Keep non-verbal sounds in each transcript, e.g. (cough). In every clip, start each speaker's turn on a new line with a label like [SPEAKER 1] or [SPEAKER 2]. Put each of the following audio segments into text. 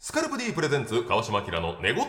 [SPEAKER 1] スカルプ D プレゼンツ川島明の寝言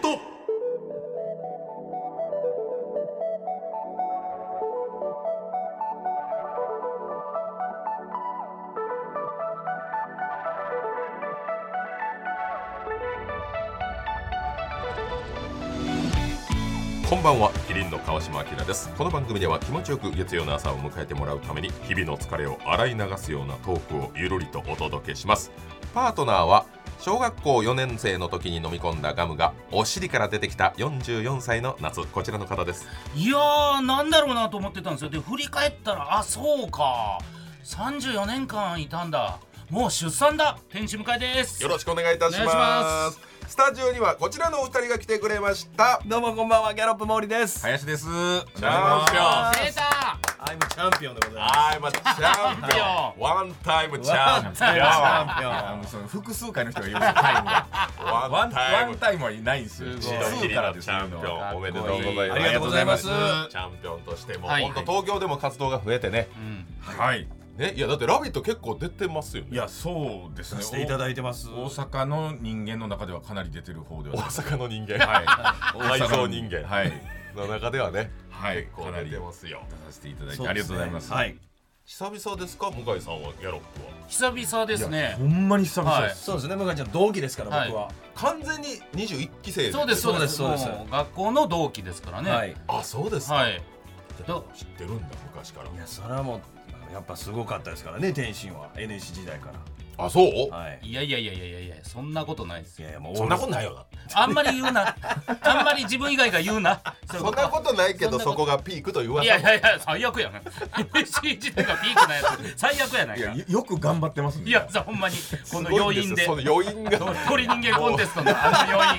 [SPEAKER 1] こんばんはキリンの川島明ですこの番組では気持ちよく月曜の朝を迎えてもらうために日々の疲れを洗い流すようなトークをゆるりとお届けしますパートナーは小学校4年生の時に飲み込んだガムがお尻から出てきた44歳の夏こちらの方です
[SPEAKER 2] いやーなんだろうなと思ってたんですよで振り返ったらあそうか34年間いたんだもう出産だ天使迎えです
[SPEAKER 1] よろしくお願いいたし
[SPEAKER 2] お願
[SPEAKER 1] ま
[SPEAKER 2] い
[SPEAKER 1] す
[SPEAKER 2] し
[SPEAKER 1] スタジオにはこちらのお二人が来てくれました
[SPEAKER 3] どうもこんばんはギャロップ毛利です。
[SPEAKER 1] 林ですチャ
[SPEAKER 3] ャ
[SPEAKER 1] ン
[SPEAKER 3] ン
[SPEAKER 1] ピ
[SPEAKER 3] ピ
[SPEAKER 1] オ
[SPEAKER 3] オ
[SPEAKER 1] ン
[SPEAKER 3] ン
[SPEAKER 2] 出た
[SPEAKER 3] アイムチャンピオンでございます。
[SPEAKER 1] I'm a champion one time champion
[SPEAKER 4] あのその複数回の人がいるんですよ、タイムが。ワ
[SPEAKER 1] one
[SPEAKER 4] ンワ
[SPEAKER 1] time
[SPEAKER 4] ンタイムはいないんですよ。
[SPEAKER 2] す
[SPEAKER 4] 一
[SPEAKER 2] ごい
[SPEAKER 4] 度きりなんです
[SPEAKER 1] チャンピオンおめでとうございます
[SPEAKER 3] ありがとうございます。
[SPEAKER 1] チャンピオンとしても
[SPEAKER 2] はい
[SPEAKER 1] 本当東京でも活動が増えてね
[SPEAKER 4] はい。
[SPEAKER 1] ねいやだってラビット結構出てますよ
[SPEAKER 4] い
[SPEAKER 1] ね
[SPEAKER 4] や、そうです
[SPEAKER 3] さ
[SPEAKER 4] ね。
[SPEAKER 3] せていただいてます。
[SPEAKER 4] 大阪の人間の中ではかなり出てる方では
[SPEAKER 1] 大
[SPEAKER 4] ない。
[SPEAKER 1] 阪の人間
[SPEAKER 4] は
[SPEAKER 1] 改
[SPEAKER 4] い。
[SPEAKER 1] 造人間
[SPEAKER 4] はい。
[SPEAKER 1] の中ではね
[SPEAKER 4] はい。
[SPEAKER 1] こ
[SPEAKER 4] か
[SPEAKER 1] う
[SPEAKER 4] な
[SPEAKER 1] 出
[SPEAKER 4] り
[SPEAKER 1] て
[SPEAKER 4] 出
[SPEAKER 1] ま
[SPEAKER 4] さ
[SPEAKER 1] すよ
[SPEAKER 4] せていただい
[SPEAKER 3] そ
[SPEAKER 4] て
[SPEAKER 3] う
[SPEAKER 4] あ
[SPEAKER 3] です
[SPEAKER 4] りがと
[SPEAKER 3] ね
[SPEAKER 4] うございます。
[SPEAKER 3] はい。
[SPEAKER 1] 久々ですか向井さんはギャロップは
[SPEAKER 2] 久々ですね
[SPEAKER 4] ほんまに久々
[SPEAKER 2] は
[SPEAKER 4] で
[SPEAKER 2] い
[SPEAKER 4] す。
[SPEAKER 3] そうですね向井ちゃん同期ですから
[SPEAKER 2] はい
[SPEAKER 3] 僕は。
[SPEAKER 1] 完全に21期生
[SPEAKER 2] そうですそうです
[SPEAKER 3] そうですそうです
[SPEAKER 2] もう学校の同期ですからね
[SPEAKER 3] は。
[SPEAKER 2] はいい
[SPEAKER 3] い
[SPEAKER 1] あそうですか
[SPEAKER 2] ど
[SPEAKER 1] 知ってるんだ昔から
[SPEAKER 3] やそれはもうやっぱすごかったですからね天心は NSC 時代か
[SPEAKER 1] あそう
[SPEAKER 3] ら。はい。
[SPEAKER 2] いやいやいやいやいやいやそんなことないです
[SPEAKER 3] い
[SPEAKER 2] よ
[SPEAKER 3] やいやもう
[SPEAKER 1] そんなことないよな
[SPEAKER 2] あんまり言う
[SPEAKER 3] (laughs)
[SPEAKER 2] なあんまり自分以外が言うなそ
[SPEAKER 1] そんなことないけど
[SPEAKER 2] そんな
[SPEAKER 1] そ
[SPEAKER 2] こ
[SPEAKER 1] こ
[SPEAKER 2] と
[SPEAKER 1] がピークという
[SPEAKER 2] い
[SPEAKER 1] 噂
[SPEAKER 2] やい
[SPEAKER 1] も
[SPEAKER 2] やいや最悪やな MC 時代がピークなやつ最悪やない
[SPEAKER 4] い
[SPEAKER 2] か
[SPEAKER 4] や、よよく頑張ってますね。
[SPEAKER 2] いや、さほんまにこの
[SPEAKER 1] すご
[SPEAKER 2] 要
[SPEAKER 1] いん
[SPEAKER 2] 因
[SPEAKER 1] す
[SPEAKER 2] で
[SPEAKER 1] よその余韻が
[SPEAKER 2] 鳥人間コンテストのあの要因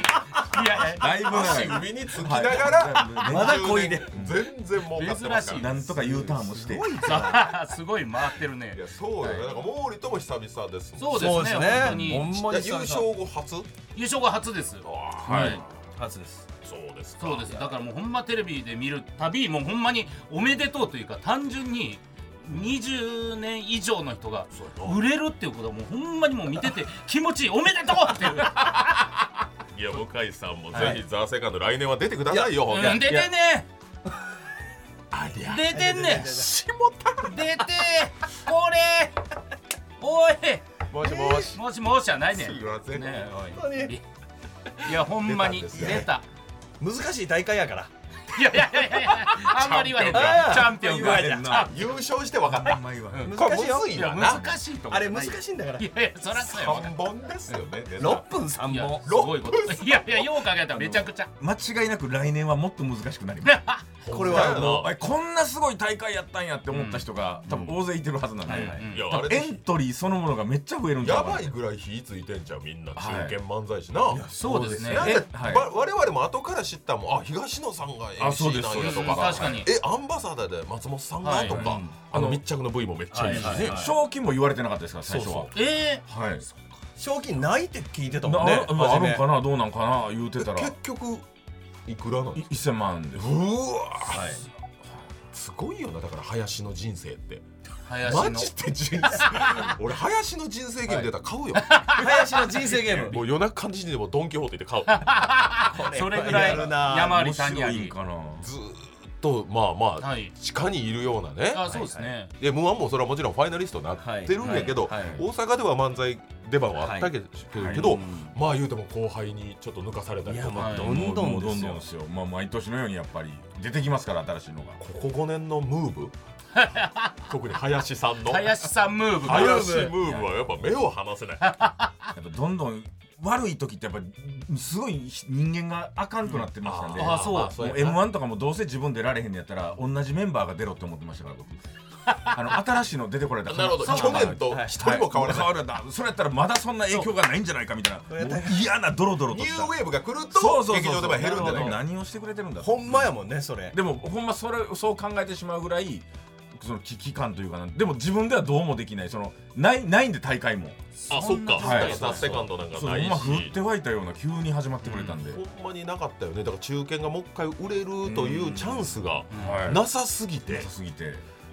[SPEAKER 2] いやいや
[SPEAKER 4] だいぶ
[SPEAKER 1] 足
[SPEAKER 4] ね
[SPEAKER 1] 指につきながら
[SPEAKER 3] まだ恋で。
[SPEAKER 1] 全然儲かってますから
[SPEAKER 2] 珍しい
[SPEAKER 4] なんとか U ターンもして。
[SPEAKER 2] さあすごい回ってるね
[SPEAKER 1] いやそうだよ、ねなんか毛利とも久々ですもん
[SPEAKER 2] そうですね
[SPEAKER 3] そうですね
[SPEAKER 2] 本当。
[SPEAKER 3] ほん
[SPEAKER 2] に
[SPEAKER 3] ま
[SPEAKER 1] いや
[SPEAKER 3] に
[SPEAKER 1] 優勝後初
[SPEAKER 2] 優勝が初です
[SPEAKER 1] は
[SPEAKER 2] はいい
[SPEAKER 3] 初です。
[SPEAKER 1] そうですか
[SPEAKER 2] そうですだからもうほんまテレビで見るたびもうほんまにおめでとうというか単純に20年以上の人が
[SPEAKER 1] そうよ
[SPEAKER 2] 売れるっていうことはもうほんまにもう見てて気持ちいいおめでとうっていう
[SPEAKER 1] いや向井さんもぜひザーセカンド来年は出てくださいよほんと
[SPEAKER 2] うん出てね
[SPEAKER 1] ありゃ
[SPEAKER 2] 出てんね
[SPEAKER 1] 下
[SPEAKER 2] 出てこれおい
[SPEAKER 1] 田もしもし
[SPEAKER 2] もしもしじゃないね
[SPEAKER 1] すいません
[SPEAKER 2] ね
[SPEAKER 3] 本当に
[SPEAKER 2] いいやほんまに
[SPEAKER 1] 出たんです
[SPEAKER 2] 出
[SPEAKER 1] ね
[SPEAKER 2] た
[SPEAKER 3] 難しい大会やから。
[SPEAKER 2] いやいやいやいやあんまり言わへんチャンピオンが
[SPEAKER 3] 言わへん
[SPEAKER 4] な
[SPEAKER 1] 優勝してわかんない
[SPEAKER 4] まいわ。
[SPEAKER 1] これ
[SPEAKER 3] 難しいよ
[SPEAKER 1] むずい
[SPEAKER 2] いや
[SPEAKER 1] わな
[SPEAKER 2] 難しいと思う
[SPEAKER 3] あれ難しいんだから
[SPEAKER 2] い。やいやそらそうやわ
[SPEAKER 1] 3本ですよね出た
[SPEAKER 3] 六分三
[SPEAKER 2] いや
[SPEAKER 3] 本。
[SPEAKER 2] すごいこといやいやよう考えたらめちゃくちゃ
[SPEAKER 4] 間違いなく来年はもっと難しくなります。
[SPEAKER 3] これ
[SPEAKER 1] ほんまや
[SPEAKER 3] は
[SPEAKER 1] な
[SPEAKER 4] もうえこんなすごい大会やったんやって思った人が、多分大勢いてるはずなんで、
[SPEAKER 2] はいはい
[SPEAKER 1] いや
[SPEAKER 4] 多
[SPEAKER 1] あ
[SPEAKER 4] 分
[SPEAKER 1] れ
[SPEAKER 4] エントリーそのものがめっちゃ増えるんじゃ
[SPEAKER 1] や
[SPEAKER 4] うかな
[SPEAKER 1] ばいぐらい火ついてんじゃんみんな
[SPEAKER 4] はい
[SPEAKER 1] 真剣漫才師な、
[SPEAKER 2] そうですね
[SPEAKER 1] なん
[SPEAKER 4] え
[SPEAKER 1] か、
[SPEAKER 4] はい
[SPEAKER 1] わ我々も後から知ったもんあ東野さんが
[SPEAKER 4] あそう
[SPEAKER 1] MC
[SPEAKER 4] です
[SPEAKER 1] なんやと
[SPEAKER 2] うん
[SPEAKER 1] か
[SPEAKER 2] 確かに
[SPEAKER 1] えアンバサダーで松本さんが
[SPEAKER 2] はい
[SPEAKER 1] とか、
[SPEAKER 2] う
[SPEAKER 1] あの密着の部位もめっちゃいいしね、
[SPEAKER 3] はいはい
[SPEAKER 4] え賞金も言われてなかったですから最初は
[SPEAKER 1] そう
[SPEAKER 2] え
[SPEAKER 4] はい
[SPEAKER 3] 賞金ないって聞いてた
[SPEAKER 4] な
[SPEAKER 3] もんね。
[SPEAKER 4] ああ
[SPEAKER 3] 初め
[SPEAKER 4] るんかなどうなんかな言うてたら
[SPEAKER 1] 結局いくらなん
[SPEAKER 4] い
[SPEAKER 1] ですか
[SPEAKER 4] 1000万で
[SPEAKER 1] うわ
[SPEAKER 3] はい。
[SPEAKER 1] すごいよなだから林の人生って
[SPEAKER 2] ー林
[SPEAKER 1] マ
[SPEAKER 2] の
[SPEAKER 1] ジで人生
[SPEAKER 2] (laughs)
[SPEAKER 1] 俺林の人生ゲーム出たら買うよ、
[SPEAKER 3] 林の人生ゲーム。
[SPEAKER 1] もう夜中感じでもドン・キホーテ行って買う
[SPEAKER 2] それぐらい
[SPEAKER 3] やるな
[SPEAKER 2] 山あり
[SPEAKER 4] 面白
[SPEAKER 2] 谷あ
[SPEAKER 4] いん
[SPEAKER 2] り
[SPEAKER 4] かな
[SPEAKER 1] ずーっとまあまあ、
[SPEAKER 2] はい
[SPEAKER 1] 地下にいるようなね
[SPEAKER 2] あそうですね
[SPEAKER 1] で m 1もそれはもちろんファイナリストになってるんやけど、
[SPEAKER 3] はいはい
[SPEAKER 1] 大阪では漫才出番はあったけど,、
[SPEAKER 4] はい
[SPEAKER 1] けど
[SPEAKER 4] は
[SPEAKER 1] まあ言うても後輩にちょっと抜かされたりと
[SPEAKER 3] いや
[SPEAKER 1] か
[SPEAKER 3] ま
[SPEAKER 2] あ
[SPEAKER 3] どんどん
[SPEAKER 4] もうど
[SPEAKER 3] ですよ
[SPEAKER 4] んどんですよまあ毎年のようにやっぱり出てきますから新しいのが
[SPEAKER 1] ここ5年のムー
[SPEAKER 2] (laughs)
[SPEAKER 1] ブ特に林さんの
[SPEAKER 2] 林さんムーブが
[SPEAKER 1] 林ムーブはやっぱ目を離せない
[SPEAKER 4] やっぱどんどん悪い時ってやっぱりすごい人間があかんくなってましたんで、
[SPEAKER 2] あーそう
[SPEAKER 4] もう m 1とかもどうせ自分出られへんのやったら同じメンバーが出ろって思ってましたから僕あの新しいの出てこられたら
[SPEAKER 1] なるほど
[SPEAKER 4] そう
[SPEAKER 1] 去年と一人も変わらない、
[SPEAKER 4] はいもう変わらないそれやったらまだそんな影響がないんじゃないかみたい
[SPEAKER 3] そう
[SPEAKER 4] なもう嫌なドロドロと
[SPEAKER 1] ニ
[SPEAKER 4] し
[SPEAKER 1] ュ
[SPEAKER 4] た
[SPEAKER 1] ーウェーブが来る
[SPEAKER 4] そう
[SPEAKER 1] と
[SPEAKER 4] そうそう
[SPEAKER 1] 劇場では減るんじゃないか
[SPEAKER 4] 何をしてくれてるんだ
[SPEAKER 3] ほんまやもんねそれ。
[SPEAKER 4] でもほんまそれそう考えてしまうぐらいその危機感というかなでも自分ではどうもできないそのないないんで大会も
[SPEAKER 1] あそっか
[SPEAKER 4] はい
[SPEAKER 1] 確かにセカンドなんか
[SPEAKER 4] そう
[SPEAKER 1] な
[SPEAKER 4] ほ
[SPEAKER 1] い
[SPEAKER 4] ん
[SPEAKER 1] し
[SPEAKER 4] ま振って湧いたような急に始まってくれたんで、
[SPEAKER 1] ほんまになかったよねだから中堅がもう一回売れるというチャンスが
[SPEAKER 4] はい
[SPEAKER 1] なさすぎて
[SPEAKER 4] 遅すぎて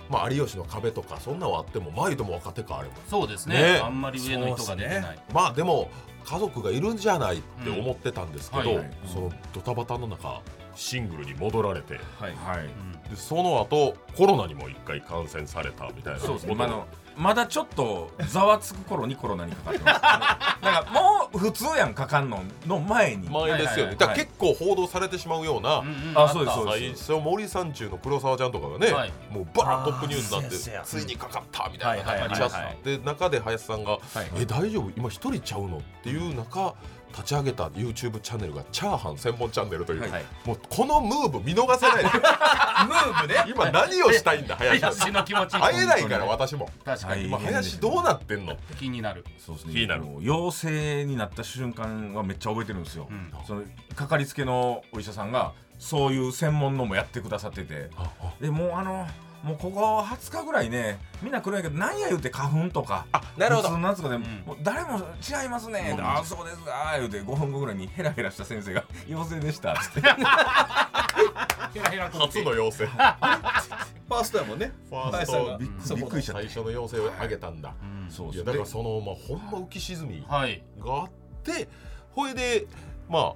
[SPEAKER 1] まあ、有吉の壁とかそんなはあってもまあ言うても若手かあれも
[SPEAKER 2] そうです
[SPEAKER 1] ね
[SPEAKER 2] ね
[SPEAKER 1] え
[SPEAKER 2] あんまり上の人が出てない、
[SPEAKER 3] そうっ
[SPEAKER 1] まあでも家族がいるんじゃないって思ってたんですけど、
[SPEAKER 2] うんはいはい
[SPEAKER 1] そのドタバタの中シングルに戻られて
[SPEAKER 4] はい、はい
[SPEAKER 2] うん
[SPEAKER 1] でその後コロナにも一回感染されたみたいな
[SPEAKER 4] そうです
[SPEAKER 1] こ
[SPEAKER 4] ね、
[SPEAKER 1] と
[SPEAKER 4] まああのまだちょっとざわつく頃にコロナにかかってます (laughs) あのなんかもう普通やんかかんのの前に
[SPEAKER 1] 前ですよね、
[SPEAKER 4] はいはいはい
[SPEAKER 1] だから結構報道されてしまうような、
[SPEAKER 2] うんうん
[SPEAKER 4] あ
[SPEAKER 2] った
[SPEAKER 4] そうですそうです
[SPEAKER 1] 最初森三中の黒沢ちゃんとかがね、
[SPEAKER 2] はい
[SPEAKER 1] もうバーットップニュースになって
[SPEAKER 3] あーそうやそ
[SPEAKER 1] つ
[SPEAKER 3] うや
[SPEAKER 1] いにかかったみたいな
[SPEAKER 4] はいはい
[SPEAKER 1] 感
[SPEAKER 4] はい
[SPEAKER 1] じ
[SPEAKER 4] は
[SPEAKER 1] に
[SPEAKER 4] い
[SPEAKER 1] なって中で林さんが
[SPEAKER 4] はい
[SPEAKER 1] 「え大丈夫今一人ちゃうの?」っていう中立ち上げた YouTube チャンネルがチャーハン専門チャンネルという、
[SPEAKER 4] はいはい
[SPEAKER 1] もうこのムーブ見逃せない
[SPEAKER 4] (laughs) ムーブね
[SPEAKER 1] (laughs) 今何をしたいんだ林さん
[SPEAKER 2] 林の気持ち
[SPEAKER 1] 会えないから私も
[SPEAKER 2] 確かに、
[SPEAKER 1] 今林どうなってんの
[SPEAKER 2] 気になる
[SPEAKER 4] そうですね
[SPEAKER 1] 気になる
[SPEAKER 4] もう陽性になった瞬間はめっちゃ覚えてるんですよ、
[SPEAKER 2] うん
[SPEAKER 4] そのかかりつけのお医者さんがそういう専門のもやってくださっててでもうあのもうここ20日ぐらいねみんな来るんやけど何や言うて花粉とか
[SPEAKER 1] なるほど
[SPEAKER 4] 普通のやつとかで、
[SPEAKER 2] ん
[SPEAKER 4] もう誰も違いますね、
[SPEAKER 2] うん
[SPEAKER 4] ああそうですああ言うて5分後ぐらいにヘラヘラした先生が (laughs) 「陽性でした」つって
[SPEAKER 2] ヘラヘラこっ
[SPEAKER 1] 初
[SPEAKER 2] ち
[SPEAKER 1] の要
[SPEAKER 4] (laughs)
[SPEAKER 1] 請フ
[SPEAKER 3] ファーストやもんね
[SPEAKER 1] ァース
[SPEAKER 3] 林さんが
[SPEAKER 1] ト
[SPEAKER 4] びっ
[SPEAKER 3] そ
[SPEAKER 4] く
[SPEAKER 3] う
[SPEAKER 4] びっくりしちゃっ
[SPEAKER 1] 最
[SPEAKER 4] て
[SPEAKER 1] 初の要請を上げたんだ、
[SPEAKER 2] うん
[SPEAKER 4] そう
[SPEAKER 1] い
[SPEAKER 4] そ
[SPEAKER 1] や
[SPEAKER 4] う
[SPEAKER 1] だから
[SPEAKER 4] で
[SPEAKER 1] その、まあ、ほんま浮き沈み
[SPEAKER 2] はい
[SPEAKER 1] があってほいでまあ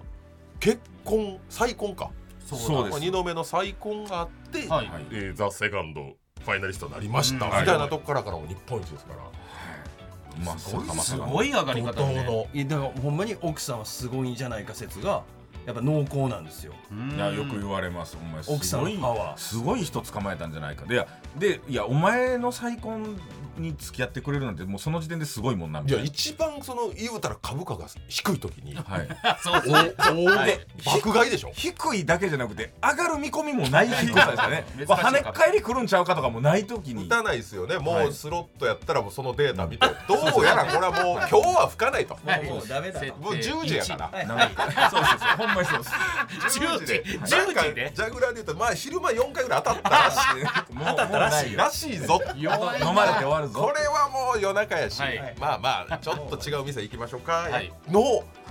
[SPEAKER 1] 結婚再婚か
[SPEAKER 2] そう
[SPEAKER 4] そうです
[SPEAKER 1] まあ、2度目の再婚があって「
[SPEAKER 2] はい、
[SPEAKER 4] はい
[SPEAKER 1] えーザ・セカンドファイナリストになりました、
[SPEAKER 2] うん
[SPEAKER 1] みたいなとこからからも日本一ですから、
[SPEAKER 4] まあ
[SPEAKER 1] すごい
[SPEAKER 4] まさ
[SPEAKER 2] す
[SPEAKER 4] か
[SPEAKER 2] ごい上がり
[SPEAKER 1] 怒
[SPEAKER 2] 方
[SPEAKER 1] 涛
[SPEAKER 2] ね
[SPEAKER 1] の
[SPEAKER 3] いやだからほんまに奥さんはすごいんじゃないか説がやっぱ濃厚なんですよ
[SPEAKER 2] うん
[SPEAKER 4] いやよく言われますお前すごい
[SPEAKER 3] 奥さんのパワー
[SPEAKER 4] すごい人捕まえたんじゃないかでいやでいやお前の再婚に付き合ってくれるなんてもうその時点ですごいもんなみ
[SPEAKER 1] い
[SPEAKER 4] た
[SPEAKER 1] や
[SPEAKER 4] いな
[SPEAKER 1] 一番その言うたら株価が低い時に
[SPEAKER 4] はい、
[SPEAKER 2] (laughs) そう
[SPEAKER 1] お
[SPEAKER 2] そ
[SPEAKER 1] 大
[SPEAKER 2] うはい
[SPEAKER 1] で爆買いでしょ
[SPEAKER 4] 低いだけじゃなくて上がる見込みもない低さですよね
[SPEAKER 2] 珍しい
[SPEAKER 4] まあ跳ね返りくるんちゃうかとかもない時
[SPEAKER 1] 打
[SPEAKER 4] に
[SPEAKER 1] たないですよね
[SPEAKER 4] は
[SPEAKER 1] もう
[SPEAKER 4] い
[SPEAKER 1] スロットやったらもうそのデータ見て、どうやらこれはもう今日は吹かないと
[SPEAKER 3] もうもうダメだ
[SPEAKER 2] 設定
[SPEAKER 1] もう10時やから
[SPEAKER 3] はい
[SPEAKER 4] なんかそうそうそうほんまにそうです
[SPEAKER 2] 10時
[SPEAKER 1] 10
[SPEAKER 2] 10時
[SPEAKER 1] なん
[SPEAKER 2] で
[SPEAKER 1] かジャグラーで言うとまあ昼間4回ぐらい当たったらしい
[SPEAKER 4] もう当たったら (laughs) しい
[SPEAKER 1] らしいぞ
[SPEAKER 2] 弱いな
[SPEAKER 4] 飲まれて終わるぞ
[SPEAKER 1] これはもう夜中やし、
[SPEAKER 2] はい
[SPEAKER 1] まあまあちょっと違う店行きましょうか、
[SPEAKER 2] はい
[SPEAKER 1] の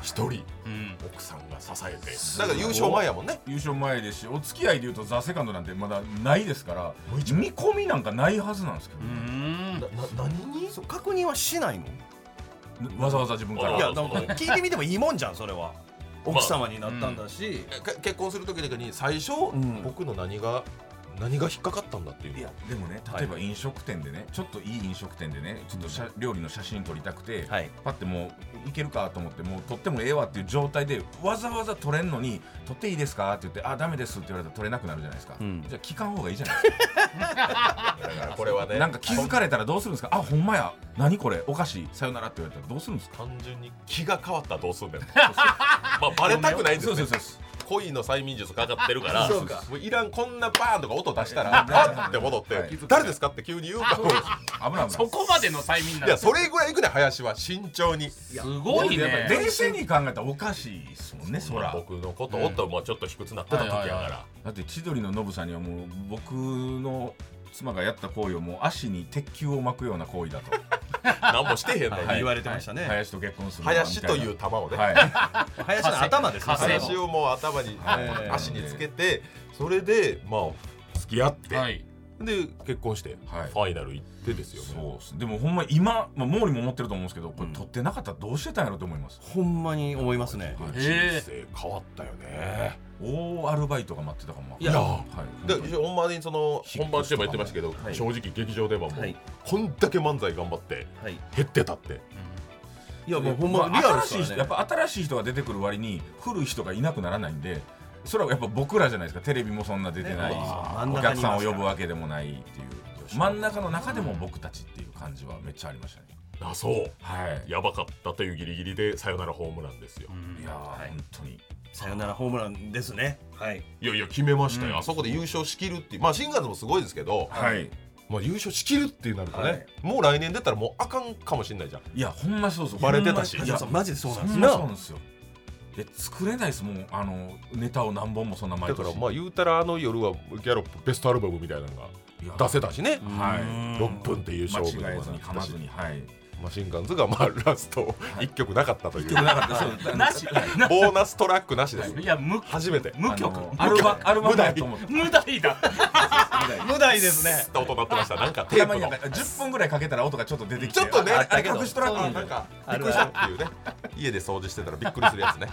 [SPEAKER 1] 一人
[SPEAKER 2] うん
[SPEAKER 1] 奥さんが支えてだから優勝前やもんね
[SPEAKER 4] 優勝前ですしお付き合いでいうと「ザ・セカンドなんてまだないですから
[SPEAKER 1] もう一
[SPEAKER 4] 見込みなんかないはずなんですけど
[SPEAKER 2] う
[SPEAKER 4] ね、
[SPEAKER 2] ん
[SPEAKER 1] なな何に
[SPEAKER 3] そう確認はしないの
[SPEAKER 4] わざわざ自分か
[SPEAKER 1] あ
[SPEAKER 4] ら
[SPEAKER 3] いや
[SPEAKER 1] そ
[SPEAKER 3] な
[SPEAKER 1] うんそ
[SPEAKER 3] か
[SPEAKER 1] う
[SPEAKER 3] 聞いてみてもいいもんじゃんそ
[SPEAKER 4] (laughs)
[SPEAKER 3] れは
[SPEAKER 1] まあ
[SPEAKER 3] 奥様になったんだし、
[SPEAKER 1] か結婚する時だけに最初、
[SPEAKER 3] ん
[SPEAKER 1] 僕の何が何が引っかかったんだっていう
[SPEAKER 4] いやでもね例えば飲食店でね、ちょっといい飲食店でねちょっとしゃ料理の写真撮りたくて、
[SPEAKER 3] はい
[SPEAKER 4] パッてもういけるかと思ってもう撮ってもええわっていう状態でわざわざ撮れんのに撮っていいですかって言ってあダメですって言われたら撮れなくなるじゃないですか、
[SPEAKER 3] うん
[SPEAKER 4] じゃあ聞かん方がいいじゃないです
[SPEAKER 1] だからこれは
[SPEAKER 4] か
[SPEAKER 1] ね
[SPEAKER 4] なんか気づかれたらどうするんですかあほんまや何これおかしいさよならって言われたらどうするんですか
[SPEAKER 1] 単純に気が変わったらどうすん
[SPEAKER 4] (laughs)
[SPEAKER 1] だよまあバレたくないんです
[SPEAKER 4] そう
[SPEAKER 1] よ、
[SPEAKER 4] そ
[SPEAKER 1] ね、
[SPEAKER 4] うそうそう
[SPEAKER 1] 恋の催眠術かかってるから
[SPEAKER 3] そうか
[SPEAKER 1] もういらんこんなバーンとか音出したらあっって戻って、
[SPEAKER 4] はい
[SPEAKER 1] 誰ですかって急に言うから
[SPEAKER 4] 危ない危
[SPEAKER 2] そ
[SPEAKER 4] ない
[SPEAKER 2] こまでの催眠ない
[SPEAKER 1] やそれぐらいいくね林は慎重に
[SPEAKER 2] すごいね
[SPEAKER 4] 冷静に考えたらおかしいですもんねそら
[SPEAKER 1] 僕のことをと、まあちょっと卑屈になってた時やから、
[SPEAKER 2] はいはい
[SPEAKER 4] だって千鳥のノブさんにはもう僕の妻がやった行為をもう足に鉄球を巻くような行為だと
[SPEAKER 1] 何もしてへんのに、
[SPEAKER 4] はい
[SPEAKER 3] 言われてましたね、
[SPEAKER 4] 林と結婚するのは
[SPEAKER 1] 林という
[SPEAKER 4] み
[SPEAKER 1] 球を
[SPEAKER 4] た
[SPEAKER 1] ね、
[SPEAKER 4] いなはい
[SPEAKER 3] 林の頭ですね
[SPEAKER 2] 火星火
[SPEAKER 1] 林をもう頭に、
[SPEAKER 4] はい
[SPEAKER 1] 足につけてそれでまあ付き合って、
[SPEAKER 2] はい
[SPEAKER 1] で結婚して、
[SPEAKER 4] はい
[SPEAKER 1] ファイナル行ってですよね
[SPEAKER 4] そうっすでもほんま今、まあ、毛利も思ってると思うんですけどこ
[SPEAKER 1] う
[SPEAKER 4] れ
[SPEAKER 1] ん
[SPEAKER 4] 取ってなかったらどうしてたんやろうと思います、
[SPEAKER 3] ほんまに思いますね
[SPEAKER 1] 人
[SPEAKER 2] へえ
[SPEAKER 1] 生変わったよね
[SPEAKER 4] 大アルバイトが待ってたかも
[SPEAKER 3] いや
[SPEAKER 4] はい、
[SPEAKER 1] で
[SPEAKER 4] 本当に
[SPEAKER 1] ほんまにその
[SPEAKER 4] 引
[SPEAKER 1] 本
[SPEAKER 4] っ
[SPEAKER 1] 番
[SPEAKER 4] 越し
[SPEAKER 1] 中も
[SPEAKER 4] とか
[SPEAKER 1] 言ってましたけど、
[SPEAKER 3] はい
[SPEAKER 1] 正直劇場ではもう、
[SPEAKER 3] はい
[SPEAKER 1] こんだけ漫才頑張って
[SPEAKER 3] はい
[SPEAKER 1] 減ってたって
[SPEAKER 3] いやもうほんまリ
[SPEAKER 4] あ
[SPEAKER 3] アルで
[SPEAKER 4] 新
[SPEAKER 3] す
[SPEAKER 4] しい
[SPEAKER 3] よ
[SPEAKER 4] 人
[SPEAKER 3] ね
[SPEAKER 4] やっぱ新しい人が出てくる割に古い人がいなくならないんでそれはやっぱ僕らじゃないですかテレビもそんな出てない、
[SPEAKER 3] ねあー
[SPEAKER 4] お客さんを呼ぶ
[SPEAKER 3] わ
[SPEAKER 4] わけでもないっていう真ん中の中でも僕たちっていう感じはめっちゃありましたね、
[SPEAKER 1] あそう
[SPEAKER 4] はい
[SPEAKER 1] やばかったというギリギリでさよならホームランですよ、
[SPEAKER 2] うん
[SPEAKER 4] いやー、
[SPEAKER 3] はい
[SPEAKER 4] 本当に
[SPEAKER 3] さよならホームランですねはい
[SPEAKER 1] いやいや決めましたよ、
[SPEAKER 4] うん
[SPEAKER 1] あそこで優勝しきるっていうまあ新月もすごいですけど、
[SPEAKER 4] はい
[SPEAKER 1] まあ、優勝しきるってなるとね、
[SPEAKER 3] はい
[SPEAKER 1] もう来年出たらもうあかんかもしれないじゃん
[SPEAKER 4] いやほんまそうそう
[SPEAKER 1] バレてたし
[SPEAKER 4] ほんま
[SPEAKER 3] いやそうマジでそうなんです
[SPEAKER 4] そん
[SPEAKER 3] よ
[SPEAKER 4] なそうなんですよで作れないですもんあのネタを何本もそんな毎
[SPEAKER 1] だ
[SPEAKER 4] 年
[SPEAKER 1] からまあ言うたらあの夜はギャロップベストアルバムみたいなの
[SPEAKER 4] いや
[SPEAKER 1] が出せたしね
[SPEAKER 4] はいう
[SPEAKER 3] ーん
[SPEAKER 1] 6分っていう
[SPEAKER 4] 間
[SPEAKER 1] 勝負で
[SPEAKER 4] 違え
[SPEAKER 1] も
[SPEAKER 4] ずに噛
[SPEAKER 1] な
[SPEAKER 4] ま
[SPEAKER 1] ったし
[SPEAKER 4] ずにはい
[SPEAKER 1] マシンガンズがまあラスト1曲なかったという
[SPEAKER 4] なかったそう
[SPEAKER 2] なし
[SPEAKER 1] ボーナストラックなしです
[SPEAKER 2] いや無
[SPEAKER 1] 初めて
[SPEAKER 2] 無
[SPEAKER 4] あ
[SPEAKER 2] 曲
[SPEAKER 4] のアルバアルバムだと思って
[SPEAKER 2] 無題だ
[SPEAKER 3] 無題ですね
[SPEAKER 1] スッと音鳴ってましたなん
[SPEAKER 4] (laughs)
[SPEAKER 1] かテ
[SPEAKER 4] た
[SPEAKER 1] ー
[SPEAKER 4] ま
[SPEAKER 1] プ
[SPEAKER 4] にな
[SPEAKER 1] の
[SPEAKER 4] んか10分ぐらいかけたら音がちょっと出てきて
[SPEAKER 1] ちょっとねあ
[SPEAKER 4] ああれ
[SPEAKER 3] だけど
[SPEAKER 4] 隠しとらん
[SPEAKER 3] そう
[SPEAKER 4] あ
[SPEAKER 3] な
[SPEAKER 1] なんん
[SPEAKER 3] だ
[SPEAKER 1] かびっくりしたっていうね家で掃除してたらびっくりするやつね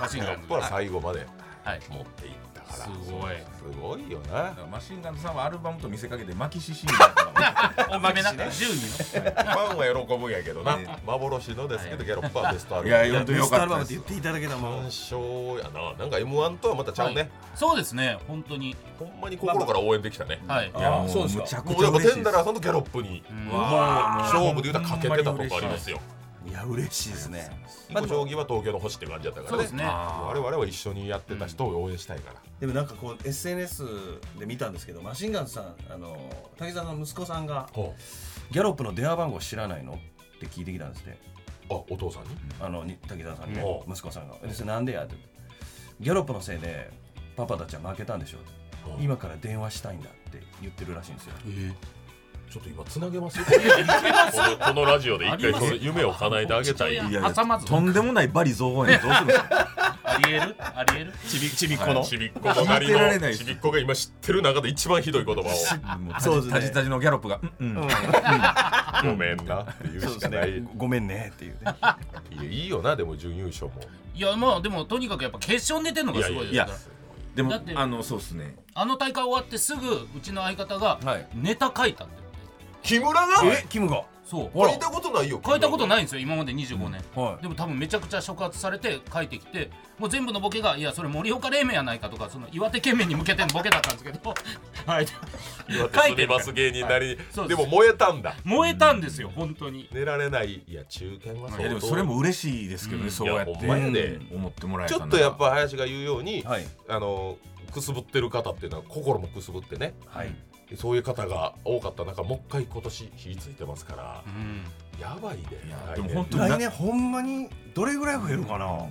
[SPEAKER 2] マシンガンズ
[SPEAKER 1] ほら最後まで
[SPEAKER 2] はい
[SPEAKER 1] 持っていったから
[SPEAKER 2] すごい
[SPEAKER 1] (laughs) すごいよ
[SPEAKER 4] (laughs)
[SPEAKER 1] な
[SPEAKER 4] マシンガンズさんはアルバムと見せかけてマキシシンガンズだか
[SPEAKER 2] 大きめな10人
[SPEAKER 1] ファンは喜ぶんやけどな
[SPEAKER 4] ね
[SPEAKER 1] 幻のですけどギャロッパーベストアル
[SPEAKER 4] らい
[SPEAKER 1] バ
[SPEAKER 4] や
[SPEAKER 1] ム
[SPEAKER 4] い
[SPEAKER 3] いや
[SPEAKER 4] や本当に
[SPEAKER 3] ベ
[SPEAKER 4] よ
[SPEAKER 3] ストア
[SPEAKER 4] か
[SPEAKER 3] ル
[SPEAKER 4] っ
[SPEAKER 3] バ
[SPEAKER 4] たで
[SPEAKER 3] ムって
[SPEAKER 4] す
[SPEAKER 3] 言っていただけたもん
[SPEAKER 1] 単勝やななんか M1 とはまたちゃうね
[SPEAKER 2] そうですね本当に
[SPEAKER 1] ほんまに心から応援できたね
[SPEAKER 2] はい
[SPEAKER 4] いや
[SPEAKER 3] あ
[SPEAKER 4] も
[SPEAKER 3] ー
[SPEAKER 4] う
[SPEAKER 3] そうですか
[SPEAKER 4] むちゃく
[SPEAKER 1] も
[SPEAKER 4] ち
[SPEAKER 1] うやっ
[SPEAKER 4] ゃ
[SPEAKER 1] ぱ
[SPEAKER 4] 嬉
[SPEAKER 1] テ
[SPEAKER 4] しい
[SPEAKER 1] ンダ
[SPEAKER 4] です
[SPEAKER 1] ラーさんとギャロップに
[SPEAKER 2] うん
[SPEAKER 4] うわー
[SPEAKER 1] 勝負で言うたらかけてたとこありますよ
[SPEAKER 3] いや嬉しいですね
[SPEAKER 1] 囲碁将棋は東京の星って感じだったからね
[SPEAKER 2] そうですね
[SPEAKER 1] 我
[SPEAKER 4] あ
[SPEAKER 1] 々は一緒にやってた人を応援したいから、
[SPEAKER 3] でもなんかこう SNS で見たんですけどマシンガンズさんあの滝沢さんの息子さんが
[SPEAKER 1] ほ
[SPEAKER 3] ギャロップの電話番号知らないのって聞いてきたんですって
[SPEAKER 1] うあお父さんに
[SPEAKER 3] あのに滝沢さんに
[SPEAKER 1] うん
[SPEAKER 3] 息子さんが「でそれなんでや?」って「ギャロップのせいでパパたちは負けたんでしょ」
[SPEAKER 1] うん
[SPEAKER 3] 今から電話したいんだって言ってるらしい (laughs) んですよ
[SPEAKER 1] ちょっと今つなげますよこのこのラジオで一回その夢を叶えてあげ
[SPEAKER 4] (laughs)
[SPEAKER 1] たい
[SPEAKER 2] あります
[SPEAKER 4] いやいや
[SPEAKER 2] 挟まず
[SPEAKER 4] とんでもないバリ増援どうするんですか
[SPEAKER 2] ありえるありえる
[SPEAKER 3] ちびちびっ
[SPEAKER 4] この
[SPEAKER 1] ちびっ子のなり
[SPEAKER 4] 聞いてられない
[SPEAKER 1] の
[SPEAKER 4] です
[SPEAKER 1] ちびっ子が今知ってる中で一番ひどい言葉
[SPEAKER 4] もう
[SPEAKER 3] そうですね
[SPEAKER 4] タジタジのギャロップがうんうん
[SPEAKER 1] をごめんなっていう
[SPEAKER 3] そう
[SPEAKER 1] しか
[SPEAKER 3] です
[SPEAKER 1] ない
[SPEAKER 3] ねごめんねって (laughs) いうね
[SPEAKER 1] いやいいよなでも準優勝も
[SPEAKER 2] いやまあでもとにかくやっぱ決勝に出てるのがすごいです
[SPEAKER 4] いや
[SPEAKER 2] か
[SPEAKER 4] い
[SPEAKER 2] ら
[SPEAKER 4] やでも
[SPEAKER 2] だって
[SPEAKER 4] あのそうですね
[SPEAKER 2] あの大会終わってすぐうちの相方が
[SPEAKER 3] はい
[SPEAKER 2] ネタ書いたって
[SPEAKER 1] 木村が
[SPEAKER 3] えキムが
[SPEAKER 2] そう
[SPEAKER 3] ほら
[SPEAKER 1] 書いたことないよ
[SPEAKER 2] 書いたこと
[SPEAKER 1] い
[SPEAKER 2] ないんですよ今まで25年
[SPEAKER 3] は
[SPEAKER 2] でも多分めちゃくちゃ触発されて書いてきてもう全部のボケがいやそれ盛岡冷麺やないかとかその岩手県民に向けてのボケだったんですけど (laughs) はい
[SPEAKER 1] 岩手
[SPEAKER 2] 書
[SPEAKER 1] す
[SPEAKER 2] い
[SPEAKER 1] り
[SPEAKER 2] て
[SPEAKER 1] ます芸人なり
[SPEAKER 2] そう
[SPEAKER 1] で
[SPEAKER 2] です
[SPEAKER 1] も燃えたんだ
[SPEAKER 2] 燃えたんですよ本当に
[SPEAKER 1] 寝られないいや中堅は相当
[SPEAKER 4] いやでもそれも嬉しいですけど
[SPEAKER 2] う
[SPEAKER 4] ね
[SPEAKER 2] ん
[SPEAKER 4] そうやっ
[SPEAKER 1] いやほんまやで
[SPEAKER 4] て思ってもらえ
[SPEAKER 1] ち
[SPEAKER 4] た
[SPEAKER 1] ょ
[SPEAKER 4] な
[SPEAKER 1] っ
[SPEAKER 4] ら
[SPEAKER 1] とやっぱ林が言うように、
[SPEAKER 3] いはい
[SPEAKER 1] あのくすぶってる方っていうのは心もくすぶってね
[SPEAKER 3] はい
[SPEAKER 1] そういう方が多かった中もう一回今年火ついてますから
[SPEAKER 2] う、ん
[SPEAKER 1] やばいね
[SPEAKER 4] いや
[SPEAKER 1] 来年
[SPEAKER 4] でも本当に
[SPEAKER 3] 来年ほんまにどれぐらい増えるかな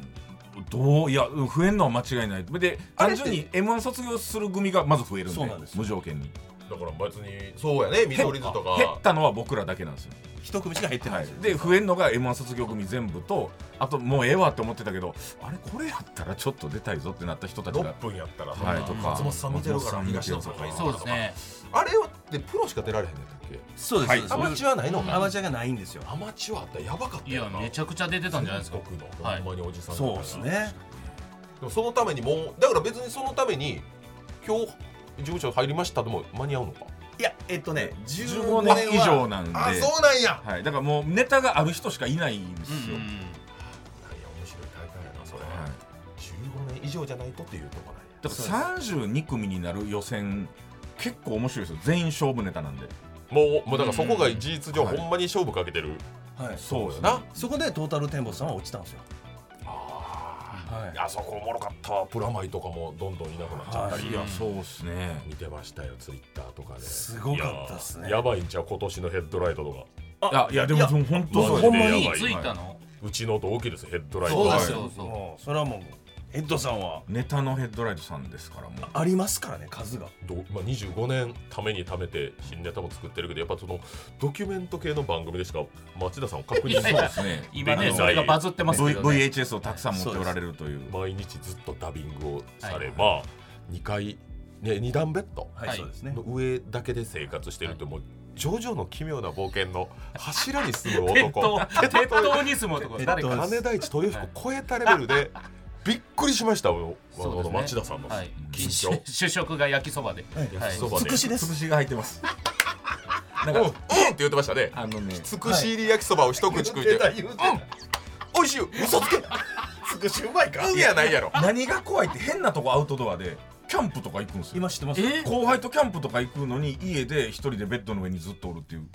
[SPEAKER 4] どういや増えるのは間違いないで
[SPEAKER 3] あ
[SPEAKER 4] 単
[SPEAKER 3] れって
[SPEAKER 4] 純に m 1卒業する組がまず増えるんで
[SPEAKER 3] そうなんですよ
[SPEAKER 4] 無条件に
[SPEAKER 1] だから別にそうやね緑図と
[SPEAKER 4] 減
[SPEAKER 1] か
[SPEAKER 4] ったのは僕らだけなんですよ、
[SPEAKER 3] 一組しか入ってない
[SPEAKER 4] はい
[SPEAKER 3] です、よ
[SPEAKER 4] で増えるのが m 1卒業組全部とあともうええわって思ってたけどあれこれやったらちょっと出たいぞってなった人たち
[SPEAKER 1] 6
[SPEAKER 4] が
[SPEAKER 1] 分やったら、
[SPEAKER 4] はいとか
[SPEAKER 1] 松本さん見てるから
[SPEAKER 4] 松本
[SPEAKER 1] 東
[SPEAKER 4] さん
[SPEAKER 1] 野
[SPEAKER 4] 見て
[SPEAKER 1] さ
[SPEAKER 4] る
[SPEAKER 1] ん
[SPEAKER 4] から
[SPEAKER 1] が
[SPEAKER 2] そうですね
[SPEAKER 1] あれってプロしか出られへんねんだっけ
[SPEAKER 3] そうです、
[SPEAKER 4] はい
[SPEAKER 1] ア
[SPEAKER 3] そうです
[SPEAKER 1] マチュアないの
[SPEAKER 3] ア
[SPEAKER 1] か
[SPEAKER 3] マチュアがないんですよ
[SPEAKER 1] アマチュアあったらやばかった
[SPEAKER 2] いや
[SPEAKER 1] よな
[SPEAKER 2] めちゃくちゃ出てたんじゃないですか
[SPEAKER 1] 全国の
[SPEAKER 2] は
[SPEAKER 1] ほ
[SPEAKER 2] い
[SPEAKER 1] んまにおじさん
[SPEAKER 3] そうですね
[SPEAKER 1] でもそのためにもうだから別にそのために今日事務所入りましたでも間に合うのか
[SPEAKER 3] いやえっとね
[SPEAKER 4] 15
[SPEAKER 3] 15年は
[SPEAKER 4] 年以上なんで
[SPEAKER 1] うなんや
[SPEAKER 4] はい、だからもうネタがある人しかいないんです
[SPEAKER 2] うん
[SPEAKER 4] よ、
[SPEAKER 2] う
[SPEAKER 1] い
[SPEAKER 2] ん
[SPEAKER 1] や面白い大会やなそれ、
[SPEAKER 4] はい
[SPEAKER 1] 15年以上じゃないとっていうとこない
[SPEAKER 4] だから32組になる予選結構面白いですよ全員勝負ネタなんで
[SPEAKER 1] もうもうだからそこが事実上
[SPEAKER 4] うん
[SPEAKER 1] ほんまに勝負かけてる
[SPEAKER 3] はい
[SPEAKER 4] そうですね
[SPEAKER 1] な、
[SPEAKER 3] そこでトータルテンボスさんは落ちたんですよ
[SPEAKER 1] あ
[SPEAKER 3] はい
[SPEAKER 1] あそこおもろかったわプラマイとかもどんどんいなくなっちゃったり、
[SPEAKER 4] いやそうですね
[SPEAKER 1] 見てましたよツイッターとかです
[SPEAKER 3] ごかったっすね
[SPEAKER 1] いややばいんちゃう今年のヘッドライトとか
[SPEAKER 4] いやいやで
[SPEAKER 3] いや
[SPEAKER 4] もその本当そ
[SPEAKER 1] マジで
[SPEAKER 4] うほんま
[SPEAKER 2] い
[SPEAKER 1] や
[SPEAKER 4] に
[SPEAKER 1] ば
[SPEAKER 2] いついたの
[SPEAKER 1] うちの同期ですヘッドライト
[SPEAKER 3] そう
[SPEAKER 4] は
[SPEAKER 3] で
[SPEAKER 4] い
[SPEAKER 3] すよ、
[SPEAKER 2] そうそう
[SPEAKER 3] もうそれはもうヘッドさんは
[SPEAKER 4] ネタのヘッドライトさんですからもう
[SPEAKER 3] ありますからね数が
[SPEAKER 1] どまあ、25年ためにためて新ネタも作ってるけどやっぱそのドキュメント系の番組でしか町田さんを確認
[SPEAKER 2] いやい
[SPEAKER 1] し
[SPEAKER 2] や
[SPEAKER 1] ない
[SPEAKER 4] ですね
[SPEAKER 2] 今
[SPEAKER 1] で
[SPEAKER 2] ね
[SPEAKER 1] きない
[SPEAKER 2] それがバズってます
[SPEAKER 4] V
[SPEAKER 2] けどね
[SPEAKER 4] VHS をたくさん持っておられるという
[SPEAKER 1] 毎日ずっとダビングをされ
[SPEAKER 2] はい
[SPEAKER 1] ば、2回、ね、2段ベッド
[SPEAKER 3] はい、
[SPEAKER 2] はい
[SPEAKER 3] そうですね
[SPEAKER 1] の上だけで生活してるって、もうジョジョの奇妙な冒険の柱に住む男
[SPEAKER 2] 鉄塔鉄塔に住む男
[SPEAKER 3] 鉄塔
[SPEAKER 2] 誰か
[SPEAKER 1] 金田一豊彦超えたレベル
[SPEAKER 2] (laughs)
[SPEAKER 1] でびっくりしましたよ、あ
[SPEAKER 2] そ
[SPEAKER 1] の
[SPEAKER 2] うですね
[SPEAKER 1] 町田さんの
[SPEAKER 2] はい
[SPEAKER 1] 緊張。
[SPEAKER 2] 主食が焼きそばで
[SPEAKER 3] はい
[SPEAKER 2] はい
[SPEAKER 1] そば
[SPEAKER 3] つ
[SPEAKER 1] で
[SPEAKER 3] くしです
[SPEAKER 4] 潰しが入ってますなん
[SPEAKER 1] うん、うんっ
[SPEAKER 4] か
[SPEAKER 1] て言ってましたね。
[SPEAKER 4] あのね
[SPEAKER 1] つくし入り焼きそばを一口食いて、
[SPEAKER 3] 言うて
[SPEAKER 1] 美味しいよ嘘つけ
[SPEAKER 3] つくしうまいか
[SPEAKER 1] うんやないやろ
[SPEAKER 4] 何が怖いって変なとこアウトドアでキャンプとか行くんですよ
[SPEAKER 3] 今知ってます
[SPEAKER 2] え
[SPEAKER 4] 後輩とキャンプとか行くのに家で一人でベッドの上にずっとおるっ
[SPEAKER 3] (laughs)
[SPEAKER 4] ていう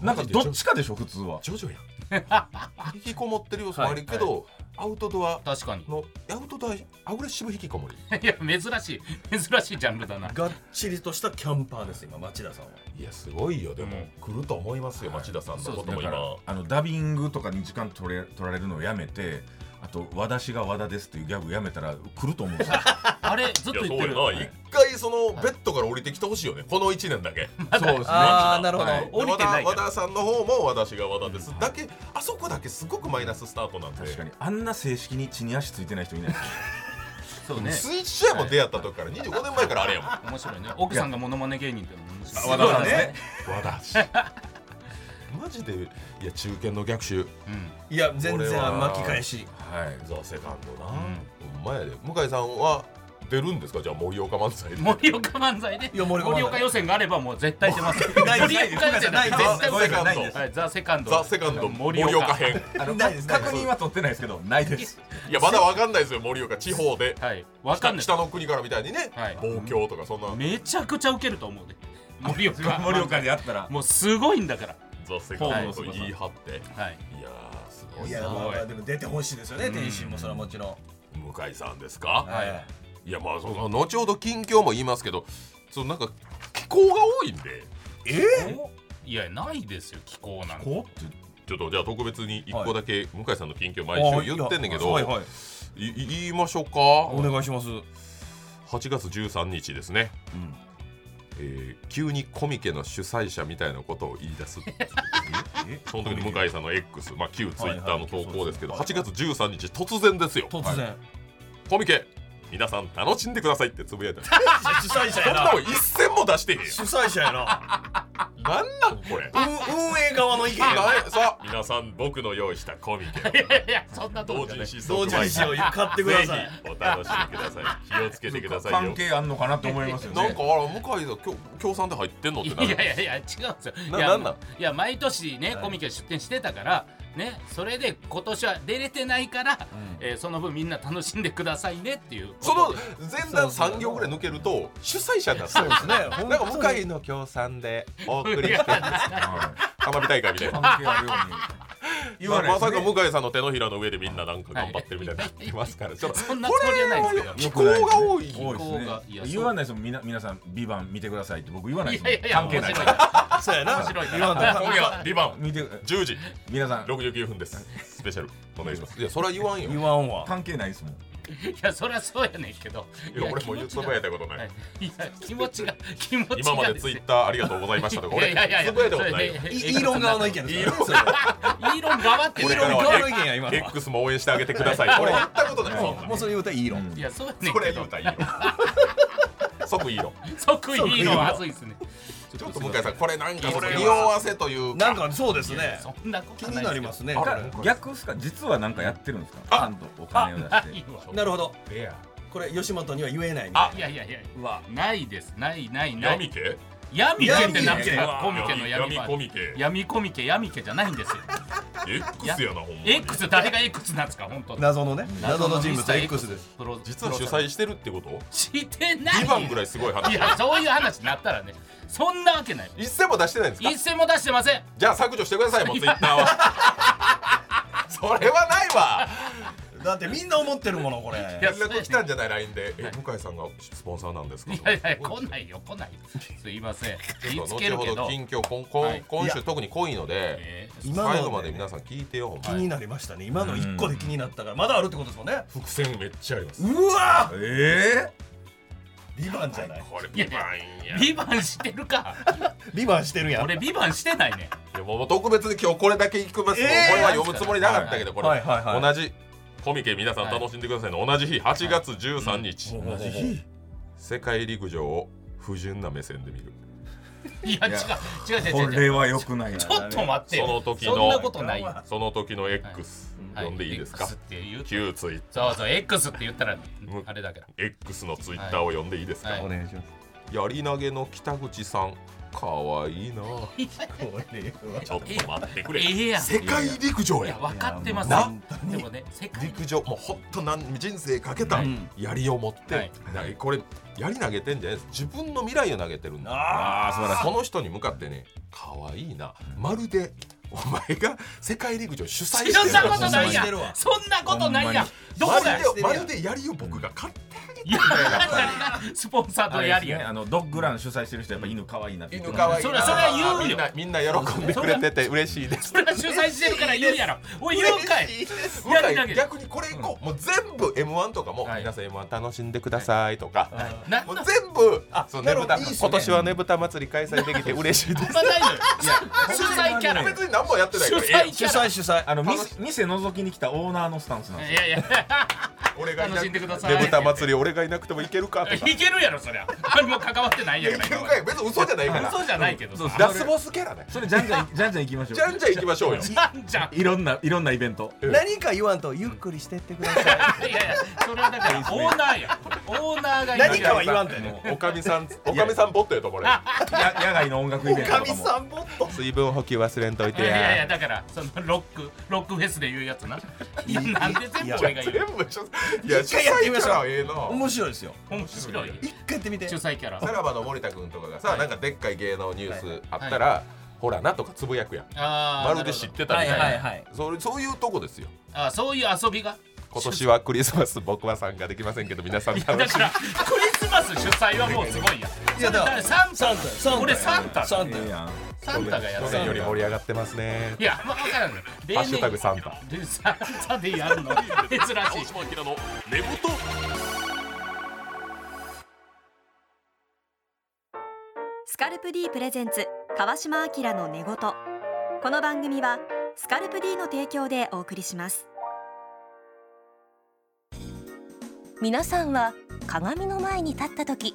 [SPEAKER 4] なんかどっちかでしょ普通は
[SPEAKER 1] 徐々やん引きこもってる要素もあるけど、アウトドア
[SPEAKER 2] 確かに (laughs)
[SPEAKER 1] のアウトドアアグレッシブ引きこもり
[SPEAKER 2] いや珍しい珍しいジャンルだな
[SPEAKER 3] がっちりとしたキャンパーです今町田さんはい
[SPEAKER 1] やすごいよでも、
[SPEAKER 2] うん
[SPEAKER 1] 来ると思いますよ町田さんのこと
[SPEAKER 4] だ
[SPEAKER 1] も
[SPEAKER 4] か
[SPEAKER 1] 今、
[SPEAKER 4] らあのダビングとかに時間取れ取られるのをやめてあと「私が和田です」っていうギャグやめたら来ると思うんです
[SPEAKER 3] (laughs)
[SPEAKER 4] よ
[SPEAKER 2] あれずっと言っ
[SPEAKER 1] い
[SPEAKER 2] て
[SPEAKER 1] や
[SPEAKER 2] る
[SPEAKER 1] そうやな一回その、ベッドから降りてきてほしいよねこの1年だけ
[SPEAKER 4] そうですね
[SPEAKER 3] あーなるほど
[SPEAKER 4] はい
[SPEAKER 2] 降りてないから
[SPEAKER 1] 和田和田さんの方も私が和田です、だけあそこだけすごくマイナススタートなんで
[SPEAKER 3] (laughs)
[SPEAKER 4] 確かにあんな正式に血に足ついてない人いないですよ
[SPEAKER 2] そうね
[SPEAKER 1] 水中屋も出会った時から25年前からあれやもん
[SPEAKER 2] 面白いね奥さんがモノマネ芸人ってのも面白い
[SPEAKER 4] 和田さんですね
[SPEAKER 1] 私マジでいや中堅の逆襲
[SPEAKER 2] うん
[SPEAKER 3] いや全
[SPEAKER 1] これ
[SPEAKER 3] 然
[SPEAKER 1] は
[SPEAKER 3] 巻き返し
[SPEAKER 4] はい
[SPEAKER 1] ザ・セカンドな、ほんまやで向井さんは出るんですかじゃあ盛岡漫才で
[SPEAKER 2] 盛岡漫才で
[SPEAKER 3] いや盛岡漫
[SPEAKER 2] 盛
[SPEAKER 3] 才
[SPEAKER 2] 岡予選があればもう絶対出ます
[SPEAKER 3] ない
[SPEAKER 2] 盛岡
[SPEAKER 3] ない
[SPEAKER 2] 予選
[SPEAKER 3] な
[SPEAKER 2] 絶対
[SPEAKER 3] い
[SPEAKER 1] ザ・
[SPEAKER 2] 盛
[SPEAKER 1] セ
[SPEAKER 2] 岡
[SPEAKER 1] カンド
[SPEAKER 2] はいザ・セカンド
[SPEAKER 1] ザ・セカンド盛岡編
[SPEAKER 4] あの
[SPEAKER 3] ないですないで
[SPEAKER 4] 確
[SPEAKER 3] す
[SPEAKER 4] 認は取ってないですけどないです
[SPEAKER 1] いやまだわかんないですよ盛岡地方で
[SPEAKER 2] はいわかんない
[SPEAKER 1] 北の国からみたいにね
[SPEAKER 2] はい
[SPEAKER 1] 望郷とかそんな
[SPEAKER 2] めちゃくちゃウケると思うで盛岡 (laughs)
[SPEAKER 4] 盛岡でやったら
[SPEAKER 2] もうすごいんだから
[SPEAKER 1] ザ・セカンドと
[SPEAKER 4] はい
[SPEAKER 1] 言い張ってい
[SPEAKER 2] はい
[SPEAKER 1] やーすごい
[SPEAKER 3] い
[SPEAKER 1] な
[SPEAKER 3] やまあまあでも出てほしいですよね
[SPEAKER 2] うん
[SPEAKER 3] 天心もそれはもちろん
[SPEAKER 1] 向井さんですか
[SPEAKER 2] はい
[SPEAKER 1] いやまあその後ほど近況も言いますけどそのなんか気候が多いんで
[SPEAKER 2] いやないですよ気候なんて
[SPEAKER 4] こうっ
[SPEAKER 1] ちょっとじゃあ特別に1個だけ向井さんの近況毎
[SPEAKER 3] あ
[SPEAKER 1] 週言ってんねんけど、
[SPEAKER 3] (laughs) はいはい
[SPEAKER 1] いい言いましょうか
[SPEAKER 3] お願いします
[SPEAKER 1] 8月13日ですね、えー急にコミケの主催者みたいなことを言い出す (laughs) その時に向井さんの X、まあ、旧ツイッターの投稿ですけど
[SPEAKER 3] はいはい
[SPEAKER 1] 8月13日突然ですよ
[SPEAKER 3] 突然
[SPEAKER 1] コミケ皆さん楽しんでくださいってつぶやいた (laughs)
[SPEAKER 3] 主催者
[SPEAKER 1] そん
[SPEAKER 3] や
[SPEAKER 1] な
[SPEAKER 3] な
[SPEAKER 1] もん一銭も出 (laughs) してへんや
[SPEAKER 3] 主催者やなん
[SPEAKER 1] なんなんこれ (laughs)
[SPEAKER 3] 運運営側の意見やな
[SPEAKER 1] はい (laughs) さあ皆さん僕の用意したコミケ
[SPEAKER 2] い (laughs) やいやそんなとこ
[SPEAKER 1] 同
[SPEAKER 2] じ
[SPEAKER 1] 人
[SPEAKER 2] ゃない
[SPEAKER 1] 誌
[SPEAKER 3] 同
[SPEAKER 1] 即
[SPEAKER 3] 時
[SPEAKER 1] 売
[SPEAKER 3] に
[SPEAKER 1] 会
[SPEAKER 3] を買っ
[SPEAKER 1] ぜ
[SPEAKER 3] てください
[SPEAKER 1] ひお楽しみください気をつけてくださいよ
[SPEAKER 4] 関係あんのかなと思います
[SPEAKER 1] (laughs)
[SPEAKER 4] よ
[SPEAKER 1] なん
[SPEAKER 4] ね
[SPEAKER 1] かあら向井さんきょ協賛で入ってんのってないる
[SPEAKER 2] やいやいや違うんですよ
[SPEAKER 1] ない
[SPEAKER 2] や
[SPEAKER 1] なんなん
[SPEAKER 2] いや毎年ね
[SPEAKER 3] はい
[SPEAKER 2] コミケ出展してたからねそれで今年は出れてないから、えーその分みんな楽しんでくださいねっていう
[SPEAKER 1] その
[SPEAKER 2] ことで
[SPEAKER 1] 前段3行ぐらい抜けると主催者になって
[SPEAKER 3] そうですね
[SPEAKER 1] なんか向井の協賛でお送りしてるんです
[SPEAKER 4] はい
[SPEAKER 1] 花火大会みたいな
[SPEAKER 4] 関係あるように言わ
[SPEAKER 1] ま
[SPEAKER 4] ない
[SPEAKER 1] あま
[SPEAKER 4] です
[SPEAKER 1] さか
[SPEAKER 4] ね
[SPEAKER 1] 向井さんの手のひらの上でみんななんか頑張ってるみたいになってますからちょっと
[SPEAKER 2] そんな
[SPEAKER 1] こ
[SPEAKER 2] つもりは
[SPEAKER 1] れ
[SPEAKER 2] ないです
[SPEAKER 1] は
[SPEAKER 2] け
[SPEAKER 1] 気
[SPEAKER 4] よ
[SPEAKER 1] 候
[SPEAKER 4] くないですね
[SPEAKER 1] が多い
[SPEAKER 4] 多いです
[SPEAKER 2] 気候がい
[SPEAKER 4] ね
[SPEAKER 2] やそう
[SPEAKER 4] 言わないですもんみな皆さん「ビバン見てくださいって僕言わないです
[SPEAKER 2] どいやいやいや
[SPEAKER 4] もん関係ないですもん
[SPEAKER 3] そうや
[SPEAKER 2] 面
[SPEAKER 3] な
[SPEAKER 2] 白い面白い
[SPEAKER 3] 言わんと
[SPEAKER 1] 今夜はリバウン
[SPEAKER 4] 見て
[SPEAKER 1] 10時
[SPEAKER 4] 皆さん
[SPEAKER 1] 69分ですスペシャルお願いしますいやそれは言わんよ
[SPEAKER 3] 言わんわ
[SPEAKER 4] 関係ないですもん
[SPEAKER 2] いやそりゃそうやねんけど
[SPEAKER 1] いや俺も言う
[SPEAKER 2] 気
[SPEAKER 1] つ
[SPEAKER 2] 持
[SPEAKER 1] ぶ
[SPEAKER 2] ちが
[SPEAKER 1] やいたことな
[SPEAKER 2] はいいいや気持ちが気持ちが
[SPEAKER 1] 今までツイッターありがとうございましたとか俺
[SPEAKER 2] いやいやいや
[SPEAKER 1] つぶやいたことないよ
[SPEAKER 2] それ
[SPEAKER 3] イイーロン側の意見です
[SPEAKER 1] イーロン
[SPEAKER 2] イーロン側って
[SPEAKER 3] イ
[SPEAKER 2] い
[SPEAKER 1] 俺
[SPEAKER 3] ー
[SPEAKER 1] か
[SPEAKER 3] ロン
[SPEAKER 1] らは
[SPEAKER 3] 側の意見や今のは
[SPEAKER 1] X も応援してあげてください俺言ったことないそんな
[SPEAKER 3] もうそれ言うたらイーロン
[SPEAKER 2] やそうやねん
[SPEAKER 1] こ
[SPEAKER 2] け
[SPEAKER 1] れ
[SPEAKER 2] ど
[SPEAKER 1] 言うたらいいよ (laughs) 即いいよ
[SPEAKER 2] 即イーロンは熱いですね
[SPEAKER 1] ちょっと向井さんこれなんかそ
[SPEAKER 2] こ
[SPEAKER 1] の
[SPEAKER 2] れは
[SPEAKER 1] 匂わせという
[SPEAKER 3] なんかそうですね
[SPEAKER 2] そんなことな
[SPEAKER 3] 気
[SPEAKER 2] いです
[SPEAKER 3] になりますね
[SPEAKER 1] あ
[SPEAKER 3] こ
[SPEAKER 1] ら
[SPEAKER 3] れ
[SPEAKER 4] 逆っすか実はなんかやってるんですかちゃんとお金を出
[SPEAKER 2] な
[SPEAKER 4] して
[SPEAKER 2] いわ
[SPEAKER 3] なるほど
[SPEAKER 1] レア
[SPEAKER 3] これ吉本には言えないみた
[SPEAKER 2] あ
[SPEAKER 3] い
[SPEAKER 2] いやいやいやないですないないな
[SPEAKER 1] 闇
[SPEAKER 2] い
[SPEAKER 1] 系
[SPEAKER 2] 闇系ってなん
[SPEAKER 3] 闇
[SPEAKER 2] かコミケの闇
[SPEAKER 1] 闇
[SPEAKER 2] パ
[SPEAKER 1] コ
[SPEAKER 2] ーテ
[SPEAKER 1] ミケ
[SPEAKER 2] ィー闇コミケ闇系じゃないんですよ
[SPEAKER 1] X やなほんまに
[SPEAKER 2] X 誰が X なんですか本当
[SPEAKER 3] な謎のね謎の人物 X です
[SPEAKER 2] すプロ
[SPEAKER 1] 実は主催してるってこと
[SPEAKER 2] してない
[SPEAKER 1] ?2 番ぐらいすごい
[SPEAKER 2] い
[SPEAKER 1] 話
[SPEAKER 2] やそういう話になったらねそんなわけない
[SPEAKER 1] 一銭も出してないんですか
[SPEAKER 2] 一銭も出してません
[SPEAKER 1] じゃあ削除してくださいもう Twitter は
[SPEAKER 2] (laughs)
[SPEAKER 1] それはないわ
[SPEAKER 3] だってみんな思ってるものこれ
[SPEAKER 2] や
[SPEAKER 1] (laughs) 連絡来たんじゃない LINE でえ向井さんがスポンサーなんですか
[SPEAKER 2] いやいや来ないよ来ないよすいません
[SPEAKER 1] ち
[SPEAKER 2] 言
[SPEAKER 1] ょ
[SPEAKER 2] い
[SPEAKER 1] っ
[SPEAKER 2] つ
[SPEAKER 1] と
[SPEAKER 2] け
[SPEAKER 1] 後
[SPEAKER 2] る
[SPEAKER 1] ほ
[SPEAKER 2] け
[SPEAKER 1] ど
[SPEAKER 2] ど
[SPEAKER 1] 近況今今今
[SPEAKER 3] い
[SPEAKER 1] 週
[SPEAKER 3] や
[SPEAKER 1] 特に濃いので
[SPEAKER 2] えー
[SPEAKER 3] 今
[SPEAKER 1] 最後
[SPEAKER 3] の
[SPEAKER 1] ま
[SPEAKER 3] で
[SPEAKER 1] で
[SPEAKER 3] ね
[SPEAKER 1] 皆さん聞いてよほんま
[SPEAKER 3] 気になりましたね今の一個で気になったからまだあるってことですもんね
[SPEAKER 1] 伏線めっちゃあります
[SPEAKER 3] うわ
[SPEAKER 4] ええ
[SPEAKER 3] ビバンじゃない
[SPEAKER 1] これ
[SPEAKER 2] いや
[SPEAKER 1] ビバンやい
[SPEAKER 2] ビバンして
[SPEAKER 1] (laughs)
[SPEAKER 2] るか
[SPEAKER 3] ビバンしてるやん
[SPEAKER 2] 俺ビバンしてないね
[SPEAKER 1] やもう特別に今日これだけ聞きますよ、
[SPEAKER 3] えー
[SPEAKER 1] これは読むつもりなかったけどこれ、
[SPEAKER 3] はいはいはい
[SPEAKER 1] 同じコミケ皆さん楽しんでくださいの、同じ日8月13日、
[SPEAKER 3] 同じ日
[SPEAKER 1] 世界陸上を不純な目線で見る
[SPEAKER 2] いや違
[SPEAKER 4] いうや
[SPEAKER 2] 違う違う
[SPEAKER 4] こ
[SPEAKER 2] 違う
[SPEAKER 4] れは良くないな
[SPEAKER 2] ちょっと待ってよ
[SPEAKER 1] その時
[SPEAKER 2] そん
[SPEAKER 1] の
[SPEAKER 2] なことないよ
[SPEAKER 1] その時の X、
[SPEAKER 2] は
[SPEAKER 1] 読んでいいですか、
[SPEAKER 2] X って言う
[SPEAKER 1] 旧ツイッ
[SPEAKER 2] そうそう X って言ったら
[SPEAKER 1] ん
[SPEAKER 2] あれだけど
[SPEAKER 1] X のツイッターを読んでいいですか、
[SPEAKER 2] はい
[SPEAKER 3] 願いします
[SPEAKER 1] やり投げの北口さんかわいいな
[SPEAKER 3] これは
[SPEAKER 1] ちょっと待ってくれ
[SPEAKER 2] ええやん
[SPEAKER 1] 世界陸上
[SPEAKER 2] いや
[SPEAKER 1] や
[SPEAKER 2] 分かってます
[SPEAKER 1] いや
[SPEAKER 2] よでもね世界
[SPEAKER 1] 陸上もうほんとなん人生かけた
[SPEAKER 2] うん
[SPEAKER 1] 槍を持って、
[SPEAKER 2] はい
[SPEAKER 1] なこれ槍投げてんじゃないです自分の未来を投げてるんだ
[SPEAKER 3] あ
[SPEAKER 4] ああ素晴らしい
[SPEAKER 1] その人に向かってね可愛いなまるでお前が世界陸上主催して
[SPEAKER 2] そんな
[SPEAKER 1] る
[SPEAKER 2] ことないやん
[SPEAKER 3] してるわ
[SPEAKER 2] そんなことないやん
[SPEAKER 4] ほん
[SPEAKER 2] どこ
[SPEAKER 1] ま
[SPEAKER 2] だよ
[SPEAKER 1] るでまるで槍を僕が買ってあげて
[SPEAKER 2] いやスポンサー
[SPEAKER 4] あ
[SPEAKER 2] と
[SPEAKER 4] れ
[SPEAKER 2] や
[SPEAKER 4] です
[SPEAKER 2] り
[SPEAKER 4] ね
[SPEAKER 2] や
[SPEAKER 4] あのドッグラン主催してる人やっぱ犬可愛いなって言って
[SPEAKER 1] 犬
[SPEAKER 4] ま
[SPEAKER 1] 可愛いな
[SPEAKER 2] それはそれは言うよ
[SPEAKER 1] みんなみんな喜んでくれてて嬉しいです
[SPEAKER 2] それは主催してるから言うやろおい言うんかい
[SPEAKER 1] 嬉しいです
[SPEAKER 2] やり投げ
[SPEAKER 1] 逆にこれ以降、もう全部 M1 とかも、
[SPEAKER 2] はい
[SPEAKER 1] 皆さん M1 楽しんでくださいとか、
[SPEAKER 2] なん
[SPEAKER 1] も
[SPEAKER 2] の
[SPEAKER 1] う全部
[SPEAKER 3] あ
[SPEAKER 1] そう
[SPEAKER 3] な
[SPEAKER 1] ねぶ
[SPEAKER 3] るほ
[SPEAKER 1] た
[SPEAKER 3] どいいっすね
[SPEAKER 1] 今年はねぶた祭り開催できて嬉しいです
[SPEAKER 2] まないのよ主催キャラ
[SPEAKER 1] 別に何も (laughs) やってない
[SPEAKER 2] 主
[SPEAKER 1] からええやん
[SPEAKER 2] 催キ
[SPEAKER 3] 主
[SPEAKER 2] ャラ
[SPEAKER 3] 催主催
[SPEAKER 4] あの店店覗きに来たオーナーのスタンスなんです
[SPEAKER 2] いやいや
[SPEAKER 1] 俺がいな
[SPEAKER 2] 楽
[SPEAKER 1] く
[SPEAKER 2] しんでください
[SPEAKER 1] ねぶた祭り俺がいなくてもいけるかとか
[SPEAKER 2] いけるやろそりゃ何も関わってないんや
[SPEAKER 1] い
[SPEAKER 2] か
[SPEAKER 1] ける
[SPEAKER 2] ら
[SPEAKER 1] かよ別に嘘じゃないから
[SPEAKER 2] 嘘じゃないけど
[SPEAKER 4] そう
[SPEAKER 2] さ
[SPEAKER 1] ラスボスキャラね
[SPEAKER 4] それじゃんじゃんじゃんじゃん行きましょう
[SPEAKER 1] じゃんじゃん行きましょうよ
[SPEAKER 2] じゃんじゃん
[SPEAKER 4] いろんないろんなイベント
[SPEAKER 5] 何か言わんとゆっくりしてってください
[SPEAKER 2] いやいやそれはだからオーナーやオーナーが
[SPEAKER 5] 何かは言わんとやね
[SPEAKER 1] おかみさんおかみさんボットやと思われる
[SPEAKER 2] あ
[SPEAKER 4] や野外の音楽イベントとかも
[SPEAKER 5] んボット
[SPEAKER 1] 水分補給忘れんとい
[SPEAKER 2] いやいやいやだからそのロックロックフェスで言うやつないやなんで全部俺が
[SPEAKER 1] 全
[SPEAKER 2] 言う
[SPEAKER 1] 部一緒いや主
[SPEAKER 3] 回やっ
[SPEAKER 1] 催
[SPEAKER 3] てみま
[SPEAKER 1] か
[SPEAKER 3] しょ
[SPEAKER 1] らええな
[SPEAKER 3] 面白いですよ
[SPEAKER 2] 面白い
[SPEAKER 3] 一回やってみて
[SPEAKER 2] 主催キャラ
[SPEAKER 1] さらばの森田君とかがさ、
[SPEAKER 2] はい
[SPEAKER 1] なんかでっかい芸能ニュースあったら、ほらなとかつぶやくやん
[SPEAKER 2] あ
[SPEAKER 1] ま
[SPEAKER 2] ー
[SPEAKER 1] るで知ってた
[SPEAKER 5] は
[SPEAKER 1] み
[SPEAKER 5] い
[SPEAKER 1] たいな、
[SPEAKER 5] はいはい
[SPEAKER 1] それそういうとこですよ
[SPEAKER 2] あーそういう遊びが
[SPEAKER 1] 今年はクリスマス僕は参加できませんけど皆さん
[SPEAKER 2] だ
[SPEAKER 1] 楽し
[SPEAKER 2] か
[SPEAKER 1] み
[SPEAKER 2] らクリスマス主催はもうすごいやん
[SPEAKER 3] いやだから
[SPEAKER 2] それ誰サンタ
[SPEAKER 3] サンタ
[SPEAKER 2] 俺サンタ
[SPEAKER 3] サンタ
[SPEAKER 4] ええやん
[SPEAKER 2] サンタが
[SPEAKER 1] 去
[SPEAKER 2] やる
[SPEAKER 1] 年より盛り上がってますね
[SPEAKER 2] いやまあ分からんね例
[SPEAKER 1] ハッシュタグサンタ
[SPEAKER 2] でサンタでやるの珍しい
[SPEAKER 1] 島明の寝言
[SPEAKER 6] スカルプ D プレゼンツ川島明の寝言この番組はスカルプ D の提供でお送りします皆さんは鏡の前に立った時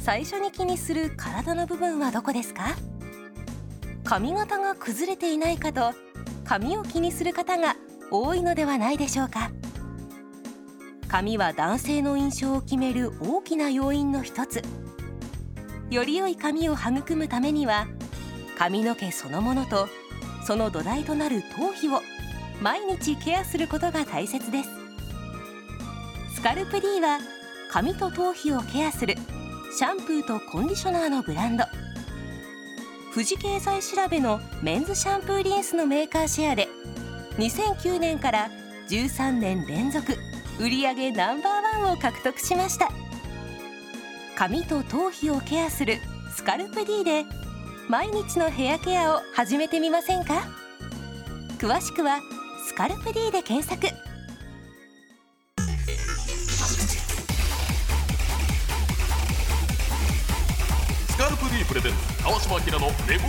[SPEAKER 6] 最初に気にする体の部分はどこですか髪型が崩れていないかと髪を気にする方が多いのではないでしょうか髪は男性の印象を決める大きな要因の一つより良い髪を育むためには髪の毛そのものとその土台となる頭皮を毎日ケアすることが大切ですスカルプ D は髪と頭皮をケアするシャンプーとコンディショナーのブランド富士経済調べのメンズシャンプーリンスのメーカーシェアで2009年から13年連続売上ナンバーワンを獲得しました髪と頭皮をケアするスカルプ D で毎日のヘアケアを始めてみませんか詳しくは「スカルプ D」で検索
[SPEAKER 1] スカルプ D プレゼンツ川島明の寝言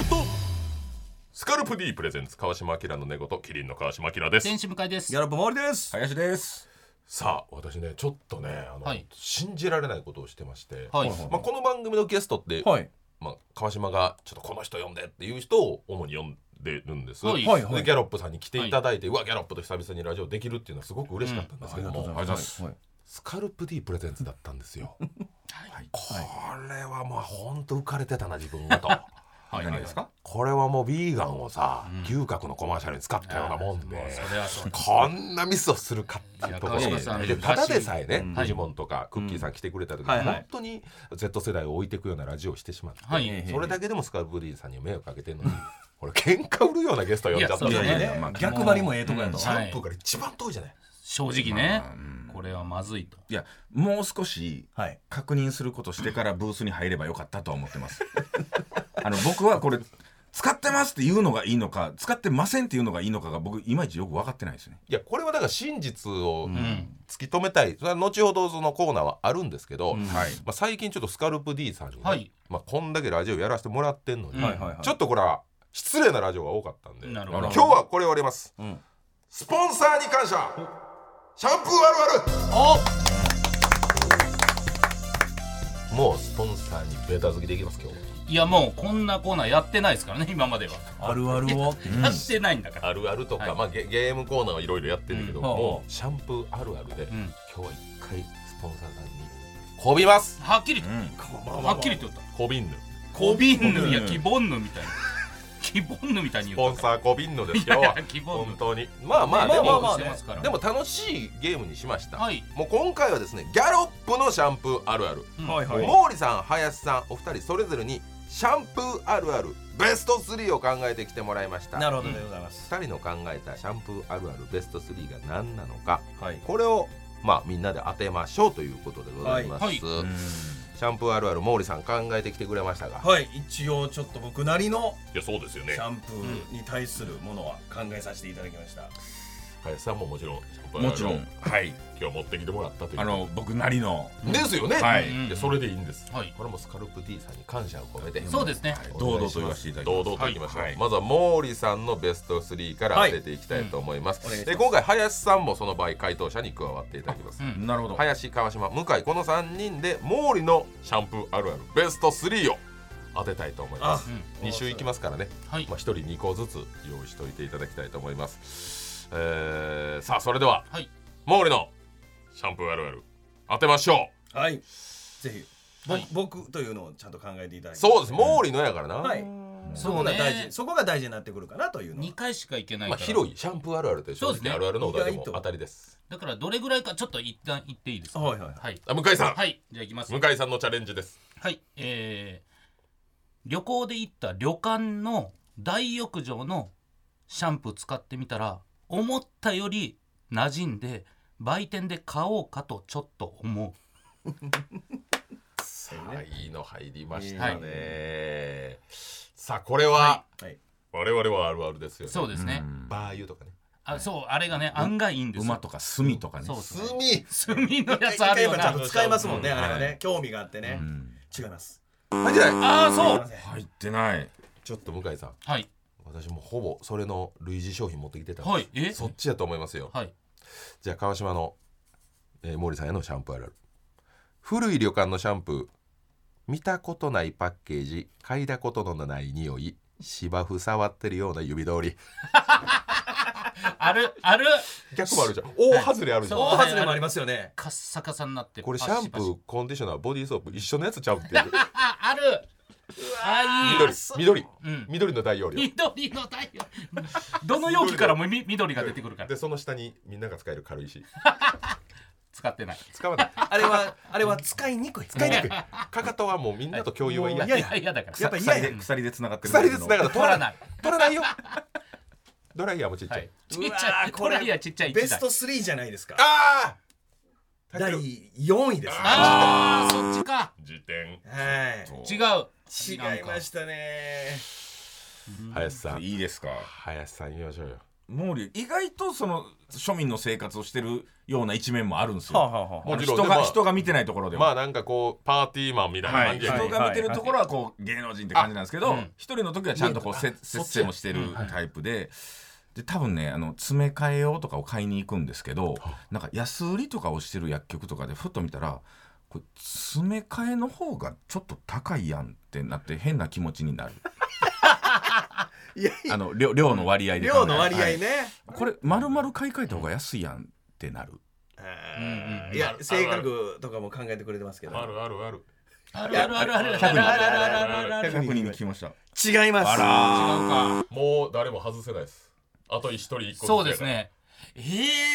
[SPEAKER 1] スカルプ D プレゼンツ川島明の寝言キリンの川島明です
[SPEAKER 2] 天使迎えです
[SPEAKER 3] ギャラップ森です
[SPEAKER 4] 林です
[SPEAKER 1] さあ私ねちょっとねあの、
[SPEAKER 2] はい
[SPEAKER 1] 信じられないことをしてまして、
[SPEAKER 2] はい
[SPEAKER 1] まあ、この番組のゲストって、
[SPEAKER 3] はい
[SPEAKER 1] まあ、川島がちょっとこの人呼んでっていう人を主に呼んでるんです、
[SPEAKER 2] はい
[SPEAKER 3] はいは
[SPEAKER 1] で
[SPEAKER 3] い
[SPEAKER 1] ギャロップさんに来ていただいて、うわギャロップと久々にラジオできるっていうのはすごく嬉しかったんですけども、
[SPEAKER 4] ありがとうございます
[SPEAKER 3] はい
[SPEAKER 1] スカルプ D プレゼンツだったんですよ。はいこれはまあ本当浮かれてたな自分がと。
[SPEAKER 2] はい
[SPEAKER 4] 何ですか
[SPEAKER 1] これはもうビーガンをさ、牛角のコマーシャルに使ったようなもんで
[SPEAKER 2] もうそれはそう
[SPEAKER 1] こんなミスをするかっていうところ
[SPEAKER 2] いや
[SPEAKER 1] で
[SPEAKER 2] 川島さん
[SPEAKER 1] でただでさえね
[SPEAKER 3] うん
[SPEAKER 1] フジモンとかクッキーさん来てくれた時に
[SPEAKER 3] はいはい
[SPEAKER 1] 本当に Z 世代を置いていくようなラジオをしてしまって
[SPEAKER 2] はい
[SPEAKER 3] ええ
[SPEAKER 1] それだけでもスカルプ D さんに迷惑かけてるのに俺喧嘩売るようなゲスト呼んじゃった
[SPEAKER 2] い
[SPEAKER 1] ん
[SPEAKER 3] い
[SPEAKER 1] だ
[SPEAKER 2] や
[SPEAKER 1] よ
[SPEAKER 3] やい
[SPEAKER 1] ね
[SPEAKER 4] い
[SPEAKER 3] や
[SPEAKER 4] や
[SPEAKER 3] ね
[SPEAKER 4] まあ
[SPEAKER 3] 逆張りもええとこやと
[SPEAKER 2] うん
[SPEAKER 1] 3分から一番遠いじゃない
[SPEAKER 2] 正直ね
[SPEAKER 4] まあうん
[SPEAKER 2] これはまずいと
[SPEAKER 4] いやもう少し
[SPEAKER 3] はい
[SPEAKER 4] 確認することしてからブースに入ればよかったとは思ってます (laughs) あの僕はこれ使ってますって言うのがいいのか使ってませんっていうのがいいのかが僕いまいちよく分かってないですね
[SPEAKER 1] いやこれはだから真実を
[SPEAKER 2] ん
[SPEAKER 1] 突き止めたい、それは後ほどそのコーナーはあるんですけど、
[SPEAKER 3] うん
[SPEAKER 1] まあ、最近ちょっとスカルプ D さんにね、
[SPEAKER 2] はい
[SPEAKER 1] まあ、こんだけラジオやらせてもらってんのに、
[SPEAKER 2] うん
[SPEAKER 3] はいはいはい
[SPEAKER 1] ちょっとこれは失礼なラジオが多かったんで
[SPEAKER 2] なる
[SPEAKER 1] あ
[SPEAKER 2] ほ
[SPEAKER 1] の
[SPEAKER 2] ど
[SPEAKER 1] 今日はこれをやります、
[SPEAKER 3] うん
[SPEAKER 1] スポンサーに感謝シャンプーある
[SPEAKER 2] お
[SPEAKER 1] あるもうスポンサーにベータ付きできます今日
[SPEAKER 2] いやもうこんなコーナーやってないですからね今までは
[SPEAKER 3] あるあるを
[SPEAKER 2] やってないんだから
[SPEAKER 1] あるあるとか、
[SPEAKER 2] はい
[SPEAKER 1] まあ、ゲゲームコーナーはいろいろやってるけど、
[SPEAKER 3] うん
[SPEAKER 1] もうシャンプーあるあるで、今日
[SPEAKER 2] ん
[SPEAKER 1] は一回スポンサーさんにこびます
[SPEAKER 2] はっきりと
[SPEAKER 4] うん
[SPEAKER 2] はっきりと言った
[SPEAKER 1] こびんぬ
[SPEAKER 2] コビンヌ
[SPEAKER 4] うん
[SPEAKER 2] やキボンヌみたいなキボンヌみたいに
[SPEAKER 1] ス
[SPEAKER 2] 言
[SPEAKER 1] ポ
[SPEAKER 2] う
[SPEAKER 1] ンサーこびんのですよ
[SPEAKER 2] い (laughs) やいや希望の
[SPEAKER 1] 本当にまあまあで
[SPEAKER 3] まあ
[SPEAKER 1] も、
[SPEAKER 3] まあ
[SPEAKER 2] してますから
[SPEAKER 1] でも楽しいゲームにしました、
[SPEAKER 2] はい
[SPEAKER 1] もう今回はですねギャロップのシャンプーあるある、
[SPEAKER 2] うん
[SPEAKER 3] はいはい
[SPEAKER 1] 毛利さん林さんお二人それぞれにシャンプーあるあるベスト3を考えてきてもらいました
[SPEAKER 3] なるほどでございます
[SPEAKER 1] 2人の考えたシャンプーあるあるベスト3が何なのか
[SPEAKER 3] はい
[SPEAKER 1] これをまあみんなで当てましょうということでございます、
[SPEAKER 2] はい
[SPEAKER 4] うん
[SPEAKER 1] シャンプーあるある毛利さん考えてきてくれましたが、
[SPEAKER 3] はい一応ちょっと僕なりの
[SPEAKER 1] いやそうですよ
[SPEAKER 3] シャンプーに対するものは考えさせていただきました
[SPEAKER 1] 林さんももちろん
[SPEAKER 4] もちろんはい
[SPEAKER 1] 今日持ってきてもらったという
[SPEAKER 4] あの僕なりの
[SPEAKER 1] ですよね、
[SPEAKER 4] はい
[SPEAKER 1] いやそれでいいんです、
[SPEAKER 2] はい
[SPEAKER 1] これもスカルプ D さんに感謝を込めて
[SPEAKER 2] そうですね
[SPEAKER 1] はい
[SPEAKER 4] 堂々と言わせていただきます
[SPEAKER 1] 堂々といきましょう、
[SPEAKER 4] はい
[SPEAKER 1] まずは毛利さんのベスト3から当てていきたいと思います,、
[SPEAKER 3] はいうんお願いし
[SPEAKER 1] で
[SPEAKER 3] ます
[SPEAKER 1] 今回林さんもその場合回答者に加わっていただきます、
[SPEAKER 2] うん
[SPEAKER 4] なるほど
[SPEAKER 1] 林川島向井この3人で毛利のシャンプーあるあるベスト3を当てたいと思います
[SPEAKER 2] うん
[SPEAKER 1] 2週いきますからね、
[SPEAKER 2] はい
[SPEAKER 1] まあ、1人2個ずつ用意しておいていただきたいと思います、えーさあそれでは
[SPEAKER 2] はい
[SPEAKER 1] 毛利のシャンプーあるある当てましょう
[SPEAKER 3] はいぜひ、ぼ
[SPEAKER 2] はい
[SPEAKER 3] 僕というのをちゃんと考えていただいて
[SPEAKER 1] そうです毛利のやからな、
[SPEAKER 3] はいそこが大事、そこが大事になってくるかなというのは
[SPEAKER 2] 2回しか行けない
[SPEAKER 1] まあ、
[SPEAKER 2] から
[SPEAKER 1] 広いシャンプーあるあるという
[SPEAKER 2] そ
[SPEAKER 1] 正
[SPEAKER 2] うですね
[SPEAKER 1] 直あるあるのお題でも
[SPEAKER 3] 意外と
[SPEAKER 1] 当たりです
[SPEAKER 2] だからどれぐらいかちょっと一旦行っていいですか
[SPEAKER 3] はいはいはい
[SPEAKER 2] はい
[SPEAKER 1] あ向井さん、
[SPEAKER 2] はいじゃあ行きます
[SPEAKER 1] 向井さんのチャレンジです
[SPEAKER 2] はいえー旅行で行った旅館の大浴場のシャンプー使ってみたら思ったより馴染んで売店で買おうかとちょっと思う
[SPEAKER 1] さあいいの入りました
[SPEAKER 2] はい
[SPEAKER 1] ね、さあこれは、
[SPEAKER 3] はい
[SPEAKER 1] 我々はあるあるですよね
[SPEAKER 2] そうですね
[SPEAKER 1] バー油とかね
[SPEAKER 2] あそうあれがね案外いいんですよ
[SPEAKER 4] 馬とか炭とかね
[SPEAKER 2] そう (laughs) そう
[SPEAKER 1] 炭い
[SPEAKER 2] 炭のや
[SPEAKER 3] 一
[SPEAKER 2] つある
[SPEAKER 3] 回
[SPEAKER 2] よ
[SPEAKER 3] はちゃ
[SPEAKER 2] なん
[SPEAKER 3] と使いますもんね、
[SPEAKER 1] うん
[SPEAKER 3] あれはね、興味があってね、
[SPEAKER 4] うん
[SPEAKER 3] 違います。
[SPEAKER 1] じゃない
[SPEAKER 2] ああ
[SPEAKER 3] すい
[SPEAKER 2] そう
[SPEAKER 3] ません
[SPEAKER 4] 入ってない
[SPEAKER 1] ちょっと向井さん
[SPEAKER 2] はい
[SPEAKER 1] 私もほぼそれの類似商品持ってきてたんで、
[SPEAKER 2] はいえ
[SPEAKER 1] そっちやと思いますよ、
[SPEAKER 2] はい
[SPEAKER 1] じゃあ川島の、えー、毛利さんへのシャンプーあるある古い旅館のシャンプー見たことないパッケージ嗅いだことのない匂い芝生触ってるような指通り
[SPEAKER 2] あるある
[SPEAKER 1] 逆もあるじゃん大外れあるじゃん、
[SPEAKER 3] 大外れもありますよね。
[SPEAKER 2] カッサカサになって
[SPEAKER 1] これシャンプ
[SPEAKER 2] パシパシ
[SPEAKER 1] ーコンディショナーボディーソープ一緒のやつちゃうっていう
[SPEAKER 2] (laughs) ああるあいい
[SPEAKER 1] 緑緑
[SPEAKER 2] うん
[SPEAKER 1] 緑の大容量
[SPEAKER 2] 緑の太
[SPEAKER 1] (laughs)
[SPEAKER 2] 陽どの容器からもみ緑が出てくるから
[SPEAKER 1] でその下にみんなが使える軽いし
[SPEAKER 2] 使ってない
[SPEAKER 1] 使わない
[SPEAKER 3] あれは、あれは使いにくい。使いにくい。
[SPEAKER 1] かか (laughs) とはもうみんなと共有は嫌
[SPEAKER 2] いやいやいやだから
[SPEAKER 3] やっぱ嫌
[SPEAKER 4] 鎖
[SPEAKER 3] や
[SPEAKER 4] で鎖で繋がってる
[SPEAKER 1] 鎖でつながると
[SPEAKER 2] 取らない
[SPEAKER 1] 取らないよドライヤーもちっちゃ、
[SPEAKER 2] はいいちっ
[SPEAKER 3] うわ
[SPEAKER 2] ちゃい
[SPEAKER 3] ー
[SPEAKER 2] これいやちっちゃい
[SPEAKER 3] ベ
[SPEAKER 2] 一
[SPEAKER 3] ス
[SPEAKER 2] 台
[SPEAKER 3] ト3じゃないですか。
[SPEAKER 1] ああ
[SPEAKER 3] 第4位ですね。
[SPEAKER 2] あ
[SPEAKER 3] は
[SPEAKER 2] あそっちか
[SPEAKER 1] 時点
[SPEAKER 3] い。
[SPEAKER 2] 違う
[SPEAKER 3] 違いましたね。
[SPEAKER 1] 林さん
[SPEAKER 4] いいですか
[SPEAKER 1] 林さん言いましょうよ
[SPEAKER 4] 毛利意外とその庶民の生活をしてるような一面もあるんです
[SPEAKER 3] はあ
[SPEAKER 4] よ
[SPEAKER 3] はあはあ
[SPEAKER 1] もちろん
[SPEAKER 4] 人
[SPEAKER 1] で
[SPEAKER 4] が
[SPEAKER 1] も
[SPEAKER 4] 人が見てないところでは
[SPEAKER 1] まあなんかこうパーティーマンみたいな
[SPEAKER 4] は
[SPEAKER 1] 感
[SPEAKER 4] い、
[SPEAKER 1] じやけど
[SPEAKER 4] 人が見てるところはこう芸能人って感じなんですけど
[SPEAKER 2] あうん
[SPEAKER 4] 一、人の時はちゃんとこうせ節制もしてるタイプで。で多分ねあの詰め替え用とかを買いに行くんですけどなんか安売りとかをしてる薬局とかでふっと見たらこれ詰め替えの方がちょっと高いやんってなって変な気持ちになる
[SPEAKER 3] いや
[SPEAKER 4] あの量量の割合で考え
[SPEAKER 3] 量の割合
[SPEAKER 4] はい
[SPEAKER 3] ね。
[SPEAKER 4] これ丸々買い替えた方が安いやんってなる
[SPEAKER 3] あ
[SPEAKER 2] うん
[SPEAKER 3] ーいや、性格とかも考えてくれてますけど。
[SPEAKER 1] あるあるある
[SPEAKER 2] あるあるあるあるあるあ
[SPEAKER 4] 100
[SPEAKER 2] る
[SPEAKER 4] 人
[SPEAKER 2] あるあるあるある
[SPEAKER 4] 100人に聞きました
[SPEAKER 3] 違います。
[SPEAKER 2] あ
[SPEAKER 1] もう誰も外せないですあと一人一個
[SPEAKER 2] そうですねえ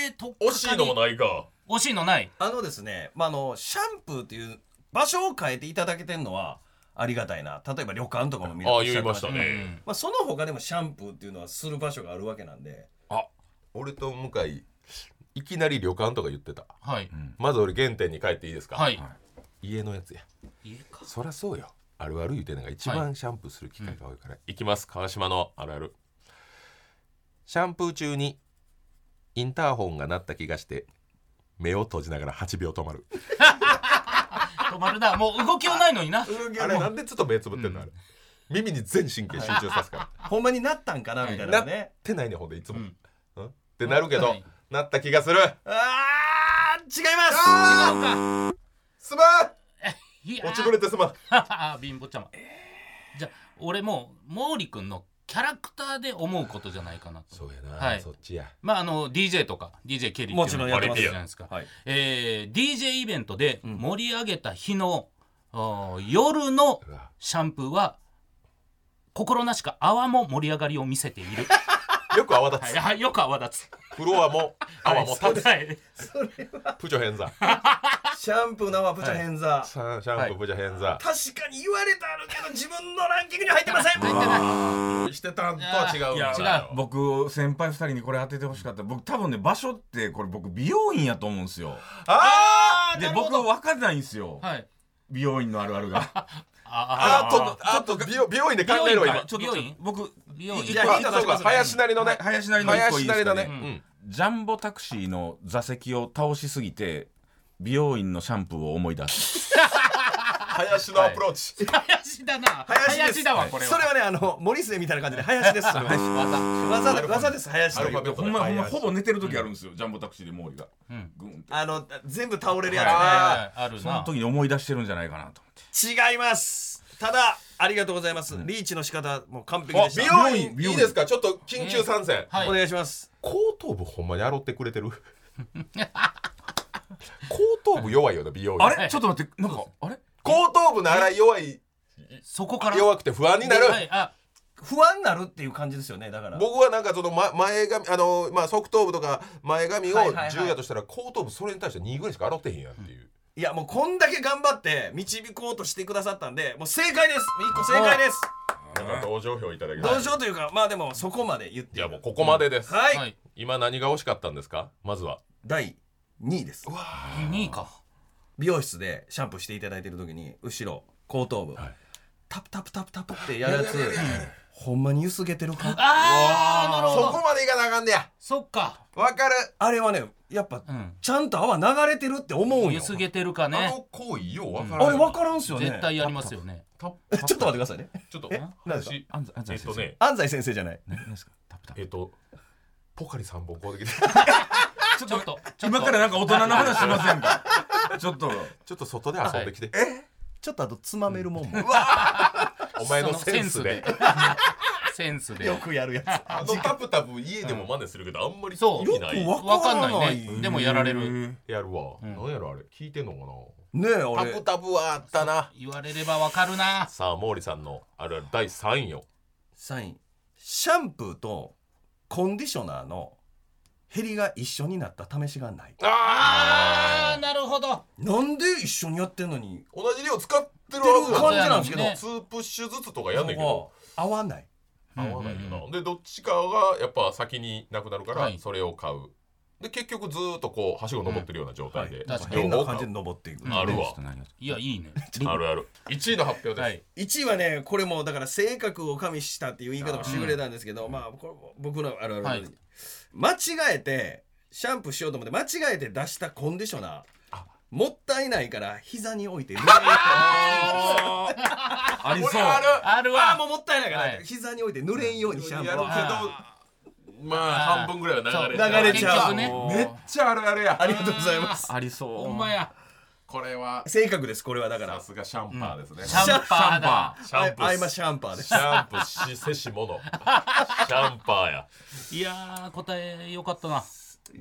[SPEAKER 2] えとっかかり
[SPEAKER 1] 惜しいのもないか
[SPEAKER 2] 惜しいのない
[SPEAKER 3] あのですね、まあ、あの、シャンプーっていう場所を変えていただけてるのはありがたいな。例えば旅館とかも見
[SPEAKER 1] ああ言いましたね、
[SPEAKER 3] まあ、その他でもシャンプーっていうのはする場所があるわけなんで。
[SPEAKER 1] 俺と向井いきなり旅館とか言ってた
[SPEAKER 2] はい
[SPEAKER 1] まず俺原点に帰っていいですか、
[SPEAKER 2] はい
[SPEAKER 1] 家のやつや
[SPEAKER 2] 家か
[SPEAKER 1] そりゃそうよあるある言うてんのが一番シャンプーする機会が多いから、いきます川島のあるあるシャンプー中にインターホンが鳴った気がして目を閉じながら8秒止まる
[SPEAKER 2] 止まるなもう動きはないのにな
[SPEAKER 1] あれなんでちょっと目つぶってんのあれ、耳に全神経集中さすから
[SPEAKER 3] ほんまになったんかなみたいな
[SPEAKER 1] なっ
[SPEAKER 3] のね。
[SPEAKER 1] てないねほんでいつも、
[SPEAKER 2] うん
[SPEAKER 1] うんってなるけ
[SPEAKER 2] なっ
[SPEAKER 1] ど
[SPEAKER 2] てない
[SPEAKER 1] なった気がする
[SPEAKER 3] あー違います
[SPEAKER 1] すまん
[SPEAKER 2] いやー
[SPEAKER 1] 落ちぶれてすまん
[SPEAKER 2] あー (laughs) 貧乏ちゃま、じゃあ俺も毛利君のキャラクターで思うことじゃないかなと
[SPEAKER 1] そうやな、
[SPEAKER 2] はい
[SPEAKER 1] そっちや
[SPEAKER 2] まああの DJ とか DJ ケリー
[SPEAKER 3] もちろんやってます
[SPEAKER 2] じゃないですか、
[SPEAKER 3] はい
[SPEAKER 2] えー DJ イベントで
[SPEAKER 3] うん
[SPEAKER 2] 盛り上げた日の、おー夜の
[SPEAKER 1] うわ
[SPEAKER 2] シャンプーは心なしか泡も盛り上がりを見せてい
[SPEAKER 3] (laughs)
[SPEAKER 2] る
[SPEAKER 1] よく泡立つ、
[SPEAKER 2] はいよく泡立つ
[SPEAKER 1] フロアも泡も立つ
[SPEAKER 2] はい
[SPEAKER 1] プチョヘンザ
[SPEAKER 3] シャンプーのはプチャ偏座。
[SPEAKER 1] シャンシャンプープチョヘンザ
[SPEAKER 3] 確かに言われたあるけど自分のランキングには入ってません。
[SPEAKER 1] してたんとは違うんだ
[SPEAKER 2] い
[SPEAKER 1] よ
[SPEAKER 2] や違う
[SPEAKER 4] (laughs) 僕先輩2人にこれ当ててほしかった僕多分ね場所ってこれ僕美容院やと思うんですよ
[SPEAKER 1] あ
[SPEAKER 4] で僕分かんないんですよ、
[SPEAKER 2] はい
[SPEAKER 4] 美容院のあるあるが
[SPEAKER 2] あ
[SPEAKER 1] あーあとあと美容美容院で考えろ
[SPEAKER 2] 美容院
[SPEAKER 1] 今
[SPEAKER 2] か
[SPEAKER 4] ちょっと
[SPEAKER 2] 美容院
[SPEAKER 4] 僕
[SPEAKER 2] 美容院
[SPEAKER 3] いや
[SPEAKER 1] あそうか林なりのね
[SPEAKER 4] 林なりの一個い
[SPEAKER 1] 林
[SPEAKER 4] い
[SPEAKER 1] な
[SPEAKER 4] で
[SPEAKER 1] り
[SPEAKER 4] す
[SPEAKER 1] の
[SPEAKER 4] か
[SPEAKER 1] ね
[SPEAKER 4] ね、
[SPEAKER 1] うん
[SPEAKER 4] ジャンボタクシーの座席を倒しすぎて美容院のシャンプーを思い出す
[SPEAKER 1] 林のアプローチ、
[SPEAKER 2] (laughs) 林だな
[SPEAKER 3] 林です
[SPEAKER 2] だわこれは
[SPEAKER 3] それはねあの森末みたいな感じで林ですそれは技だ技です林
[SPEAKER 1] ア
[SPEAKER 3] と
[SPEAKER 1] ル
[SPEAKER 3] い
[SPEAKER 1] ファ
[SPEAKER 3] う
[SPEAKER 1] ベット
[SPEAKER 4] ほ
[SPEAKER 1] で
[SPEAKER 4] んまほんま
[SPEAKER 1] 林
[SPEAKER 4] ほぼ寝てる時あるんですよ、ジャンボタクシーで毛利が
[SPEAKER 2] うん
[SPEAKER 4] グンって
[SPEAKER 3] あの全部倒れるやつね、
[SPEAKER 2] あある
[SPEAKER 4] その
[SPEAKER 2] な
[SPEAKER 4] 時に思い出してるんじゃないかなと思って
[SPEAKER 3] 違いますただありがとうございます、リーチの仕方もう完璧
[SPEAKER 1] あ
[SPEAKER 3] でし
[SPEAKER 1] 美
[SPEAKER 3] た、
[SPEAKER 1] 容院いいですかちょっと緊急参戦、
[SPEAKER 2] はい
[SPEAKER 3] お願いします
[SPEAKER 1] 後頭部ほんまに洗ってくれてる後頭部弱いよな美容院
[SPEAKER 4] あ
[SPEAKER 2] はい
[SPEAKER 4] れちょっと待ってなんかあれ
[SPEAKER 1] 後頭部の洗い弱い
[SPEAKER 2] そこから
[SPEAKER 1] 弱くて不安になる、
[SPEAKER 2] はいあ
[SPEAKER 3] 不安になるっていう感じですよねだから
[SPEAKER 1] 僕はなんかその、ま、前髪あのまあ側頭部とか前髪を
[SPEAKER 3] はいはいはい
[SPEAKER 1] 10やとしたら、後頭部それに対して2ぐらいしか洗ってへんやんっていう、
[SPEAKER 3] いやもうこんだけ頑張って導こうとしてくださったんでもう正解です一個正解です
[SPEAKER 1] なんか同情票いただきま
[SPEAKER 3] 同
[SPEAKER 1] す
[SPEAKER 3] 情というかまあでもそこまで言って
[SPEAKER 1] い
[SPEAKER 3] い
[SPEAKER 1] やもうここまでです、
[SPEAKER 3] はい、
[SPEAKER 2] はい
[SPEAKER 1] 今何が惜しかったんですかまずは
[SPEAKER 3] 第2位です
[SPEAKER 2] 2位か
[SPEAKER 3] 美容室でシャンプーしていただいてる時に後ろ後頭部、
[SPEAKER 1] はい
[SPEAKER 3] タプタプタプタプってやるやつほんまにゆすげてるか
[SPEAKER 2] ああなる
[SPEAKER 1] そ
[SPEAKER 2] ほ
[SPEAKER 1] こ
[SPEAKER 2] ど
[SPEAKER 1] までいかなあかんねや
[SPEAKER 2] そっか
[SPEAKER 1] わかる、
[SPEAKER 3] あれはねやっぱ、
[SPEAKER 2] うん
[SPEAKER 3] ちゃんと泡流れてるって思うん
[SPEAKER 2] ゆ
[SPEAKER 3] よ
[SPEAKER 2] すげてるか
[SPEAKER 1] あ
[SPEAKER 2] ね
[SPEAKER 1] の行為ようわか
[SPEAKER 3] あ
[SPEAKER 1] らん
[SPEAKER 3] れ分からんすよね
[SPEAKER 2] 絶対やりますよね
[SPEAKER 1] た
[SPEAKER 3] え (laughs) ちょっと待ってくださいね
[SPEAKER 1] ちょっと
[SPEAKER 2] え
[SPEAKER 3] 何ですか
[SPEAKER 1] 私
[SPEAKER 4] 安西安西
[SPEAKER 1] えっ
[SPEAKER 4] 先
[SPEAKER 1] と
[SPEAKER 4] 生
[SPEAKER 1] ね
[SPEAKER 3] 安西先生じゃない
[SPEAKER 4] 何何ですかタプタプ
[SPEAKER 1] えっとポカリ3本買うてきて
[SPEAKER 2] ちょっとちょっと
[SPEAKER 4] 今からなんか大人の話しませんかちょっと
[SPEAKER 1] (laughs) ちょっと外で遊んできて、
[SPEAKER 5] ちょっとあとつまめるもんも、
[SPEAKER 1] お前のセンスで
[SPEAKER 2] そのセンスでセンスで
[SPEAKER 5] よくやるやつ
[SPEAKER 1] あのタプタプ家でも真似するけど、あんまり
[SPEAKER 2] そう
[SPEAKER 1] 意味ない
[SPEAKER 3] よ
[SPEAKER 2] わかんない
[SPEAKER 3] わから
[SPEAKER 2] ねでもやられる
[SPEAKER 1] やるわ、
[SPEAKER 2] うん
[SPEAKER 1] なんやろあれ聞いてんのか
[SPEAKER 3] ねえ
[SPEAKER 1] な
[SPEAKER 3] 俺
[SPEAKER 1] タプタプはあったな
[SPEAKER 2] 言われればわかるな
[SPEAKER 1] さあ毛利さんのあるある第3位を
[SPEAKER 3] サインシャンプーとコンディショナーの減りが一緒になった試しがない
[SPEAKER 2] あーなるほど
[SPEAKER 3] なんで一緒にやってんのに
[SPEAKER 1] 同じ量使ってるはず
[SPEAKER 3] 感じなんですけど
[SPEAKER 2] そうやね
[SPEAKER 1] 2プッシュずつとかやんねんけど
[SPEAKER 3] 合わない
[SPEAKER 1] 合わないよな、
[SPEAKER 2] うんうん
[SPEAKER 1] でどっちかがやっぱ先になくなるから、
[SPEAKER 2] はい
[SPEAKER 1] それを買うで結局ずーっとこうはしご登ってるような状態で、
[SPEAKER 2] うんはい確かに
[SPEAKER 1] 両
[SPEAKER 3] 変な
[SPEAKER 1] 方
[SPEAKER 3] 感
[SPEAKER 1] 買
[SPEAKER 3] じ
[SPEAKER 1] う
[SPEAKER 3] で登っていく
[SPEAKER 1] あるわ、
[SPEAKER 2] いやいいね
[SPEAKER 1] あるある1位の発表です、
[SPEAKER 2] はい
[SPEAKER 3] 1位はねこれもだから性格を加味したっていう言い方もしてくれたんですけど、まあこれも僕のあるある、
[SPEAKER 2] はい
[SPEAKER 3] 間違えてシャンプーしようと思って間違えて出したコンディショナーもったいないから膝に置いて濡れる
[SPEAKER 4] ありそう
[SPEAKER 1] ある
[SPEAKER 2] ある
[SPEAKER 3] あ
[SPEAKER 2] わ
[SPEAKER 3] あもうもったいないから、
[SPEAKER 2] はい
[SPEAKER 3] 膝に置いて濡れんようにシャンプ
[SPEAKER 2] や
[SPEAKER 3] ー
[SPEAKER 2] る
[SPEAKER 1] まあ半分ぐらいは流れ
[SPEAKER 3] そう流れちゃう
[SPEAKER 2] 結局ね
[SPEAKER 1] めっちゃあるあるや
[SPEAKER 3] ありがとうございます
[SPEAKER 4] ありそう
[SPEAKER 2] ほんまや
[SPEAKER 1] これは
[SPEAKER 3] 性格ですこれはだから
[SPEAKER 1] さすがシャンパーですね、
[SPEAKER 2] シャンパーだ
[SPEAKER 1] シャンプー
[SPEAKER 3] あいまシャンパーです
[SPEAKER 1] シャンプーしせしもの
[SPEAKER 2] (laughs)
[SPEAKER 1] シャンパーや
[SPEAKER 2] いやー答えよかったな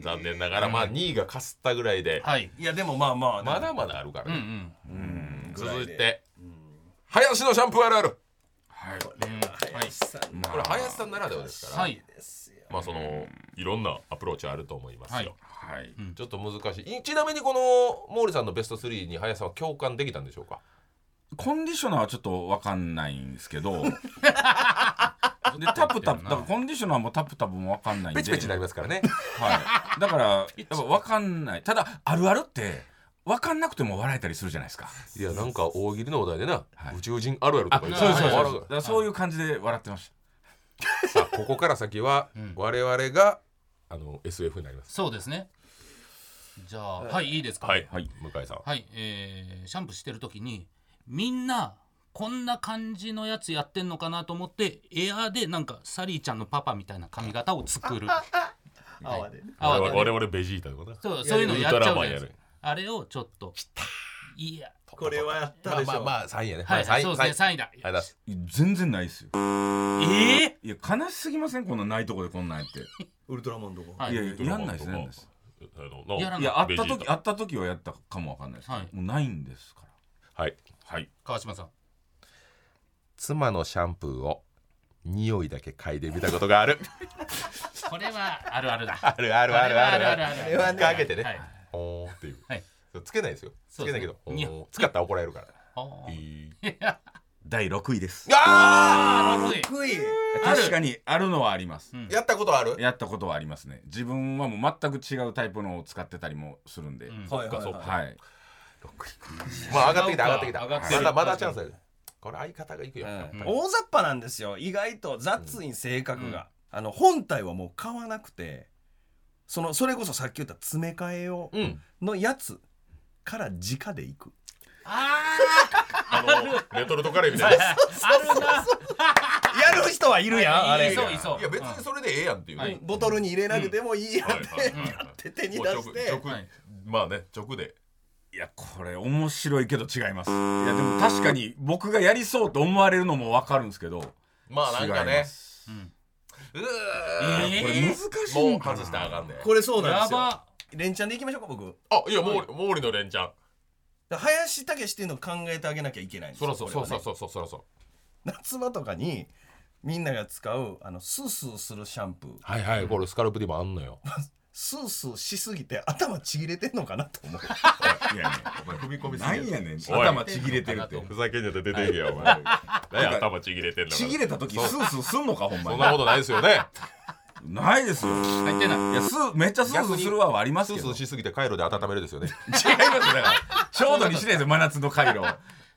[SPEAKER 1] 残念ながらまあ2位がかすったぐらいで、
[SPEAKER 2] はい
[SPEAKER 3] いやでもまあまあ
[SPEAKER 1] まだまだあるから
[SPEAKER 2] うんう
[SPEAKER 1] ね、
[SPEAKER 2] ん
[SPEAKER 1] 続いて林のシャンプーあるある
[SPEAKER 4] はい
[SPEAKER 2] はい
[SPEAKER 4] まあ
[SPEAKER 1] これ林さんならではですから、
[SPEAKER 2] はい
[SPEAKER 1] まあそのいろんなアプローチあると思いますよ、
[SPEAKER 2] はい
[SPEAKER 4] はい
[SPEAKER 1] ちょっと難しいいちなみにこの毛利さんのベスト3に林さんは共感できたんでしょうか
[SPEAKER 4] コンディショナーはちょっとわかんないんですけどでタプタプだからコンディショナーもタプタプもわかんないんで
[SPEAKER 1] ペチペチになりますからね
[SPEAKER 4] はい、だからやっぱわかんないただあるあるってわかんなくても笑えたりするじゃないですか
[SPEAKER 1] (laughs) いやなんか大喜利のお題でな、
[SPEAKER 4] はい
[SPEAKER 1] 宇宙人あるあると
[SPEAKER 4] あ
[SPEAKER 1] か
[SPEAKER 4] そう
[SPEAKER 1] 言
[SPEAKER 4] で
[SPEAKER 1] ってた
[SPEAKER 4] すそ
[SPEAKER 1] ら笑う
[SPEAKER 4] うですそうですだからそういう感じで笑ってまし
[SPEAKER 1] さあここから先は
[SPEAKER 2] うん
[SPEAKER 1] 我々があの SF になります
[SPEAKER 2] そうですねじゃあはいいいですか
[SPEAKER 1] はい、
[SPEAKER 4] はい
[SPEAKER 1] 向井さん
[SPEAKER 2] はい、えーシャンプーしてる時にみんなこんな感じのやつやってんのかなと思ってエアーでなんかサリーちゃんのパパみたいな髪型を作る
[SPEAKER 5] 泡で
[SPEAKER 2] 泡でね
[SPEAKER 1] 我々ベジータとかな
[SPEAKER 2] そうそういうのやっちゃうじゃない
[SPEAKER 1] ウルトラマン
[SPEAKER 2] で
[SPEAKER 1] や
[SPEAKER 2] すか
[SPEAKER 1] る
[SPEAKER 2] あれをちょっといや
[SPEAKER 3] これはやっ
[SPEAKER 1] ま
[SPEAKER 3] た
[SPEAKER 1] あ
[SPEAKER 3] でしょ、
[SPEAKER 1] まあまあ3位やね
[SPEAKER 2] はい、
[SPEAKER 1] まあ
[SPEAKER 2] はい、そうですね3位だ
[SPEAKER 1] ありがとうございます
[SPEAKER 4] た全然ないですよ
[SPEAKER 2] ええ
[SPEAKER 4] いや悲しすぎませんこんなないとこでこんなんやって
[SPEAKER 3] ウルトラマンとこ、
[SPEAKER 2] はいい
[SPEAKER 4] やいややんないですねやんないです
[SPEAKER 1] あの
[SPEAKER 2] やらない
[SPEAKER 4] いやあった時あった時はやったかもわかんないですけど、
[SPEAKER 2] はい
[SPEAKER 4] もうないんですから
[SPEAKER 1] はい
[SPEAKER 4] はい
[SPEAKER 2] 川島さん
[SPEAKER 1] 妻のシャンプーを匂いだけ嗅いでみたことがある
[SPEAKER 2] これはあるあるだ
[SPEAKER 1] あるあ
[SPEAKER 2] あ
[SPEAKER 1] るあるあるある
[SPEAKER 2] ある
[SPEAKER 1] れはねかけてね
[SPEAKER 2] はい
[SPEAKER 1] おーっていう、
[SPEAKER 2] はい
[SPEAKER 1] つけないですよつ
[SPEAKER 2] そう
[SPEAKER 1] け
[SPEAKER 2] で
[SPEAKER 1] な
[SPEAKER 2] す
[SPEAKER 1] いけ
[SPEAKER 2] ね
[SPEAKER 1] ど、お
[SPEAKER 2] に
[SPEAKER 1] ー
[SPEAKER 2] ゃ
[SPEAKER 1] 使ったら怒られるから
[SPEAKER 2] あー
[SPEAKER 4] 第6位です
[SPEAKER 1] (laughs) あ
[SPEAKER 2] あー
[SPEAKER 3] 低い
[SPEAKER 4] 確かにあるのはあります、
[SPEAKER 2] うん
[SPEAKER 1] ーやったことある
[SPEAKER 4] やったことはありますね自分はもう全く違うタイプのを使ってたりもするんで、
[SPEAKER 2] うん
[SPEAKER 3] はいはい
[SPEAKER 1] そっ
[SPEAKER 3] は
[SPEAKER 1] か
[SPEAKER 3] い
[SPEAKER 4] はい
[SPEAKER 1] まあ上がってきた上がってきた
[SPEAKER 2] 上がってきた
[SPEAKER 1] まだまだチャンスあるこれ相方がいくよ、
[SPEAKER 3] うん大雑把なんですよ意外と雑に性格が、あの本体はもう買わなくて
[SPEAKER 5] そのそれこそさっき言った詰め替えを
[SPEAKER 1] うん
[SPEAKER 5] のやつから直で行く
[SPEAKER 2] あ
[SPEAKER 1] あのレトルトカレーみたいな
[SPEAKER 2] ーあるな
[SPEAKER 5] やる人はいるやんあ
[SPEAKER 2] い
[SPEAKER 5] れ
[SPEAKER 2] そういそう
[SPEAKER 1] いや別にそれでええやんっていう
[SPEAKER 2] は
[SPEAKER 1] ね
[SPEAKER 2] い
[SPEAKER 5] ボトルに入れなくてもいいやん
[SPEAKER 1] はい
[SPEAKER 5] って
[SPEAKER 1] はいはい
[SPEAKER 5] やって手に出して
[SPEAKER 1] もう直
[SPEAKER 2] はい
[SPEAKER 1] 直まあね直で
[SPEAKER 4] いやこれ面白いけど違いますいやでも確かに僕がやりそうと思われるのも分かるんですけど
[SPEAKER 1] まあなんか
[SPEAKER 4] 違いま
[SPEAKER 1] ね
[SPEAKER 4] す
[SPEAKER 2] うん
[SPEAKER 1] うー
[SPEAKER 2] えー
[SPEAKER 4] これ難しい
[SPEAKER 1] も
[SPEAKER 4] ん
[SPEAKER 1] う
[SPEAKER 4] かな
[SPEAKER 1] 外したらあかんね
[SPEAKER 5] これそうなん
[SPEAKER 2] や
[SPEAKER 5] ですよ
[SPEAKER 2] ば
[SPEAKER 5] 連チャンでいきましょうか僕
[SPEAKER 1] あいや毛利毛利のレンちゃん
[SPEAKER 5] 林武っていうのを考えてあげなきゃいけないんです
[SPEAKER 1] そ
[SPEAKER 5] よ
[SPEAKER 1] らそう
[SPEAKER 5] これ
[SPEAKER 1] そ
[SPEAKER 5] は
[SPEAKER 1] う
[SPEAKER 5] ね
[SPEAKER 1] そうそうそうそらそう
[SPEAKER 5] 夏場とかにみんなが使うあのスースーするシャンプー
[SPEAKER 1] はいはいこれスカルプディもあんの (laughs) よ
[SPEAKER 5] スースーしすぎて頭ちぎれてんのかなと思う
[SPEAKER 4] いやね
[SPEAKER 1] お前踏み込みす
[SPEAKER 4] なん
[SPEAKER 1] ぎ
[SPEAKER 4] や
[SPEAKER 1] や
[SPEAKER 4] ねん
[SPEAKER 1] おい
[SPEAKER 4] 頭ちぎれてるって
[SPEAKER 1] ふざけんじゃって出ていけよお前何や頭ちぎれてんだから
[SPEAKER 4] ちぎれた時スースーすんのかほんま
[SPEAKER 1] そん
[SPEAKER 4] に
[SPEAKER 1] なことないですよね
[SPEAKER 4] ないですよ
[SPEAKER 2] 入ってない
[SPEAKER 4] いやスーめっちゃスースーするわはあります
[SPEAKER 1] スー
[SPEAKER 4] け
[SPEAKER 1] ス
[SPEAKER 4] ど
[SPEAKER 1] ー
[SPEAKER 4] 違います
[SPEAKER 1] しすぎてカイロで温めるですよね
[SPEAKER 4] だからちょうどにしないですよ真夏の回路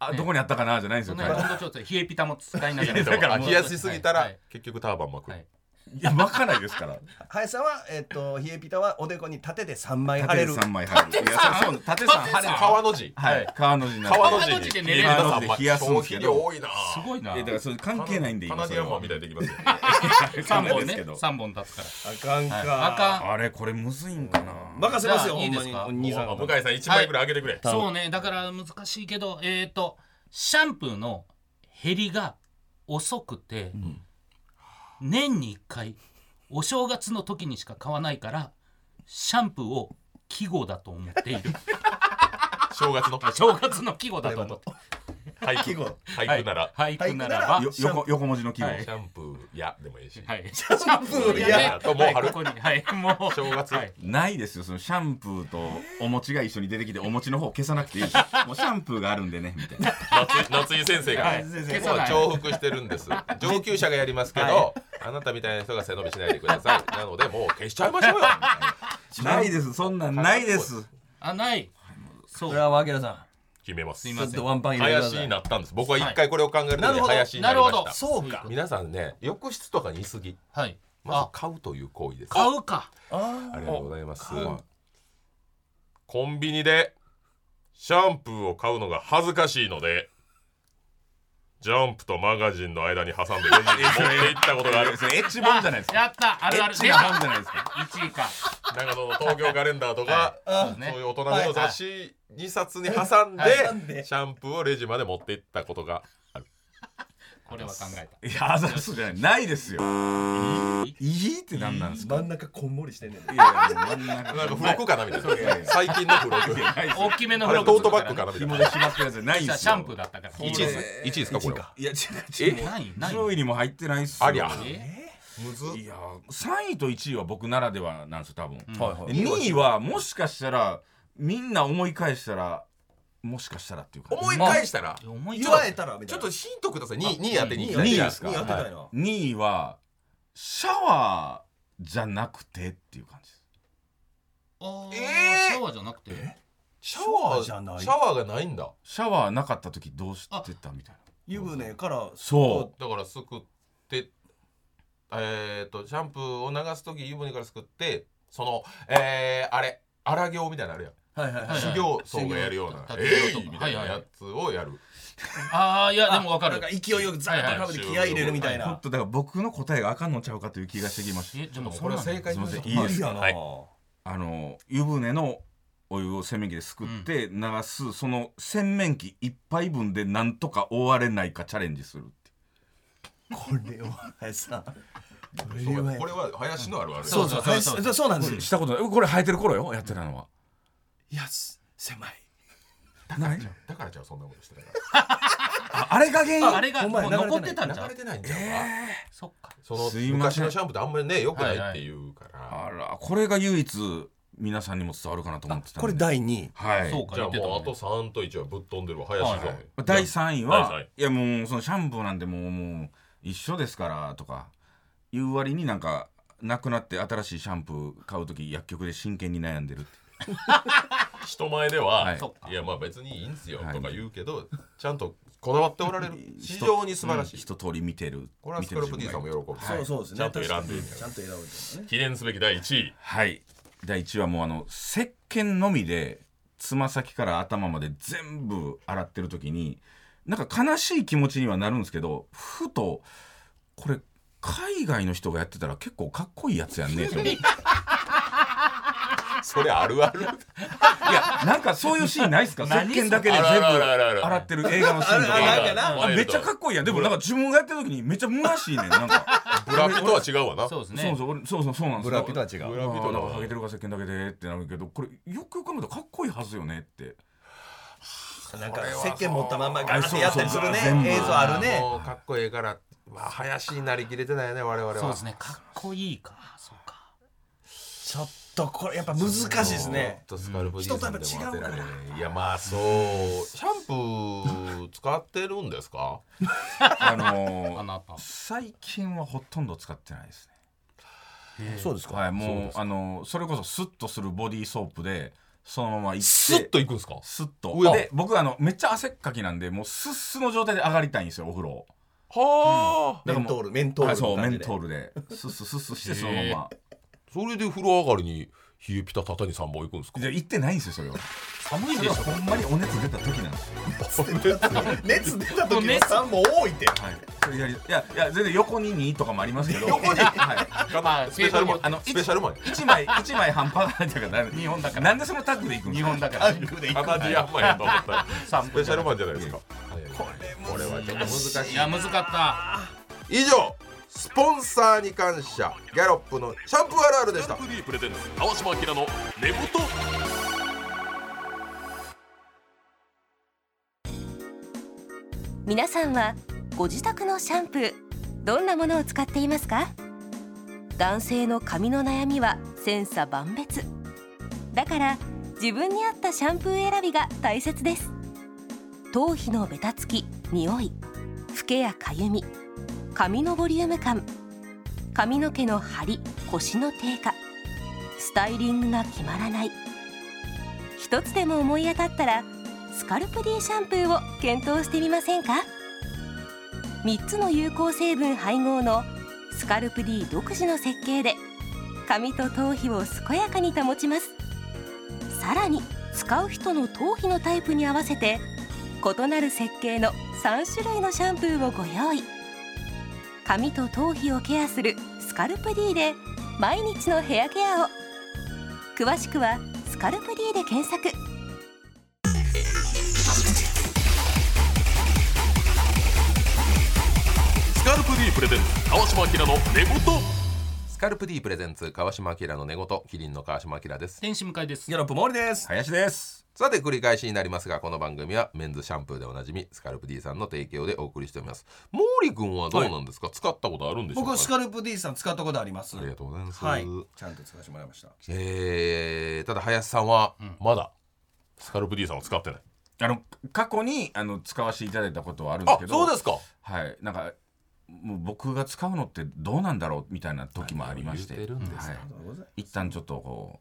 [SPEAKER 4] あどこにあったかなじゃないんです
[SPEAKER 2] そん
[SPEAKER 4] よ回
[SPEAKER 2] な
[SPEAKER 4] 路
[SPEAKER 2] 温度調整冷えピタも使いなが
[SPEAKER 1] (laughs)
[SPEAKER 2] ら
[SPEAKER 1] だから
[SPEAKER 2] もう
[SPEAKER 1] 冷やしすぎた
[SPEAKER 2] は
[SPEAKER 1] ら
[SPEAKER 2] い
[SPEAKER 1] 結局ターバン巻く
[SPEAKER 2] はい
[SPEAKER 4] いや巻かないです (laughs) から
[SPEAKER 5] 林さんは、えっと冷えピタはおでこに縦で3枚貼れ
[SPEAKER 4] 縦
[SPEAKER 5] る
[SPEAKER 4] 三枚貼るいやそうそう縦三貼れ
[SPEAKER 1] 川の字
[SPEAKER 4] はい川の字な
[SPEAKER 1] 川の
[SPEAKER 4] い
[SPEAKER 1] 字
[SPEAKER 2] 川の字で
[SPEAKER 1] に
[SPEAKER 2] 寝れる
[SPEAKER 1] 川の字で冷やすん
[SPEAKER 4] 消
[SPEAKER 1] ですけ
[SPEAKER 4] 費量
[SPEAKER 1] ど多いな
[SPEAKER 2] すごいな
[SPEAKER 4] やだからそれ関係ないんで
[SPEAKER 1] カ
[SPEAKER 4] 今
[SPEAKER 1] ナ
[SPEAKER 4] そ
[SPEAKER 1] デ
[SPEAKER 4] れ
[SPEAKER 1] ィアンマ
[SPEAKER 4] は
[SPEAKER 1] ンみたいにできますよ
[SPEAKER 4] (laughs)
[SPEAKER 2] 三本
[SPEAKER 4] ですけ
[SPEAKER 2] ね
[SPEAKER 4] ど
[SPEAKER 2] 三本立つから
[SPEAKER 5] あかんか、
[SPEAKER 2] はいあかん
[SPEAKER 4] あれこれむずいんかな
[SPEAKER 5] 任せますよほん
[SPEAKER 2] じゃあ
[SPEAKER 5] ま
[SPEAKER 2] いい
[SPEAKER 5] に
[SPEAKER 2] ですか
[SPEAKER 5] お兄さん
[SPEAKER 1] もう
[SPEAKER 5] 方
[SPEAKER 1] 向井さん一枚ぐらいあげてくれ
[SPEAKER 5] 多分
[SPEAKER 2] そうねだから難しいけどえっ、ー、とシャンプーの減りが遅くて、年に1回お正月の時にしか買わないからシャンプーを季語だと思っている
[SPEAKER 1] 正月の
[SPEAKER 2] 正月の季語だと思って
[SPEAKER 1] 俳句俳句なら
[SPEAKER 2] 俳句ならば
[SPEAKER 5] 俳
[SPEAKER 4] よ横横文字の記号
[SPEAKER 2] はい
[SPEAKER 1] シャンプーやでもいいし
[SPEAKER 2] はい、シャンプ
[SPEAKER 5] ー
[SPEAKER 1] いやともう
[SPEAKER 2] はい、
[SPEAKER 1] 春
[SPEAKER 2] ここにはいもう
[SPEAKER 1] 正月
[SPEAKER 2] はい
[SPEAKER 4] ないですよそのシャンプーとお餅が一緒に出てきてお餅の方消さなくていいです (laughs) もうシャンプーがあるんでねみた (laughs) いな
[SPEAKER 1] 夏井夏井先生が
[SPEAKER 2] はい
[SPEAKER 1] 今
[SPEAKER 2] 消
[SPEAKER 1] 日
[SPEAKER 2] さ
[SPEAKER 1] は
[SPEAKER 2] ない
[SPEAKER 1] 重複してるんです上級者がやりますけど、
[SPEAKER 2] は
[SPEAKER 1] あなたみたいな人が背伸びしないでくださいなのでもう消しちゃいましょうよ
[SPEAKER 4] ないですそんなんないです
[SPEAKER 2] あないそ
[SPEAKER 5] こ
[SPEAKER 2] う
[SPEAKER 5] れはワケラさ
[SPEAKER 1] 決めます
[SPEAKER 2] すい
[SPEAKER 5] ん
[SPEAKER 2] ま
[SPEAKER 5] ちょ
[SPEAKER 2] せ
[SPEAKER 5] っ
[SPEAKER 2] ん
[SPEAKER 5] とワンパン入れてくだ
[SPEAKER 1] 林
[SPEAKER 5] さ
[SPEAKER 1] に
[SPEAKER 5] い
[SPEAKER 1] なったんです僕は一回これを考える
[SPEAKER 5] な
[SPEAKER 1] の
[SPEAKER 5] る
[SPEAKER 1] で
[SPEAKER 5] ほど
[SPEAKER 1] 林になりました
[SPEAKER 2] なるほど
[SPEAKER 5] そうか
[SPEAKER 1] 皆さんね浴室とかにいすぎ
[SPEAKER 2] はい
[SPEAKER 1] まず
[SPEAKER 2] あ
[SPEAKER 1] 買うという行為です
[SPEAKER 2] 買うか
[SPEAKER 5] あ
[SPEAKER 1] ありがとうございます
[SPEAKER 5] 買う
[SPEAKER 1] コンビニでシャンプーを買うのが恥ずかしいのでジャンプとマガジンの間に挟んでレジに持って行ったことがある
[SPEAKER 4] それエッチもんじゃないですか
[SPEAKER 2] やったあ
[SPEAKER 4] エ
[SPEAKER 2] るあ
[SPEAKER 4] ッ
[SPEAKER 2] る
[SPEAKER 4] チなもんじゃないですか
[SPEAKER 2] 1位か
[SPEAKER 1] なんかその東京カレンダーとか、
[SPEAKER 5] あ
[SPEAKER 2] ね
[SPEAKER 1] そういう大人の雑誌2冊に挟んで、
[SPEAKER 2] はい
[SPEAKER 5] なんで
[SPEAKER 1] シャンプーをレジまで持って行ったことがある。
[SPEAKER 2] これは考えた
[SPEAKER 4] いやあざすじゃないないですよいいいいってなんなんですか
[SPEAKER 5] 真ん中こんもりしてんねん
[SPEAKER 4] いやいや真ん中
[SPEAKER 1] なんか付録かなみたい
[SPEAKER 4] いやい
[SPEAKER 1] な。
[SPEAKER 4] や
[SPEAKER 1] 最近の付録。
[SPEAKER 4] ないです
[SPEAKER 2] 大きめの
[SPEAKER 1] あ
[SPEAKER 2] フ
[SPEAKER 1] れ
[SPEAKER 2] ロ
[SPEAKER 1] トートバッグかなみたい
[SPEAKER 4] 紐
[SPEAKER 1] な。
[SPEAKER 4] で縛ってるやつないん
[SPEAKER 2] シ
[SPEAKER 4] すよ
[SPEAKER 2] ャンプーだったから
[SPEAKER 1] 1位です1位ですかこれは。
[SPEAKER 4] いや違う違う
[SPEAKER 2] ないない
[SPEAKER 4] 10位にも入ってないっすよ
[SPEAKER 1] ありゃ。
[SPEAKER 2] え
[SPEAKER 1] むず
[SPEAKER 4] いや3位と1位は僕ならではなんですよ多分、
[SPEAKER 5] はいはい
[SPEAKER 4] 2位はもしかしたらみんな思い返したらもしかしたらっていうか
[SPEAKER 1] 思い返したら、
[SPEAKER 2] 思い
[SPEAKER 5] 言
[SPEAKER 2] つ
[SPEAKER 5] われたらみ
[SPEAKER 1] ち
[SPEAKER 5] た
[SPEAKER 1] ょ
[SPEAKER 5] い
[SPEAKER 1] っ
[SPEAKER 5] な
[SPEAKER 1] とヒントください。2位当てに行きたい
[SPEAKER 4] 2位
[SPEAKER 1] じゃ
[SPEAKER 4] で
[SPEAKER 1] ん
[SPEAKER 4] すか
[SPEAKER 5] 2位当てたいな
[SPEAKER 4] は2位はシャワーじゃなくてっていう感じです
[SPEAKER 2] あー
[SPEAKER 1] えー
[SPEAKER 2] シャワーじゃなくて
[SPEAKER 1] シャワ
[SPEAKER 5] シャワ
[SPEAKER 1] ー
[SPEAKER 5] ーじゃない
[SPEAKER 1] シャワーがないんだ。
[SPEAKER 4] シャワーなかった時どうしてたみたいな
[SPEAKER 5] 湯船から
[SPEAKER 4] そ
[SPEAKER 1] だからすくって、えっと、シャンプーを流すとき湯船からすくって、その、えー、あれ、荒行みたいなのあるやん。
[SPEAKER 5] はいはいはい
[SPEAKER 1] 修行僧がやるような「
[SPEAKER 2] 修行
[SPEAKER 1] え
[SPEAKER 2] 立
[SPEAKER 1] い!」
[SPEAKER 2] てようとか
[SPEAKER 1] みたいな
[SPEAKER 2] はいはい
[SPEAKER 1] やつをやる
[SPEAKER 2] ああいやでもわかる
[SPEAKER 5] なんか勢いよくザーッとかぶって気合い入れるみたい
[SPEAKER 4] ちょっ
[SPEAKER 5] な
[SPEAKER 4] とだから僕の答えがあかんのちゃうかという気がしてきました
[SPEAKER 2] えでも
[SPEAKER 1] これは正解
[SPEAKER 4] すいません
[SPEAKER 1] い
[SPEAKER 4] いいです
[SPEAKER 5] い
[SPEAKER 4] か
[SPEAKER 5] やな
[SPEAKER 1] はい
[SPEAKER 4] あの湯船のお湯を洗面器ですくって流す、その洗面器一杯分でなんとか終われないかチャレンジするって
[SPEAKER 5] これは林さんこ
[SPEAKER 1] そう
[SPEAKER 5] れは
[SPEAKER 1] これは林のあるある
[SPEAKER 5] そうそうそう
[SPEAKER 2] そう
[SPEAKER 5] そうそうなんですよ
[SPEAKER 4] したことないこれ生えてる頃よやってたのは、
[SPEAKER 5] いやす狭い
[SPEAKER 4] ない
[SPEAKER 1] だからじゃあそんなことしてたか
[SPEAKER 4] ああれが原因
[SPEAKER 2] あれが
[SPEAKER 5] お
[SPEAKER 2] も
[SPEAKER 5] 前
[SPEAKER 2] う
[SPEAKER 5] 流れてない
[SPEAKER 2] 残ってたんじゃ
[SPEAKER 1] ら
[SPEAKER 2] ん
[SPEAKER 1] 流れてないんちゃうか、
[SPEAKER 2] そっか
[SPEAKER 1] その
[SPEAKER 4] すいま
[SPEAKER 1] 昔
[SPEAKER 4] せん
[SPEAKER 1] のシャンプーってあんまりねよくないっていうから、
[SPEAKER 4] あらこれが唯一皆さんにも伝わるかなと思ってたんで
[SPEAKER 5] これ第2位
[SPEAKER 4] はい
[SPEAKER 2] そうか
[SPEAKER 1] じゃあ
[SPEAKER 2] 言ってた
[SPEAKER 1] もうあと3と1はぶっ飛んでるわ林さん、
[SPEAKER 2] はい
[SPEAKER 4] 第3位は
[SPEAKER 1] 第三位
[SPEAKER 4] いやもうそのシャンプーなんてもうもう一緒ですからとかいう割になんかなくなって新しいシャンプー買う時薬局で真剣に悩んでるって
[SPEAKER 1] 人前では、
[SPEAKER 4] はいい、
[SPEAKER 1] やまあ別にいいんすよ
[SPEAKER 4] はい
[SPEAKER 1] とか言うけど、ちゃんとこだわっておられる非常に素晴らしい、
[SPEAKER 4] 一通り見てる
[SPEAKER 1] これはスクロプディさんも喜ぶ、
[SPEAKER 4] はい
[SPEAKER 5] そうそうですね
[SPEAKER 1] ちゃんと選んでいいね
[SPEAKER 5] 確かにちゃんと選ぶんだよね
[SPEAKER 1] 記念すべき第1位
[SPEAKER 4] はい第一はもうあの石鹸のみでつま先から頭まで全部洗ってる時になんか悲しい気持ちにはなるんですけどふとこれ海外の人がやってたら結構かっこいいやつやんねと思ってい
[SPEAKER 1] それあるある
[SPEAKER 4] やなんかそういうシーンないですか石
[SPEAKER 2] 何
[SPEAKER 4] 鹸だけで全部
[SPEAKER 1] あらあらあらあら
[SPEAKER 4] 洗ってる映画のシーンと
[SPEAKER 3] あらあらあら
[SPEAKER 4] か。
[SPEAKER 3] んかな
[SPEAKER 4] あめっちゃかっこいいやんでもなんか自分がやってる時にめっちゃ虚しいねんなんか
[SPEAKER 1] ブラピとは違うわな
[SPEAKER 2] そうです
[SPEAKER 4] そう
[SPEAKER 2] ね
[SPEAKER 4] そう俺そうそうそうなんです
[SPEAKER 5] ブラピとは違
[SPEAKER 1] ブ
[SPEAKER 5] う。
[SPEAKER 1] ラピと
[SPEAKER 4] あー
[SPEAKER 1] だ
[SPEAKER 4] なん
[SPEAKER 1] わ
[SPEAKER 4] かハゲてるから石鹸だけでってなるけどこれよくよく考えたらかっこいいはずよね
[SPEAKER 2] (laughs)
[SPEAKER 4] って
[SPEAKER 3] なんか石鹸持ったまんまガーってやったりするね
[SPEAKER 4] あそうそうそう
[SPEAKER 3] 映像あるね
[SPEAKER 1] もうかっこええからまあ林になりきれてないよね我々は
[SPEAKER 2] そうですねかっこいいかそうか
[SPEAKER 3] ちょっとこれやっぱ難しいですね
[SPEAKER 1] ちょっとスカルプじいさんでも
[SPEAKER 3] 人とやっぱ違うから
[SPEAKER 1] 当てられないいやまあそうシャンプー使ってるんですか
[SPEAKER 4] あの
[SPEAKER 2] あ
[SPEAKER 4] ー
[SPEAKER 2] なた
[SPEAKER 4] 最近はほとんど使ってないですね
[SPEAKER 5] そうですか。
[SPEAKER 4] はいもうあのーそれこそスッとするボディーソープでそのままいって
[SPEAKER 1] スッといくんですか
[SPEAKER 4] スッと
[SPEAKER 1] うわ
[SPEAKER 4] で僕あのめっちゃ汗っかきなんでもうスッスの状態で上がりたいんですよお風呂
[SPEAKER 1] はあ、
[SPEAKER 3] メントールメントー
[SPEAKER 4] はい
[SPEAKER 3] ル
[SPEAKER 4] そう
[SPEAKER 3] の
[SPEAKER 4] メ
[SPEAKER 3] 感じ
[SPEAKER 4] ン
[SPEAKER 3] で
[SPEAKER 4] トールでスッスッスッスッしてそのまま
[SPEAKER 1] それで風呂上がりに冷えピタたたに3本いくんですか
[SPEAKER 4] じゃ行ってないんですよそれは
[SPEAKER 2] 寒い
[SPEAKER 4] そ
[SPEAKER 2] でし
[SPEAKER 4] れ
[SPEAKER 2] ょ
[SPEAKER 4] はほんまにお熱出た時なんですよ
[SPEAKER 3] 熱出た時の3も多いって
[SPEAKER 4] はいそれやりいやいや全然横に2とかもありますけど横にはい
[SPEAKER 2] まあ
[SPEAKER 1] スペシャルマン
[SPEAKER 4] あの
[SPEAKER 1] スペシャルマン
[SPEAKER 4] 一枚一枚半端ないだから日本だからなんでそのタッグで行くんです
[SPEAKER 2] 日
[SPEAKER 4] か
[SPEAKER 2] 本だからね
[SPEAKER 1] カナディアンマンやと思ったら
[SPEAKER 2] 散
[SPEAKER 1] ス
[SPEAKER 2] 歩
[SPEAKER 1] ペ
[SPEAKER 2] じ
[SPEAKER 1] シ
[SPEAKER 2] ゃ
[SPEAKER 1] ャル
[SPEAKER 2] ない
[SPEAKER 1] マンじゃないですかこれはちょっと難しい
[SPEAKER 2] いや難かっ
[SPEAKER 1] 以上スポンサーに感謝ギャロップのシャンプーあるあるでしたプレゼンツ川島明の寝言
[SPEAKER 6] 皆さんはご自宅のシャンプーどんなものを使っていますか男性の髪の悩みは千差万別だから自分に合ったシャンプー選びが大切です頭皮のベタつき、匂い、フけやかゆみ、髪のボリューム感髪の毛の張り、腰の低下スタイリングが決まらない一つでも思い当たったらスカルプ D シャンプーを検討してみませんか3つの有効成分配合のスカルプ D 独自の設計で髪と頭皮を健やかに保ちますさらに使う人の頭皮のタイプに合わせて異なる設計の3種類のシャンプーをご用意髪と頭皮をケアするスカルプ D で毎日のヘアケアを詳しくは「スカルプ D」で検索
[SPEAKER 1] スカルプ D プレゼンツ川島明の寝言スカルプ D プレゼンツ川島明の寝言キリンの川島明です
[SPEAKER 2] た天使向かいです
[SPEAKER 3] ギャロップ毛利です
[SPEAKER 4] 林です
[SPEAKER 1] さて繰り返しになりますがこの番組はメンズシャンプーでおなじみスカルプ D さんの提供でお送りしております毛利君はどうなんですか、使ったことあるんでしょうか
[SPEAKER 3] 僕スカルプ D さん使ったことあります
[SPEAKER 1] ありがとうございます、
[SPEAKER 3] はいちゃんと使わせてもらいました
[SPEAKER 1] えー、ただ林さんはまだスカルプ D さんを使ってない、
[SPEAKER 4] あの過去にあの使わせていただいたことはあるんですけど
[SPEAKER 1] すか
[SPEAKER 4] はいなんかもう僕が使うのってどうなんだろうみたいな時もありまして
[SPEAKER 1] 言うてるんですね
[SPEAKER 4] はい、一旦ちょっとこう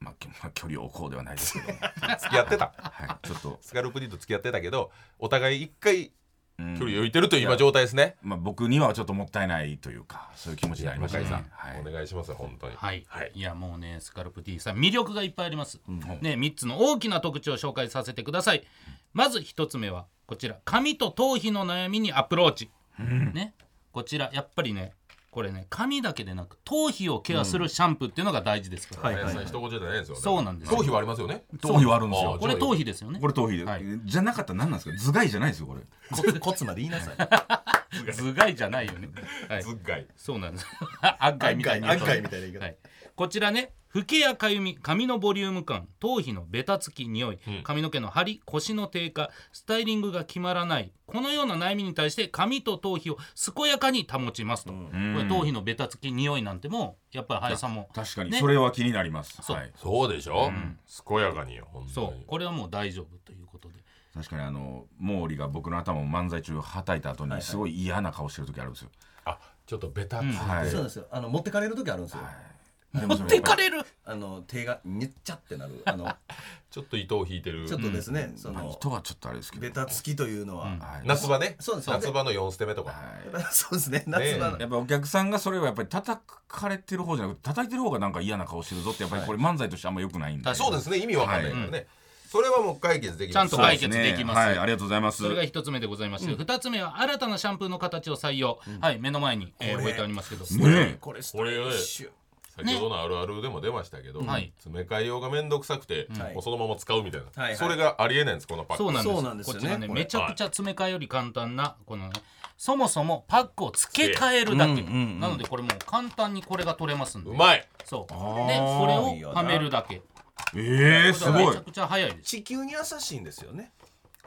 [SPEAKER 4] まあ、きま (laughs) あ距離を置こうではないですけど、 (laughs)
[SPEAKER 1] 付き合ってた
[SPEAKER 4] はい、ちょっと、
[SPEAKER 1] スカルプ D と付き合ってたけどお互い一回
[SPEAKER 4] うん
[SPEAKER 1] 距離を置いてるという今状態ですね、
[SPEAKER 4] まあ、僕にはちょっともったいないというかそういう気持ちになり
[SPEAKER 1] 向
[SPEAKER 4] ま
[SPEAKER 1] 井
[SPEAKER 4] し
[SPEAKER 1] さ
[SPEAKER 4] たね
[SPEAKER 1] ん、
[SPEAKER 4] はい
[SPEAKER 1] お願いします本当に
[SPEAKER 2] はい、い、やもうねスカルプ D さん魅力がいっぱいあります、ね3つの大きな特徴を紹介させてください、まず1つ目はこちら髪と頭皮の悩みにアプローチ、ねこちらやっぱりねこれね髪だけでなく頭皮をケアするシャンプーっていうのが大事ですから、
[SPEAKER 1] 林さん一言じゃないですよね
[SPEAKER 2] そうなんですよ
[SPEAKER 1] 頭皮はありますよね
[SPEAKER 4] 頭皮はあるんですよ
[SPEAKER 1] あ
[SPEAKER 2] これ頭皮ですよね
[SPEAKER 4] これ頭皮で、じゃなかったら何なんですか頭蓋じゃないですよこれ
[SPEAKER 3] コツコツまで言いなさい (laughs)
[SPEAKER 2] 頭蓋じゃないよね、はい、
[SPEAKER 1] 頭蓋
[SPEAKER 2] そうなんです赤いみたいな
[SPEAKER 3] 赤い赤いみたいな言い方
[SPEAKER 2] はい、こちらねふけやかゆみ髪のボリューム感頭皮のベタつき匂い、髪の毛の張り腰の低下スタイリングが決まらないこのような悩みに対して髪と頭皮を健やかに保ちますと、これ頭皮のベタつき匂いなんてもやっぱり林さんも
[SPEAKER 4] 確かに
[SPEAKER 2] ね
[SPEAKER 4] それは気になります、
[SPEAKER 2] そう
[SPEAKER 4] はい
[SPEAKER 1] そうでしょ、健やかによ本当
[SPEAKER 2] そう
[SPEAKER 1] に
[SPEAKER 2] これはもう大丈夫ということで
[SPEAKER 4] 確かにあの毛利が僕の頭を漫才中はたいた後にすごい嫌な顔してる時あるんですよ、
[SPEAKER 1] あちょっとベタつい
[SPEAKER 2] ん
[SPEAKER 1] て
[SPEAKER 4] はい
[SPEAKER 3] そうなんですよあの持ってかれる時あるんですよ
[SPEAKER 4] で
[SPEAKER 2] 持
[SPEAKER 4] もそ
[SPEAKER 2] って
[SPEAKER 4] れ
[SPEAKER 2] いかれる
[SPEAKER 5] あの手がにっちゃってな
[SPEAKER 2] (laughs)
[SPEAKER 5] るあの
[SPEAKER 1] ちょっと糸を引いてる
[SPEAKER 5] ちょっとですね、そ
[SPEAKER 4] まあ
[SPEAKER 5] の
[SPEAKER 4] 人はちょっとあれですけど
[SPEAKER 5] ベタつきというのは、
[SPEAKER 2] うん
[SPEAKER 4] はい
[SPEAKER 1] 夏場ね
[SPEAKER 5] そうです
[SPEAKER 1] 夏場の4捨て目とか、
[SPEAKER 4] は
[SPEAKER 5] (laughs) そうですね夏場の、
[SPEAKER 4] いやっぱお客さんがそれをやっぱり叩かれてる方じゃなくて叩いてる方がなんか嫌な顔してるぞってやっぱりこれ漫才としてあんま良くないんで、
[SPEAKER 2] はい
[SPEAKER 1] そうですね意味わかんないからね、それはもう解決でき
[SPEAKER 2] ちゃ
[SPEAKER 1] ま
[SPEAKER 2] ん
[SPEAKER 1] す
[SPEAKER 2] と解決できます
[SPEAKER 4] はい、ありがとうございます
[SPEAKER 2] それが一つ目でございまして、二つ目は新たなシャンプーの形を採用、はい目の前に、えー
[SPEAKER 5] これ
[SPEAKER 2] 置いてありますけど、
[SPEAKER 4] ねえ
[SPEAKER 5] これス
[SPEAKER 1] これね
[SPEAKER 5] シュ
[SPEAKER 1] 先ほどのあるあるでも出ましたけど、
[SPEAKER 2] はい
[SPEAKER 1] 詰め替え用が面倒くさくて、
[SPEAKER 5] はい
[SPEAKER 1] もうそのまま使うみたいな、
[SPEAKER 5] はいはい
[SPEAKER 1] それがありえないんですこのパック
[SPEAKER 2] そうなんです
[SPEAKER 5] そうなんですよね
[SPEAKER 2] こちらね
[SPEAKER 5] これ
[SPEAKER 2] めちゃくちゃ詰め替えより簡単なこのねそもそもパックを付け替えるだけ、
[SPEAKER 5] うんうんうん
[SPEAKER 2] なのでこれもう簡単にこれが取れますんで
[SPEAKER 1] うまい
[SPEAKER 2] そうで
[SPEAKER 4] あ
[SPEAKER 2] こ
[SPEAKER 4] ー
[SPEAKER 2] れをはめるだけ
[SPEAKER 4] えー、すご
[SPEAKER 2] め
[SPEAKER 4] い
[SPEAKER 2] ちゃくちゃ早いです
[SPEAKER 5] 地球に優しいんですよね、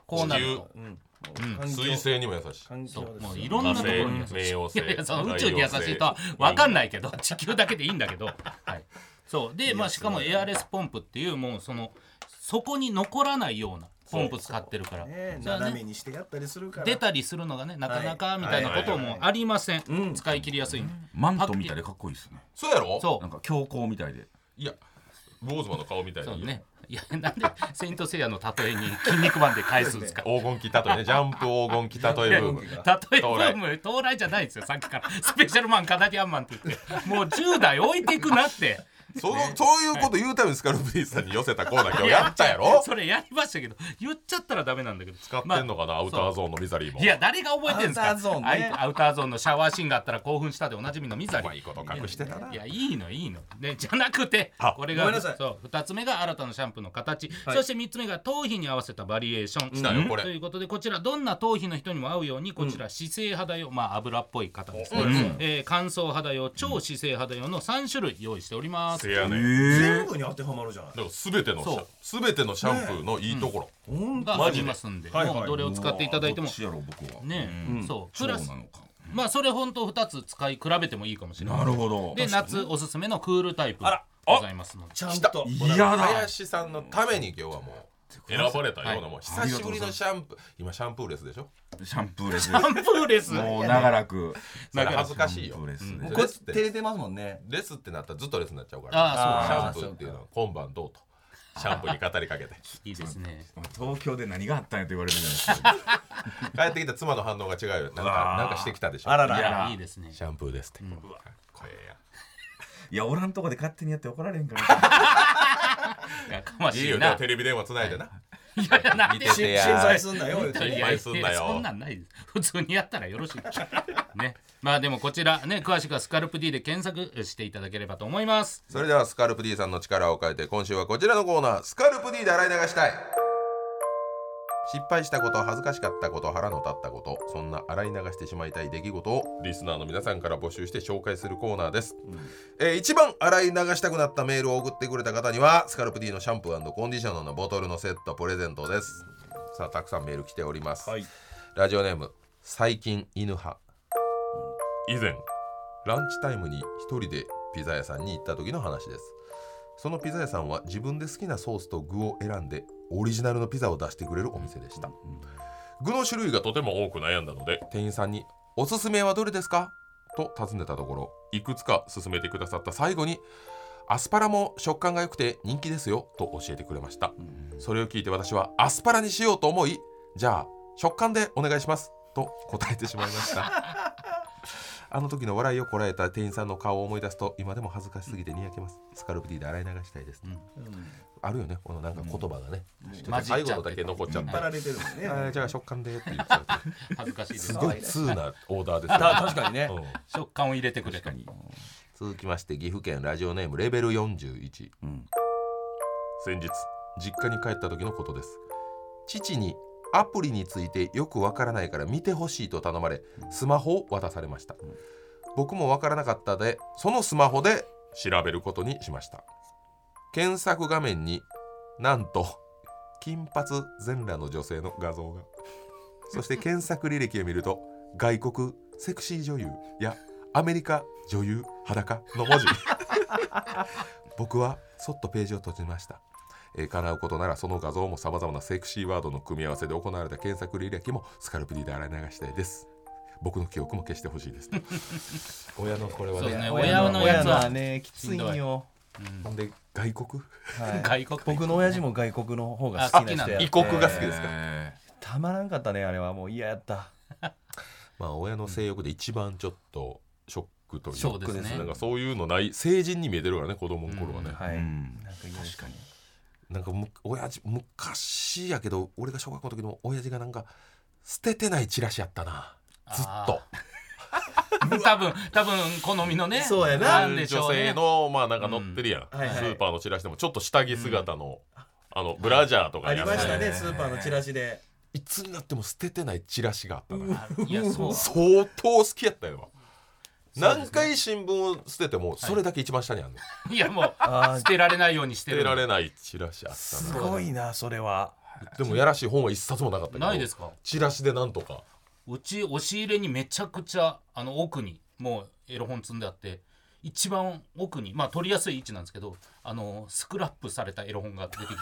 [SPEAKER 2] こうなると
[SPEAKER 5] うんも
[SPEAKER 2] うん
[SPEAKER 5] う環境
[SPEAKER 1] 水性にも優しい
[SPEAKER 5] 環境
[SPEAKER 2] そ
[SPEAKER 5] です
[SPEAKER 2] う
[SPEAKER 5] よ
[SPEAKER 2] もういろんなところに優し
[SPEAKER 1] 火
[SPEAKER 2] い
[SPEAKER 1] 星冥王星
[SPEAKER 2] いやいやその宇宙に優しいとは分かんないけど地球だけでいいんだけど、はい、そうで、まあ、しかもエアレスポンプっていうもうそのそこに残らないようなポンプ使ってるから
[SPEAKER 5] ね
[SPEAKER 2] それはね
[SPEAKER 5] 斜めにしてやったりするから
[SPEAKER 2] 出たりするのがねなかなかみたいなこともありません、使い切りやすい、
[SPEAKER 4] マントみたいでかっこいいですね
[SPEAKER 1] そうやろ
[SPEAKER 2] そ
[SPEAKER 4] な
[SPEAKER 2] うん
[SPEAKER 4] か強行みたいで
[SPEAKER 1] いやボーズマンの顔みたい
[SPEAKER 2] そ
[SPEAKER 1] な
[SPEAKER 2] うねいやなんで「セイント・セイヤ」の例えに筋肉マンで返すんで
[SPEAKER 1] (laughs)
[SPEAKER 2] すか
[SPEAKER 1] 黄金期例え
[SPEAKER 2] (laughs)
[SPEAKER 1] ねジャンプ黄金期例えブーム
[SPEAKER 2] 例えブーム到来じゃないですよさっきからスペシャルマンカナディアンマンって言ってもう10代置いていくなって
[SPEAKER 1] そのそういうこと言うためにスカルプリーさんに寄せたコーナ
[SPEAKER 2] (laughs)
[SPEAKER 1] ー今日やったやろ
[SPEAKER 2] それやりましたけど言っちゃったらダメなんだけど
[SPEAKER 1] 使ってんのかな、アウターゾーンのミザリーも
[SPEAKER 2] いや誰が覚えてるんですか
[SPEAKER 5] アウターゾーンね
[SPEAKER 2] あいアウターゾーンのシャワーシーンがあったら興奮したでおなじみのミザ
[SPEAKER 1] う
[SPEAKER 2] リ
[SPEAKER 1] まいこと隠してたない
[SPEAKER 2] やいいのいいの、ね、じゃなくて
[SPEAKER 1] あ
[SPEAKER 2] これが
[SPEAKER 5] ごめんなさい
[SPEAKER 2] そう2つ目が新たなシャンプーの形、そして3つ目が頭皮に合わせたバリエーション
[SPEAKER 1] 来たよこれ
[SPEAKER 2] ということでこちらどんな頭皮の人にも合うようにこちら姿勢肌用、まあ油っぽい方ですね、えー乾燥肌用超姿勢肌用の3種類用意しております、
[SPEAKER 1] せやねん
[SPEAKER 5] 全部に当てはまるじゃない
[SPEAKER 1] でも全てのシ
[SPEAKER 2] そ
[SPEAKER 1] ャ全てのシャンプーのいいところ、
[SPEAKER 5] 本
[SPEAKER 2] がありますんで、
[SPEAKER 5] マジで
[SPEAKER 2] もうどれを使っていただいても
[SPEAKER 4] うわどっちやろう僕は
[SPEAKER 2] ね、そうプ
[SPEAKER 4] そうな
[SPEAKER 2] ラ
[SPEAKER 4] の
[SPEAKER 2] ス
[SPEAKER 4] か
[SPEAKER 2] まあそれ本当2つ使い比べてもいいかもしれない
[SPEAKER 4] なるほど
[SPEAKER 2] で夏おすすめのクールタイプがございますので
[SPEAKER 5] ちゃんと
[SPEAKER 4] 嫌だ
[SPEAKER 1] 林さんのために今日はもう選ばれたようなもう久しぶりのシャンプー今シャンプーレスでしょ
[SPEAKER 4] シャンプーレス
[SPEAKER 2] アンプーレス
[SPEAKER 4] もう長らく
[SPEAKER 1] それ恥ずかしい
[SPEAKER 4] シャ
[SPEAKER 1] よ
[SPEAKER 4] ンプーレス
[SPEAKER 1] うん
[SPEAKER 4] で
[SPEAKER 5] これ照れてますもんね
[SPEAKER 1] レスってなったらずっとレスになっちゃうか
[SPEAKER 2] あ
[SPEAKER 1] ら
[SPEAKER 5] あ
[SPEAKER 1] シ
[SPEAKER 5] そう
[SPEAKER 1] ャンプーっていうのは今晩どうとシャンプーに語りかけて
[SPEAKER 2] いいですね
[SPEAKER 4] 東京で何があったんやと言われるじゃないですか
[SPEAKER 1] 帰ってきた妻の反応が違うよなんかなんかしてきたでしょ
[SPEAKER 5] あら
[SPEAKER 2] い
[SPEAKER 5] ら
[SPEAKER 2] やいいですね
[SPEAKER 1] シャンプーですって、うわこれや
[SPEAKER 4] (laughs) いや俺んとこで勝手にやって怒られへんから
[SPEAKER 2] いやかま
[SPEAKER 1] いい
[SPEAKER 2] しい
[SPEAKER 1] よで
[SPEAKER 2] な
[SPEAKER 1] もテレビ電話つないでな、
[SPEAKER 2] いやいやなんで
[SPEAKER 1] 見てて
[SPEAKER 5] 心配すんなよ言うて
[SPEAKER 1] 失
[SPEAKER 2] いやいや
[SPEAKER 1] 敗すんなよ
[SPEAKER 2] そんなんないです普通にやったらよろしいねまあでもこちらね詳しくはスカルプ D で検索していただければと思います
[SPEAKER 1] それではスカルプ D さんの力を変えて今週はこちらのコーナースカルプ D で洗い流したい失敗したこと恥ずかしかったこと腹の立ったことそんな洗い流してしまいたい出来事をリスナーの皆さんから募集して紹介するコーナーです、えー一番洗い流したくなったメールを送ってくれた方にはスカルプ D のシャンプーコンディショナーのボトルのセットプレゼントですさあたくさんメール来ております、
[SPEAKER 5] はい
[SPEAKER 1] ラジオネーム最近犬派以前ランチタイムに一人でピザ屋さんに行った時の話ですそのピザ屋さんは自分で好きなソースと具を選んでオリジナルのピザを出してくれるお店でした具の種類がとても多く悩んだので店員さんに「おすすめはどれですか?」と尋ねたところいくつか勧めてくださった最後に「アスパラも食感が良くて人気ですよ」と教えてくれましたそれを聞いて私はアスパラにしようと思いじゃあ食感でお願いしますと答えてしまいました (laughs) あの時の笑いをこらえた店員さんの顔を思い出すと今でも恥ずかしすぎてにやけます。スカルプ D で洗い流したいです。あるよね、このなんか言葉がね。
[SPEAKER 2] 混じっ
[SPEAKER 1] 最後
[SPEAKER 2] ちゃ
[SPEAKER 1] の
[SPEAKER 2] っ
[SPEAKER 1] だ
[SPEAKER 2] て
[SPEAKER 1] け残っちゃっ
[SPEAKER 5] 引っ張
[SPEAKER 1] た。
[SPEAKER 5] られてるもんね
[SPEAKER 1] あーじゃあ食感でって言っちゃうと。
[SPEAKER 2] 恥ずかしいですす
[SPEAKER 1] ごい通なオーダーです
[SPEAKER 5] た
[SPEAKER 1] よ
[SPEAKER 5] 確かにね
[SPEAKER 1] ね。うん
[SPEAKER 2] 食感を入れてくれた
[SPEAKER 1] 続きまして岐阜県ラジオネームレベル41、
[SPEAKER 4] ん
[SPEAKER 1] 先日実家に帰った時のことです父にアプリについてよくわからないから見てほしいと頼まれスマホを渡されました、僕もわからなかったでそのスマホで調べることにしました検索画面になんと金髪全裸の女性の画像がそして検索履歴を見ると外国セクシー女優やアメリカ女優裸の文字僕はそっとページを閉じました、えー叶うことならその画像もさまざまなセクシーワードの組み合わせで行われた検索履歴もスカルプ D で洗い流したいです僕の記憶も消してほしいですと (laughs) 親のこれは
[SPEAKER 2] そう
[SPEAKER 1] ね
[SPEAKER 2] ですね親のや
[SPEAKER 5] 親
[SPEAKER 2] つ
[SPEAKER 5] の
[SPEAKER 2] は、
[SPEAKER 5] ねきついんよ
[SPEAKER 1] ほんで外国
[SPEAKER 5] はい
[SPEAKER 2] 外国
[SPEAKER 5] 僕の親父も外国の方が好きな人やって
[SPEAKER 1] 異国が好きですか、
[SPEAKER 4] え
[SPEAKER 5] たまらんかったねあれはもう嫌やった
[SPEAKER 1] まあ親の性欲で一番ちょっとショックというか
[SPEAKER 2] そうですね
[SPEAKER 1] なんかそういうのない成人に見えてるからね子供の頃はね、
[SPEAKER 5] はい、
[SPEAKER 4] うん
[SPEAKER 5] なんか嫌確かに
[SPEAKER 1] なんかむ親父昔やけど俺が小学校の時の親父がなんか捨ててないチラシやったなずっと
[SPEAKER 2] 多分多分好みのね
[SPEAKER 5] そうやな
[SPEAKER 2] なんでしょ
[SPEAKER 1] 女
[SPEAKER 2] うね
[SPEAKER 1] 性のまあなんか載ってるやん、
[SPEAKER 5] はいはい
[SPEAKER 1] スーパーのチラシでもちょっと下着姿の、あのブラジャーとか
[SPEAKER 5] ありました
[SPEAKER 1] やつ
[SPEAKER 5] ねスーパーのチラシで
[SPEAKER 1] いつになっても捨ててないチラシがあったのよ
[SPEAKER 2] いやそう
[SPEAKER 1] 相当好きやったよ何回新聞を捨ててもそれだけ一番下にあるの、
[SPEAKER 2] いやもう
[SPEAKER 5] あー
[SPEAKER 2] 捨てられないようにして
[SPEAKER 1] 捨
[SPEAKER 2] る
[SPEAKER 1] てられないチラシあった
[SPEAKER 5] す
[SPEAKER 1] な
[SPEAKER 5] ごいなそれは
[SPEAKER 1] でもやらしい本は一冊もなかったけど
[SPEAKER 2] ないですか
[SPEAKER 1] チラシでなんとか
[SPEAKER 2] うち押し入れにめちゃくちゃあの奥にもうエロ本積んであって一番奥にまあ取りやすい位置なんですけどあのスクラップされたエロ本が出てきて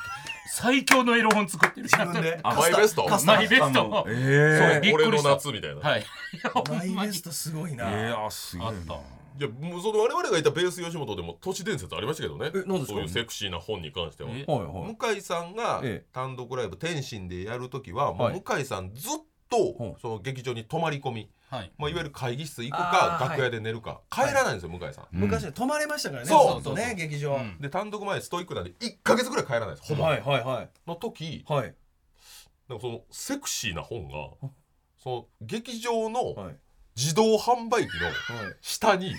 [SPEAKER 2] 最強のエロ本
[SPEAKER 1] (laughs)
[SPEAKER 2] 作ってる自
[SPEAKER 5] 自分で
[SPEAKER 1] あマイベスト
[SPEAKER 5] カスタ
[SPEAKER 2] マイベスト
[SPEAKER 4] ええ
[SPEAKER 2] そうびっ
[SPEAKER 1] 俺
[SPEAKER 2] く
[SPEAKER 1] の
[SPEAKER 2] りした
[SPEAKER 1] 夏みたいな、
[SPEAKER 2] はいいやほん
[SPEAKER 5] マイ
[SPEAKER 2] ま
[SPEAKER 5] ベ
[SPEAKER 2] に
[SPEAKER 5] ストすごい
[SPEAKER 4] ええ
[SPEAKER 5] な
[SPEAKER 4] あすごい
[SPEAKER 2] あった
[SPEAKER 4] な
[SPEAKER 1] いやもうその我々がいたベース吉本でも都市伝説ありましたけどね
[SPEAKER 5] え何ですか
[SPEAKER 1] そういうセクシーな本に関しては
[SPEAKER 2] え
[SPEAKER 5] はいはい
[SPEAKER 1] 向井さんが
[SPEAKER 5] ええ
[SPEAKER 1] 単独ライブ天津でやる時はも
[SPEAKER 5] は
[SPEAKER 1] う
[SPEAKER 5] い
[SPEAKER 1] 向井さんずっ
[SPEAKER 5] ほ
[SPEAKER 1] と
[SPEAKER 5] う
[SPEAKER 1] その劇場に泊まり込み、
[SPEAKER 2] はい
[SPEAKER 1] まあ、いわゆる会議室行く
[SPEAKER 5] あ
[SPEAKER 1] か
[SPEAKER 5] ー
[SPEAKER 1] 楽屋で寝るか帰らないんですよ向井さん。
[SPEAKER 4] うん
[SPEAKER 5] 昔泊まれましたからね
[SPEAKER 1] そう
[SPEAKER 5] ずっとね劇場
[SPEAKER 2] う
[SPEAKER 5] は
[SPEAKER 2] ん
[SPEAKER 1] で単独前ストイックなんで1か月ぐらい帰らないですほ
[SPEAKER 5] い
[SPEAKER 1] ぼ、
[SPEAKER 5] はいは
[SPEAKER 1] の時
[SPEAKER 5] いはい
[SPEAKER 1] なんかそのセクシーな本がその劇場の
[SPEAKER 5] はい
[SPEAKER 1] 自動販売機の下
[SPEAKER 2] (laughs)
[SPEAKER 1] に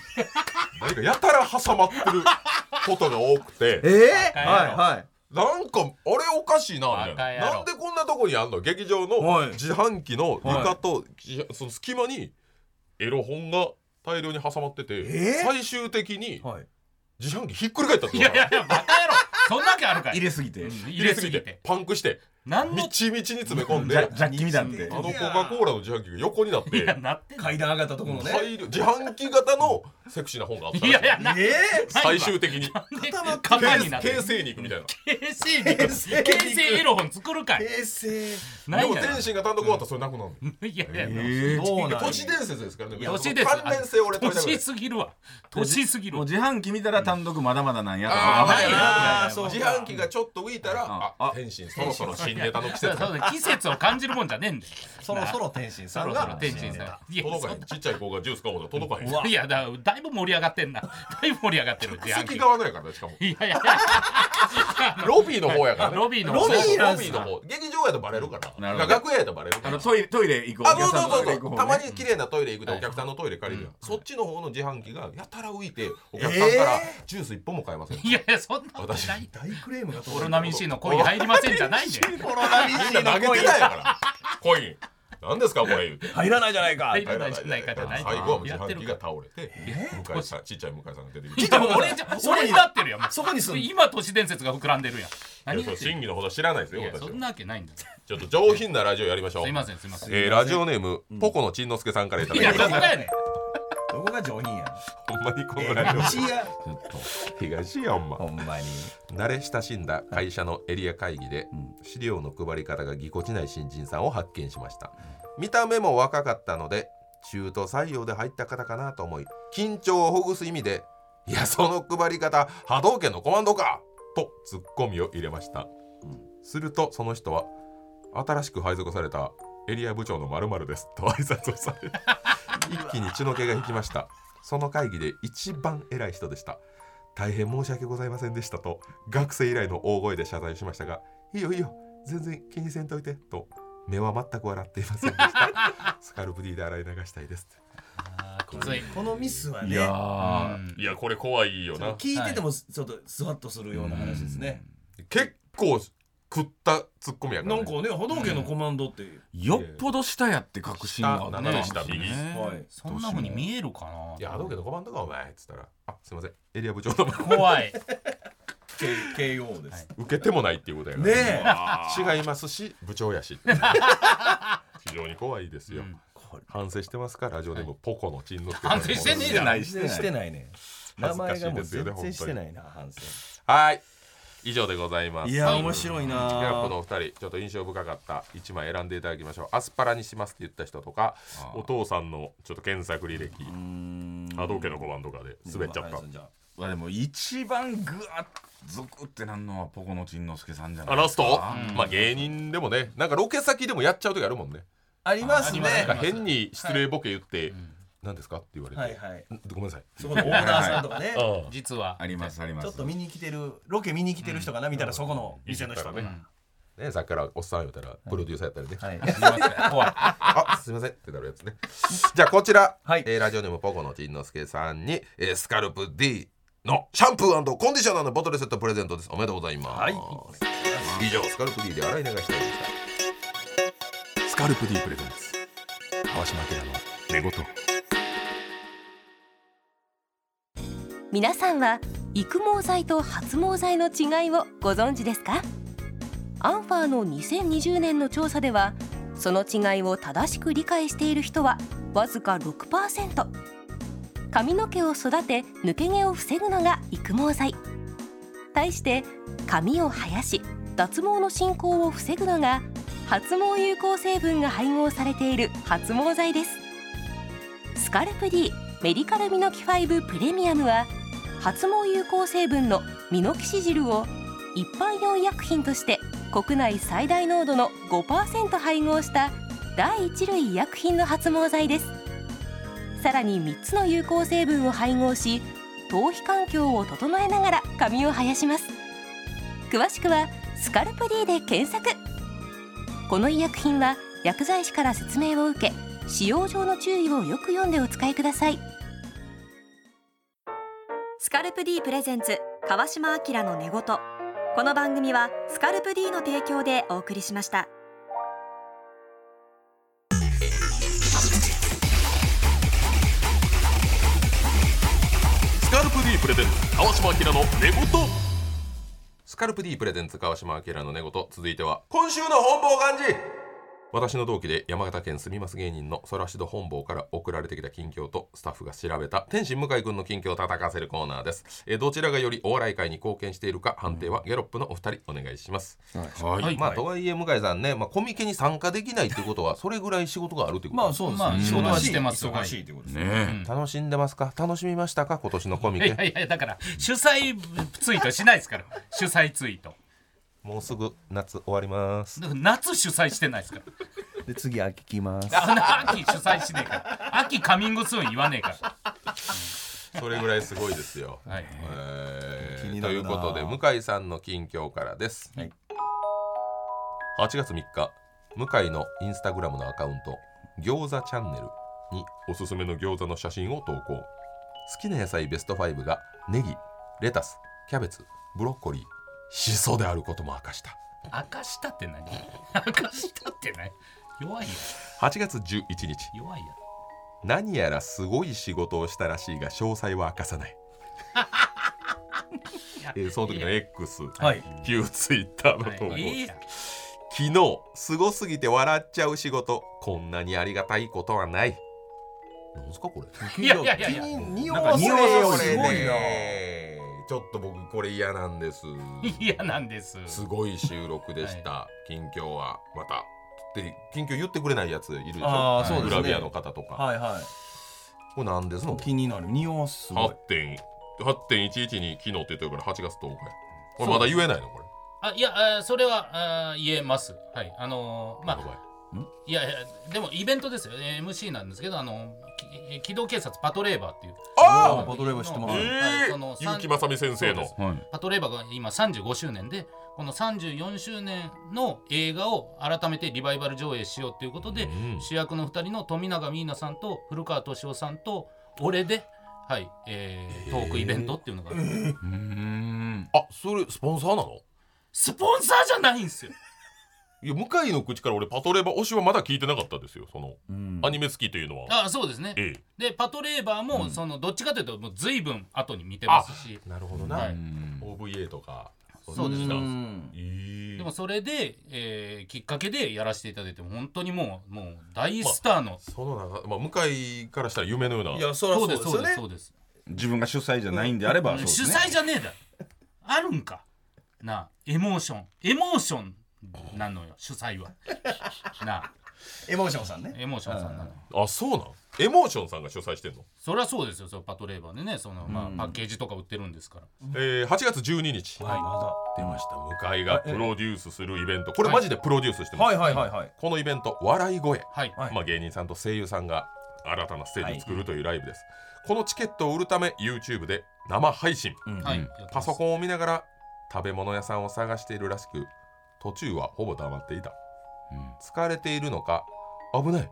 [SPEAKER 1] 何かやたら挟まってることが多くて。
[SPEAKER 5] ええ
[SPEAKER 2] バカ野郎
[SPEAKER 5] はい
[SPEAKER 1] なんかあれおかしいなみたい
[SPEAKER 2] バ
[SPEAKER 1] な
[SPEAKER 2] カ野郎
[SPEAKER 1] なんでこんなとこにあんの劇場の
[SPEAKER 5] はい
[SPEAKER 1] 自販機の床と、じその隙間にエロ本が大量に挟まってて、
[SPEAKER 5] えー
[SPEAKER 1] 最終的に
[SPEAKER 5] はいはい
[SPEAKER 1] 自販機ひっくり返ったって
[SPEAKER 2] い
[SPEAKER 1] こと
[SPEAKER 2] やいやいやバカ野郎そんなわけあるかい
[SPEAKER 4] 入れすぎて
[SPEAKER 2] うん
[SPEAKER 4] ジ
[SPEAKER 2] 入
[SPEAKER 1] 入
[SPEAKER 2] れ
[SPEAKER 1] れ
[SPEAKER 2] す
[SPEAKER 1] す
[SPEAKER 2] ぎ
[SPEAKER 1] ぎ
[SPEAKER 2] て
[SPEAKER 1] てパンクして
[SPEAKER 2] 何
[SPEAKER 1] み
[SPEAKER 2] の
[SPEAKER 1] ちみちに詰め込んで
[SPEAKER 4] ャジャッキみたいになって
[SPEAKER 1] あのコカ・コーラの自販機が横になって
[SPEAKER 2] いやなってんの
[SPEAKER 5] 階段上がったところのね
[SPEAKER 1] 大量自販機型のセクシーな本があったらし
[SPEAKER 2] いやいやな
[SPEAKER 5] え
[SPEAKER 1] 最終的に
[SPEAKER 5] 固まって
[SPEAKER 2] 肩になって
[SPEAKER 1] 形成肉みたいな。
[SPEAKER 2] 形成肉
[SPEAKER 5] 成肉
[SPEAKER 2] 形成エロ本作るか
[SPEAKER 5] え
[SPEAKER 2] い
[SPEAKER 5] 平成
[SPEAKER 2] な
[SPEAKER 1] で
[SPEAKER 2] い
[SPEAKER 1] も
[SPEAKER 2] やろ
[SPEAKER 1] 天心が単独終わったらそれなくなるの
[SPEAKER 2] いやいや
[SPEAKER 4] えー
[SPEAKER 5] どうなんや
[SPEAKER 1] 都市伝説ですからね。
[SPEAKER 2] 都市です
[SPEAKER 1] 関連性を俺取りたくない
[SPEAKER 2] 年すぎるわ年すぎる
[SPEAKER 4] もう自販機見たら単独まだまだなんやと
[SPEAKER 1] あ
[SPEAKER 4] か
[SPEAKER 1] ー
[SPEAKER 4] ま
[SPEAKER 1] ま
[SPEAKER 4] だ
[SPEAKER 1] だ
[SPEAKER 4] や
[SPEAKER 1] や
[SPEAKER 4] な
[SPEAKER 5] あーそうか
[SPEAKER 1] 自販機がちょっと浮いたら、
[SPEAKER 4] あ
[SPEAKER 1] あ、
[SPEAKER 4] あ
[SPEAKER 1] 天心そろそろ新ネタの季
[SPEAKER 2] そう
[SPEAKER 1] 節
[SPEAKER 2] そう季節を感じるもんじゃねえんだよ
[SPEAKER 5] そろそろ天心さ
[SPEAKER 2] そ
[SPEAKER 5] ん
[SPEAKER 2] ろそ
[SPEAKER 5] が
[SPEAKER 2] ろ天心さんいや
[SPEAKER 1] 届かへん。ちっちゃい子がジュース買おうと届かへん。
[SPEAKER 2] いやだだいぶ盛り上がってんなだいぶ盛り上がってる自販
[SPEAKER 1] 席
[SPEAKER 2] 機
[SPEAKER 1] 側のやからね、しかも。
[SPEAKER 2] (laughs) いやいや
[SPEAKER 1] ロビーの方やからね。
[SPEAKER 2] ロビーの
[SPEAKER 1] ロ
[SPEAKER 2] 方
[SPEAKER 1] ビー
[SPEAKER 5] なん
[SPEAKER 1] ロ
[SPEAKER 5] す
[SPEAKER 1] ビー
[SPEAKER 5] か
[SPEAKER 1] の方。劇場やとバレるから。
[SPEAKER 4] なるほど
[SPEAKER 1] 楽屋やとバレるか
[SPEAKER 4] あ
[SPEAKER 1] ら。
[SPEAKER 4] のトイレトイレ行く
[SPEAKER 1] あ、
[SPEAKER 4] お
[SPEAKER 1] そう
[SPEAKER 4] 客さんの
[SPEAKER 1] そう
[SPEAKER 4] ト
[SPEAKER 1] そう
[SPEAKER 4] イレ
[SPEAKER 1] そ
[SPEAKER 4] 行
[SPEAKER 1] う。
[SPEAKER 4] く
[SPEAKER 1] た
[SPEAKER 4] 方
[SPEAKER 1] ま
[SPEAKER 4] ね
[SPEAKER 1] に綺麗なトイレ行くとお客さんのトイレ借りるやん。そっちの方の自販機がやたら浮いて、お客さんからジュース一本も買えません。
[SPEAKER 2] いやいやそんなことない
[SPEAKER 5] 大クレームが通る
[SPEAKER 2] オロナミン C の恋入りませんじゃないんだよ
[SPEAKER 5] コロナミン
[SPEAKER 1] みんな投げてたやから。コイン。何ですかこれ言うて。
[SPEAKER 5] 入らないじゃないか
[SPEAKER 2] 入らないじゃないかじゃない
[SPEAKER 1] 最後はもう自
[SPEAKER 2] やって
[SPEAKER 1] 販
[SPEAKER 2] る
[SPEAKER 1] 機
[SPEAKER 2] か
[SPEAKER 1] が
[SPEAKER 2] ら
[SPEAKER 1] 倒れて、向井さん、ちっちゃい向井さんが出て
[SPEAKER 2] い
[SPEAKER 1] きて。
[SPEAKER 2] や俺じゃ俺になってるやんもう
[SPEAKER 5] そこに住ん
[SPEAKER 2] 今都市伝説が膨らんでるやん
[SPEAKER 1] い
[SPEAKER 2] 何
[SPEAKER 1] や
[SPEAKER 2] 言
[SPEAKER 1] そ
[SPEAKER 2] っ
[SPEAKER 1] う
[SPEAKER 2] てん
[SPEAKER 1] 真偽のほど知らないですよ
[SPEAKER 2] のいや
[SPEAKER 1] 私
[SPEAKER 2] そ
[SPEAKER 1] は
[SPEAKER 2] んなわけないんだよ
[SPEAKER 1] ちょっと上品なラジオやりましょう
[SPEAKER 2] すいませんすいません
[SPEAKER 1] えーラジオネームポコのちんのすけさんからいただ
[SPEAKER 2] い
[SPEAKER 1] きま
[SPEAKER 2] や
[SPEAKER 1] し
[SPEAKER 2] ど
[SPEAKER 1] た
[SPEAKER 2] こやねん
[SPEAKER 5] どこが上品や
[SPEAKER 1] ほんまにこのラジオ
[SPEAKER 5] 西や
[SPEAKER 1] 東やほんま
[SPEAKER 5] ほんまに
[SPEAKER 1] 慣れ親しんだ会社のエリア会議で資料の配り方がぎこちない新人さんを発見しました見た目も若かったので中途採用で入った方かなと思い緊張をほぐす意味で「いやその配り方波動拳のコマンドか!」とツッコミを入れましたするとその人は「新しく配属されたエリア部長の〇〇です」と挨拶をされ一気に血の気が引きましたその会議で一番偉い人でした大変申し訳ございませんでしたと学生以来の大声で謝罪しましたが「いいよいいよ全然気にせんといて」と目は全く笑っていませんでしたスカルプ D で洗い流したいです
[SPEAKER 2] あーきつい
[SPEAKER 5] このミスはね
[SPEAKER 4] いやー
[SPEAKER 1] いやこれ怖いよ
[SPEAKER 5] ちょっと聞いててもちょっとスワッとするような話ですね
[SPEAKER 1] 結構食ったツッコミやから、
[SPEAKER 5] なん
[SPEAKER 1] ね、
[SPEAKER 5] かね波動拳のコマンドっていう
[SPEAKER 4] よっぽど下やって確信があっ
[SPEAKER 1] 下
[SPEAKER 4] た
[SPEAKER 1] 斜め下右
[SPEAKER 5] はい
[SPEAKER 2] そんなふうに見えるかない
[SPEAKER 1] やどうけどコマンドかお前」っつったら「あすいませんエリア部長の
[SPEAKER 2] 怖い
[SPEAKER 5] K- KO です
[SPEAKER 1] 受けてもない」っていうことやから、
[SPEAKER 5] ねえ
[SPEAKER 1] 違いますし部長やし非常に怖いですよ、反省してますかラジオネームポコのちんのすけさん
[SPEAKER 2] 反省してねえだろ
[SPEAKER 4] ないし
[SPEAKER 5] してないね名前がもう
[SPEAKER 1] 恥ず
[SPEAKER 5] 全
[SPEAKER 1] かしい
[SPEAKER 5] 然
[SPEAKER 1] です
[SPEAKER 5] し
[SPEAKER 1] よ
[SPEAKER 5] て
[SPEAKER 1] ね
[SPEAKER 5] ないな反省
[SPEAKER 1] はい以上でございます
[SPEAKER 5] いや
[SPEAKER 1] は
[SPEAKER 5] 面白いな
[SPEAKER 1] ではこのお二人ちょっと印象深かった1枚選んでいただきましょうアスパラにしますって言った人とか
[SPEAKER 4] あー
[SPEAKER 1] お父さんのちょっと検索履歴波動拳の5番とかで滑っちゃった
[SPEAKER 4] まあでも一番ぐわっゾクってなんのはポコのちんのすけさんじゃな
[SPEAKER 1] あ
[SPEAKER 4] いで
[SPEAKER 1] ラ
[SPEAKER 4] す
[SPEAKER 1] ス
[SPEAKER 4] か
[SPEAKER 1] トまあ芸人でもねなんかロケ先でもやっちゃう時あるもんね
[SPEAKER 5] ありますね
[SPEAKER 1] なんか変に失礼ボケ言って何ですかって言われて
[SPEAKER 5] はいはい
[SPEAKER 1] んごめんなさい
[SPEAKER 5] そこのオーダーさんとかね
[SPEAKER 1] うん
[SPEAKER 2] 実は
[SPEAKER 4] ありますあります
[SPEAKER 5] ちょっと見に来てるロケ見に来てる人かなみたいなそこの店の人
[SPEAKER 1] いじったらねねさっきからおっさん言うたらプロデューサーやったりね
[SPEAKER 5] はい
[SPEAKER 4] すいません怖い
[SPEAKER 1] あすみませんってなるやつね。じゃあこちら、
[SPEAKER 5] はい
[SPEAKER 1] えーラジオネームポコの陳之助さんに、えースカルプ D のシャンプーコンディショナーのボトルセットプレゼントです。おめでとうございます。
[SPEAKER 5] はい
[SPEAKER 1] 以上スカルプ D で洗い流していました。スカルプ D プレゼンツ川島明の寝言。
[SPEAKER 6] 皆さんは育毛剤と発毛剤の違いをご存知ですかアンファーの2020年の調査ではその違いを正しく理解している人はわずか6%髪の毛を育て抜け毛を防ぐのが育毛剤対して髪を生やし脱毛の進行を防ぐのが発毛有効成分が配合されている発毛剤ですスカルプ D メディカルミノキ5プレミアムは発毛有効成分のミノキシジルを一般用医薬品として国内最大濃度の5%配合した第一類医薬品の発毛剤ですさらに3つの有効成分を配合し頭皮環境を整えながら髪を生やします詳しくは「スカルプ D」で検索この医薬品は薬剤師から説明を受け使用上の注意をよく読んでお使いください
[SPEAKER 7] スカルプ D プレゼンツ川島明の寝言この番組はスカルプ D の提供でお送りしました
[SPEAKER 1] スカルプ D プレゼンツ川島明の寝言。スカルプ D プレゼンツ川島明の寝言続いては今週の本望漢字私の同期で山形県住みます芸人のソラシド本坊から送られてきた近況とスタッフが調べた天心向井君の近況を叩かせるコーナーですえーどちらがよりお笑い界に貢献しているか判定はギャロップのお二人お願いします、
[SPEAKER 4] はい
[SPEAKER 2] はい
[SPEAKER 1] まあとはいえ向井さんね、まあ、コミケに参加できないってことはそれぐらい仕事があるってこと
[SPEAKER 5] まあそうです
[SPEAKER 2] まあ
[SPEAKER 5] ね
[SPEAKER 2] そう
[SPEAKER 5] 忙しい
[SPEAKER 2] してます
[SPEAKER 5] 忙しいということです
[SPEAKER 4] ね
[SPEAKER 1] 楽しんでますか楽しみましたか今年のコミ
[SPEAKER 2] いやい
[SPEAKER 1] ケ
[SPEAKER 2] やいやだから主催ツイートしないですから主催ツイート
[SPEAKER 1] もうすぐ夏終わります
[SPEAKER 2] だから夏主催してないですから
[SPEAKER 5] で次秋来ます
[SPEAKER 2] あの秋主催しねえから秋カミングスーン言わねえか
[SPEAKER 1] それぐらいすごいですよ
[SPEAKER 2] (laughs) ら、はい、
[SPEAKER 1] えー
[SPEAKER 5] 気にな
[SPEAKER 1] とい
[SPEAKER 5] る
[SPEAKER 1] う
[SPEAKER 5] な
[SPEAKER 1] ことで向井さんの近況からです、
[SPEAKER 5] はい
[SPEAKER 1] 8月3日向井のインスタグラムのアカウント「餃子チャンネル」におすすめの餃子の写真を投稿好きな野菜ベスト5がネギレタスキャベツブロッコリーシソであることも明かした
[SPEAKER 2] 明かしたって何明かしたって何弱いや
[SPEAKER 1] 8月11日
[SPEAKER 2] 弱いや
[SPEAKER 1] 何やらすごい仕事をしたらしいが詳細は明かさないえーその時の X、
[SPEAKER 5] はい
[SPEAKER 1] 旧ツイッターの投稿、
[SPEAKER 2] はいいいや
[SPEAKER 1] 昨日すごすぎて笑っちゃう仕事こんなにありがたいことはないなんですかこれ
[SPEAKER 2] いやいやいやいや
[SPEAKER 5] 気に匂
[SPEAKER 2] なん
[SPEAKER 5] わ
[SPEAKER 2] か
[SPEAKER 5] せ
[SPEAKER 2] 匂
[SPEAKER 5] よ
[SPEAKER 2] わせ
[SPEAKER 5] うすごいな
[SPEAKER 1] ちょっと僕これ嫌なんです
[SPEAKER 2] 嫌なんです
[SPEAKER 1] すごい収録でした、近況はまたって近況言ってくれないやついるでしょ
[SPEAKER 5] あーそうですね
[SPEAKER 1] グラビアの方とか、
[SPEAKER 5] はいは
[SPEAKER 1] これなんですの
[SPEAKER 5] い気になる匂わすすごい
[SPEAKER 1] 点8.11に昨日って言ってるから8月10日これまだ言えないのこれ
[SPEAKER 2] あいやあーそれはあー言えますはいあのーまあいやいやでもイベントですよえー MC なんですけどあのーき機動警察パトレーバーっていう
[SPEAKER 1] あ
[SPEAKER 5] あーパトレーバー知ってます
[SPEAKER 2] はい
[SPEAKER 1] ええ
[SPEAKER 2] その
[SPEAKER 1] 結城正美先生
[SPEAKER 2] そうで
[SPEAKER 1] の
[SPEAKER 2] す
[SPEAKER 4] はい
[SPEAKER 2] パトレーバーが今35周年でこの34周年の映画を改めてリバイバル上映しようということで、
[SPEAKER 1] うん
[SPEAKER 2] 主役の2人の富永美奈さんと古川敏夫さんと俺で、はいえートークイベントっていうのが、
[SPEAKER 4] うーん
[SPEAKER 1] あそれスポンサーなの
[SPEAKER 2] スポンサーじゃないんですよ
[SPEAKER 1] いや向井の口から俺パトレーバー推しはまだ聞いてなかったですよその、アニメ好きというのは
[SPEAKER 2] あそうですね
[SPEAKER 1] ええ
[SPEAKER 2] でパトレーバーもそのどっちかというともう随分後に見てますし
[SPEAKER 1] なるほどな、
[SPEAKER 2] は
[SPEAKER 4] う
[SPEAKER 2] い、
[SPEAKER 4] ん
[SPEAKER 1] OVA とか
[SPEAKER 2] そうです
[SPEAKER 1] な
[SPEAKER 5] うんん
[SPEAKER 1] ええ
[SPEAKER 2] でもそれで、えーきっかけでやらせていただいて本当にもうもう大スターの、
[SPEAKER 1] その中、まあ、向井からしたら夢のようない
[SPEAKER 5] やそりゃ
[SPEAKER 2] そ
[SPEAKER 5] そうう
[SPEAKER 2] で
[SPEAKER 5] ですす
[SPEAKER 2] そ
[SPEAKER 5] よ
[SPEAKER 2] うです
[SPEAKER 5] ね
[SPEAKER 2] そうです
[SPEAKER 4] 自分が主催じゃないんであればそうです
[SPEAKER 2] 主
[SPEAKER 4] ね
[SPEAKER 2] 催じゃねえだろあるんかなあエモーションエモーションなのよ主催はなあ
[SPEAKER 5] エモーションさんね
[SPEAKER 2] エモーションさんなのよ
[SPEAKER 1] あそうなんエモーションさんが主催してんの、
[SPEAKER 2] そりゃそうですよそのパトレーバーでねその、まあ、パッケージとか売ってるんですから
[SPEAKER 1] えー、8月12日、
[SPEAKER 4] 出ました
[SPEAKER 1] 向井がプロデュースするイベントこれマジでプロデュースしてます、
[SPEAKER 5] はいはいはいはい
[SPEAKER 1] このイベント「笑い声」
[SPEAKER 2] はい、
[SPEAKER 5] はい
[SPEAKER 1] まあ、芸人さんと声優さんが新たなステージを作るというライブです、このチケットを売るため YouTube で生配信
[SPEAKER 2] はい
[SPEAKER 1] パソコンを見ながら食べ物屋さんを探しているらしく途中はほぼ黙っていた、
[SPEAKER 4] うん
[SPEAKER 1] 疲れているのか「危ない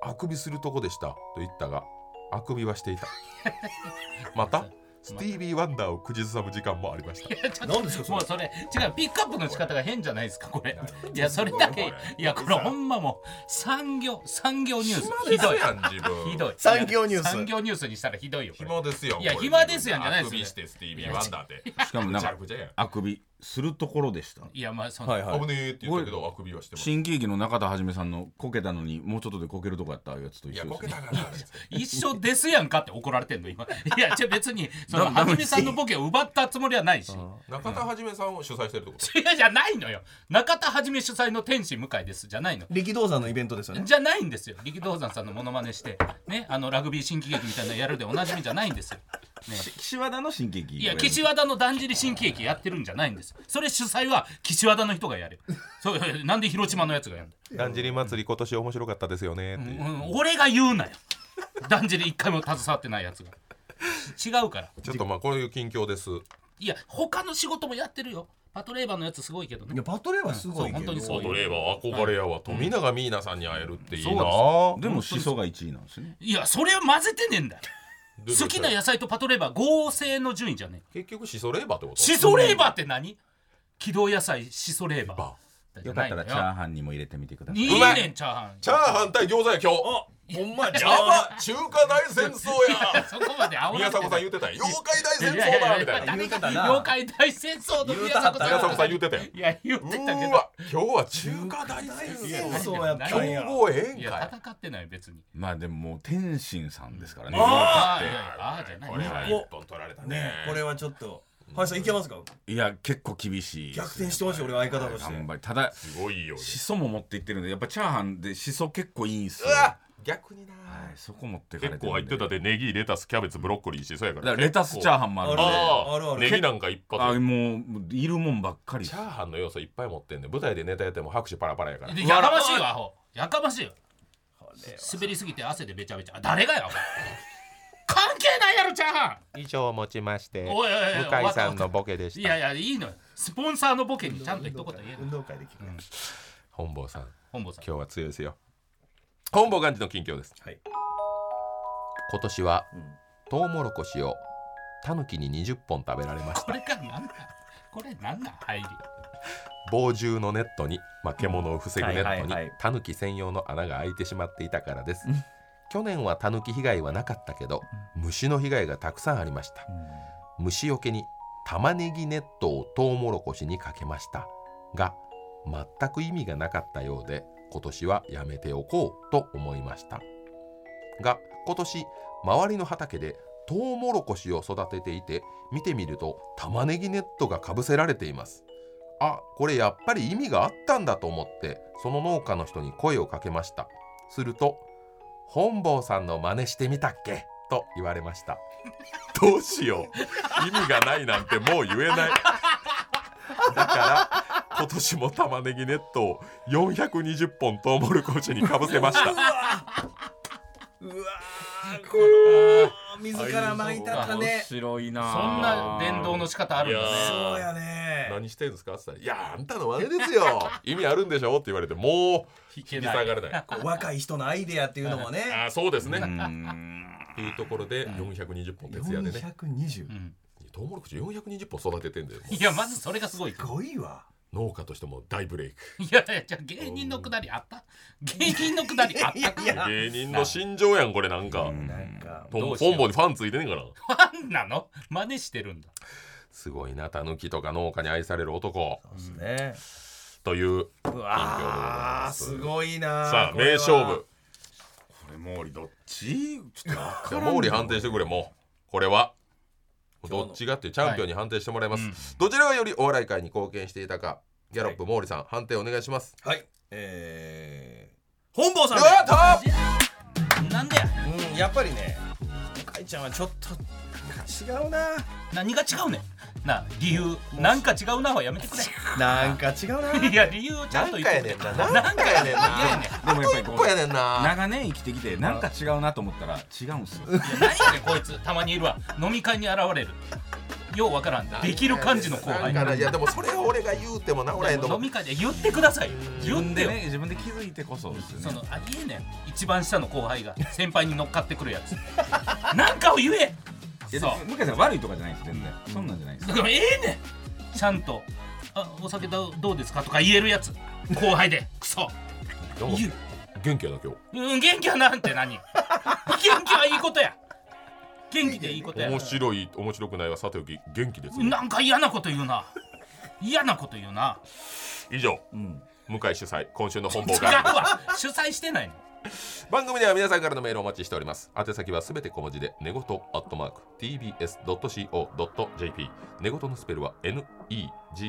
[SPEAKER 1] あくびするとこでした」と言ったがあくびは
[SPEAKER 2] (laughs)
[SPEAKER 1] していたまたスティービー・ワンダーを口ずさむ時間もありました
[SPEAKER 2] 何ですかもうそれ違うピックアップの仕方が変じゃないですかこれいやそれだけいやこれほんまもう産業産業ニュース (laughs) ひどい
[SPEAKER 1] やん自分
[SPEAKER 2] ひどい
[SPEAKER 5] 産業ニュース
[SPEAKER 2] 産業ニュースにしたらひどいよこれ
[SPEAKER 1] 暇ですよ
[SPEAKER 2] いや
[SPEAKER 1] これ
[SPEAKER 2] 暇ですやんじゃないです
[SPEAKER 1] あく
[SPEAKER 2] よ
[SPEAKER 1] びしてスティービー・ワンダーって
[SPEAKER 4] しかもな
[SPEAKER 1] む
[SPEAKER 4] ん
[SPEAKER 1] ちゃ
[SPEAKER 4] か
[SPEAKER 1] くちゃやん
[SPEAKER 4] あくびするところでした
[SPEAKER 2] いやまあその、
[SPEAKER 5] はいはい
[SPEAKER 1] 危ねえって言ったけどあくびはしてます
[SPEAKER 4] 新喜劇の中田はじめさんのこけたのにもうちょっとでこけるとこやったやつと
[SPEAKER 1] い
[SPEAKER 4] 一
[SPEAKER 1] や
[SPEAKER 4] 緒
[SPEAKER 1] ボ
[SPEAKER 4] です
[SPEAKER 1] ケ
[SPEAKER 4] ね
[SPEAKER 1] たからな
[SPEAKER 2] 一緒ですやんかって怒られてんの (laughs) 今いやじゃあ別にその
[SPEAKER 4] ダメ
[SPEAKER 2] はじめさんのボケを奪ったつもりはないし
[SPEAKER 1] 中田はじめさんを主催してるってこと
[SPEAKER 2] 違うじゃないのよ中田はじめ主催の天使向井ですじゃないの
[SPEAKER 5] 力道山のイベントですよね
[SPEAKER 2] じゃないんですよ力道山さんのモノマネしてねあのラグビー新喜劇みたいなのやるでおなじみじゃないんですよ
[SPEAKER 4] 岸和田の新喜劇
[SPEAKER 2] いや岸和田のだんじり新喜劇やってるんじゃないんですそれ主催は岸和田の人がやるそういやなんで広島のやつがやるんだ
[SPEAKER 1] だんじり祭り今年面白かったですよねっていう、
[SPEAKER 2] うん俺が言うなよだんじり一回も携わってないやつが違うから
[SPEAKER 1] ちょっとまあこういう近況です
[SPEAKER 2] いや他の仕事もやってるよパトレーバーのやつすごいけど
[SPEAKER 5] い
[SPEAKER 2] ね
[SPEAKER 5] やパトレーバーすご
[SPEAKER 2] そう
[SPEAKER 5] いけ
[SPEAKER 2] 本当
[SPEAKER 5] ど
[SPEAKER 2] にすごい
[SPEAKER 1] トレーバー憧れやわ富永美奈さんに会えるっていいな
[SPEAKER 4] でも思想が1位なんですね
[SPEAKER 2] いやそれは混ぜてねえんだよ好きな野菜とパトレーバー合成の順位じゃねえ
[SPEAKER 1] 結局シソレーバーってこと
[SPEAKER 2] シソレーバーって何軌道野菜シソレーバー
[SPEAKER 4] よかったらチ
[SPEAKER 2] じゃな
[SPEAKER 4] ャーハンにも入れてみてくださ
[SPEAKER 2] い
[SPEAKER 4] い
[SPEAKER 2] のよいいねんチャーハン
[SPEAKER 1] チャーハン対餃子や今日
[SPEAKER 5] ほんまや
[SPEAKER 1] やば中華大戦争 (laughs) や
[SPEAKER 2] そこまで煽られて
[SPEAKER 1] 宮迫さん言ってた妖怪大戦争だみたいな
[SPEAKER 2] や
[SPEAKER 5] 言うてたな
[SPEAKER 2] 妖怪大戦争の宮迫
[SPEAKER 1] 宮迫
[SPEAKER 2] さ
[SPEAKER 1] さん
[SPEAKER 2] ん
[SPEAKER 1] 言ってたよ
[SPEAKER 2] いや言っ
[SPEAKER 1] う
[SPEAKER 2] てたけ
[SPEAKER 1] ー
[SPEAKER 2] ど
[SPEAKER 1] わ今日は中華大戦争
[SPEAKER 5] そうやったんや
[SPEAKER 1] 強豪宴
[SPEAKER 2] い
[SPEAKER 1] 会
[SPEAKER 2] や戦ってないよ別に
[SPEAKER 4] まあでももう天心さんですからね
[SPEAKER 2] ああいやいやああじゃない
[SPEAKER 1] これは一本取られたね
[SPEAKER 5] ねこれはちょっと林さんいけますか
[SPEAKER 4] いや結構厳しい
[SPEAKER 5] 逆転してほしい俺は相方として
[SPEAKER 4] 頑張りただ
[SPEAKER 1] すごいよ
[SPEAKER 4] しそも持っていってるんでやっぱチャーハンでしそ結構いいんすよ
[SPEAKER 1] わ逆にな
[SPEAKER 4] はいそこ持ってかれ
[SPEAKER 1] 結
[SPEAKER 4] てるんで
[SPEAKER 1] 構入ってたでネギレタスキャベツブロッコリーしそうやか
[SPEAKER 4] だかららレタスチャーハンもあるんで
[SPEAKER 1] あ
[SPEAKER 5] あるあ
[SPEAKER 1] あ
[SPEAKER 5] る
[SPEAKER 1] ネギなんか一
[SPEAKER 4] あ
[SPEAKER 1] 発
[SPEAKER 4] もういるもんばっかり
[SPEAKER 1] チャーハンの要素いっぱい持ってんで舞台でネタやっても拍手パラパラやから
[SPEAKER 2] でやかましいわアホやかましいよ滑りすぎて汗でべちゃべちゃあ誰がやお前 (laughs) 関係ないやろチャーハ
[SPEAKER 8] 以上をもちまして
[SPEAKER 2] おいおいおい
[SPEAKER 8] 向井さんのボケで
[SPEAKER 2] ン
[SPEAKER 8] し
[SPEAKER 2] い
[SPEAKER 8] た
[SPEAKER 2] やいやいいのよスポンサーのボケにちゃんと一言言える
[SPEAKER 5] 運動会できる
[SPEAKER 1] 本坊さん
[SPEAKER 2] 本坊さん
[SPEAKER 1] 今日は強いですよ本坊幹事の近況です、
[SPEAKER 5] はい
[SPEAKER 1] 今年は、トウモロコシをタヌキに20本食べられまし
[SPEAKER 2] こ
[SPEAKER 1] た
[SPEAKER 2] れがなんだこれなんだ入り
[SPEAKER 1] 防獣のネットに、まあ、獣を防ぐネットに
[SPEAKER 5] はいはいはい
[SPEAKER 1] タヌキ専用の穴が開いてしまっていたからです去年はタヌキ被害はなかったけど虫の被害がたくさんありました虫よけに玉ねぎネットをトウモロコシにかけましたが全く意味がなかったようで今年はやめておこうと思いましたが今年周りの畑でトウモロコシを育てていて見てみると玉ねぎネットがかぶせられていますあこれやっぱり意味があったんだと思ってその農家の人に声をかけましたすると「本坊さんの真似してみたっけ?」と言われましたどうしよう意味がないなんてもう言えないだから今年も玉ねぎネットを420本トウモロコシにかぶせました
[SPEAKER 5] うわーこの自ら巻いたったね
[SPEAKER 4] 白いな
[SPEAKER 2] そんな伝道の仕方あるんだ
[SPEAKER 1] いや
[SPEAKER 2] ね
[SPEAKER 5] そうやね
[SPEAKER 1] (laughs) 何してるんですか?」って言ったら「いやあんたの真似ですよ意味あるんでしょ?」って言われてもう
[SPEAKER 2] 引
[SPEAKER 1] 引き下がれない
[SPEAKER 5] こう若い人のアイデアっていうのもね
[SPEAKER 1] あーそうですね、
[SPEAKER 4] うーん
[SPEAKER 2] (laughs)
[SPEAKER 1] っていうところで420本徹夜でね
[SPEAKER 5] 420
[SPEAKER 2] うん
[SPEAKER 1] トウモロコシ420本育ててんだよ
[SPEAKER 2] いやまずそれがすごい
[SPEAKER 5] すごいわ
[SPEAKER 1] 農家としても大ブレイク
[SPEAKER 2] いやいやじゃあ芸人のくだりあった芸人のくだりあったか
[SPEAKER 5] いやいや
[SPEAKER 1] 芸人の心情やんこれなんか
[SPEAKER 5] なんか
[SPEAKER 1] と
[SPEAKER 2] どうしよう
[SPEAKER 1] 本坊にファンついてねえから
[SPEAKER 2] ファンなの真似してるんだ
[SPEAKER 1] すごいなたぬきとか農家に愛される男
[SPEAKER 5] ですね
[SPEAKER 1] という
[SPEAKER 5] うわー
[SPEAKER 1] 近況
[SPEAKER 5] す
[SPEAKER 1] でござい
[SPEAKER 5] ごいなー
[SPEAKER 1] さあ
[SPEAKER 5] これ
[SPEAKER 1] 名
[SPEAKER 5] は
[SPEAKER 1] 勝負
[SPEAKER 4] これ毛利どっちちょっとわ
[SPEAKER 1] じ
[SPEAKER 4] か
[SPEAKER 1] ゃ
[SPEAKER 4] ら
[SPEAKER 1] あ
[SPEAKER 4] ん
[SPEAKER 1] 毛利判定してくれもうこれはどっちがっていうチャンピオンに判定してもらいます、
[SPEAKER 2] うん
[SPEAKER 1] どちらがよりお笑い界に貢献していたかギャロップ毛利さん判定お願いします、
[SPEAKER 3] はいえー、本坊さん
[SPEAKER 1] う
[SPEAKER 3] で
[SPEAKER 1] わっと
[SPEAKER 2] なんでや
[SPEAKER 3] うんやっぱりね向井ちゃんはちょっと違うな
[SPEAKER 2] 何が違うねんなあ理由なんか違うなはやめてくれ
[SPEAKER 3] なんか違うない
[SPEAKER 2] や理由ちゃんと
[SPEAKER 1] 何
[SPEAKER 2] 言っ
[SPEAKER 1] 回
[SPEAKER 2] て
[SPEAKER 1] やね
[SPEAKER 2] くれ
[SPEAKER 1] んな何回やねんな
[SPEAKER 2] 嫌やねん
[SPEAKER 4] でもやっぱりこ
[SPEAKER 1] 一
[SPEAKER 4] う
[SPEAKER 1] 個やねんな
[SPEAKER 4] 長年生きてきてなんか違うなと思ったら違うんすよ
[SPEAKER 2] いや何やねんこいつたまにいるわ飲み会に現れるようわからんできる感じの後輩
[SPEAKER 1] だからいやでもそれを俺が言うてもな俺へんと思
[SPEAKER 2] 飲
[SPEAKER 1] う
[SPEAKER 2] み会で言ってくださいよ
[SPEAKER 4] (laughs) 自
[SPEAKER 2] 言って
[SPEAKER 4] 分で
[SPEAKER 2] よ
[SPEAKER 4] ね自分で気づいてこそですよ
[SPEAKER 2] そ
[SPEAKER 4] ね
[SPEAKER 2] のありえねん一番下の後輩が先輩に乗っかってくるやつ (laughs) なんかを言え
[SPEAKER 4] い
[SPEAKER 2] そ
[SPEAKER 4] やでも向井さん悪いとかじゃないです全然そんなんじゃないです
[SPEAKER 2] うでもええねんちゃんと「あお酒どうどうですか?」とか言えるやつ後輩でクソ
[SPEAKER 1] なんか
[SPEAKER 2] 言う
[SPEAKER 1] 元気やな今
[SPEAKER 2] うん元気はなんて何元気はいいことや元気でいいこと
[SPEAKER 1] 日
[SPEAKER 2] や
[SPEAKER 1] 面白い面白くないはさておき元気です
[SPEAKER 2] なんか嫌なこと言うな嫌なこと言うな
[SPEAKER 1] 以上、
[SPEAKER 4] ん
[SPEAKER 1] 向井主催今週の本 (laughs)
[SPEAKER 2] 違
[SPEAKER 1] 望
[SPEAKER 2] う
[SPEAKER 1] が
[SPEAKER 2] わ主催してないの
[SPEAKER 1] 番組では皆さんからのメールをお待ちしております宛先はすべて小文字で寝言アットマーク tbs.co.jp 寝言のスペルは negoto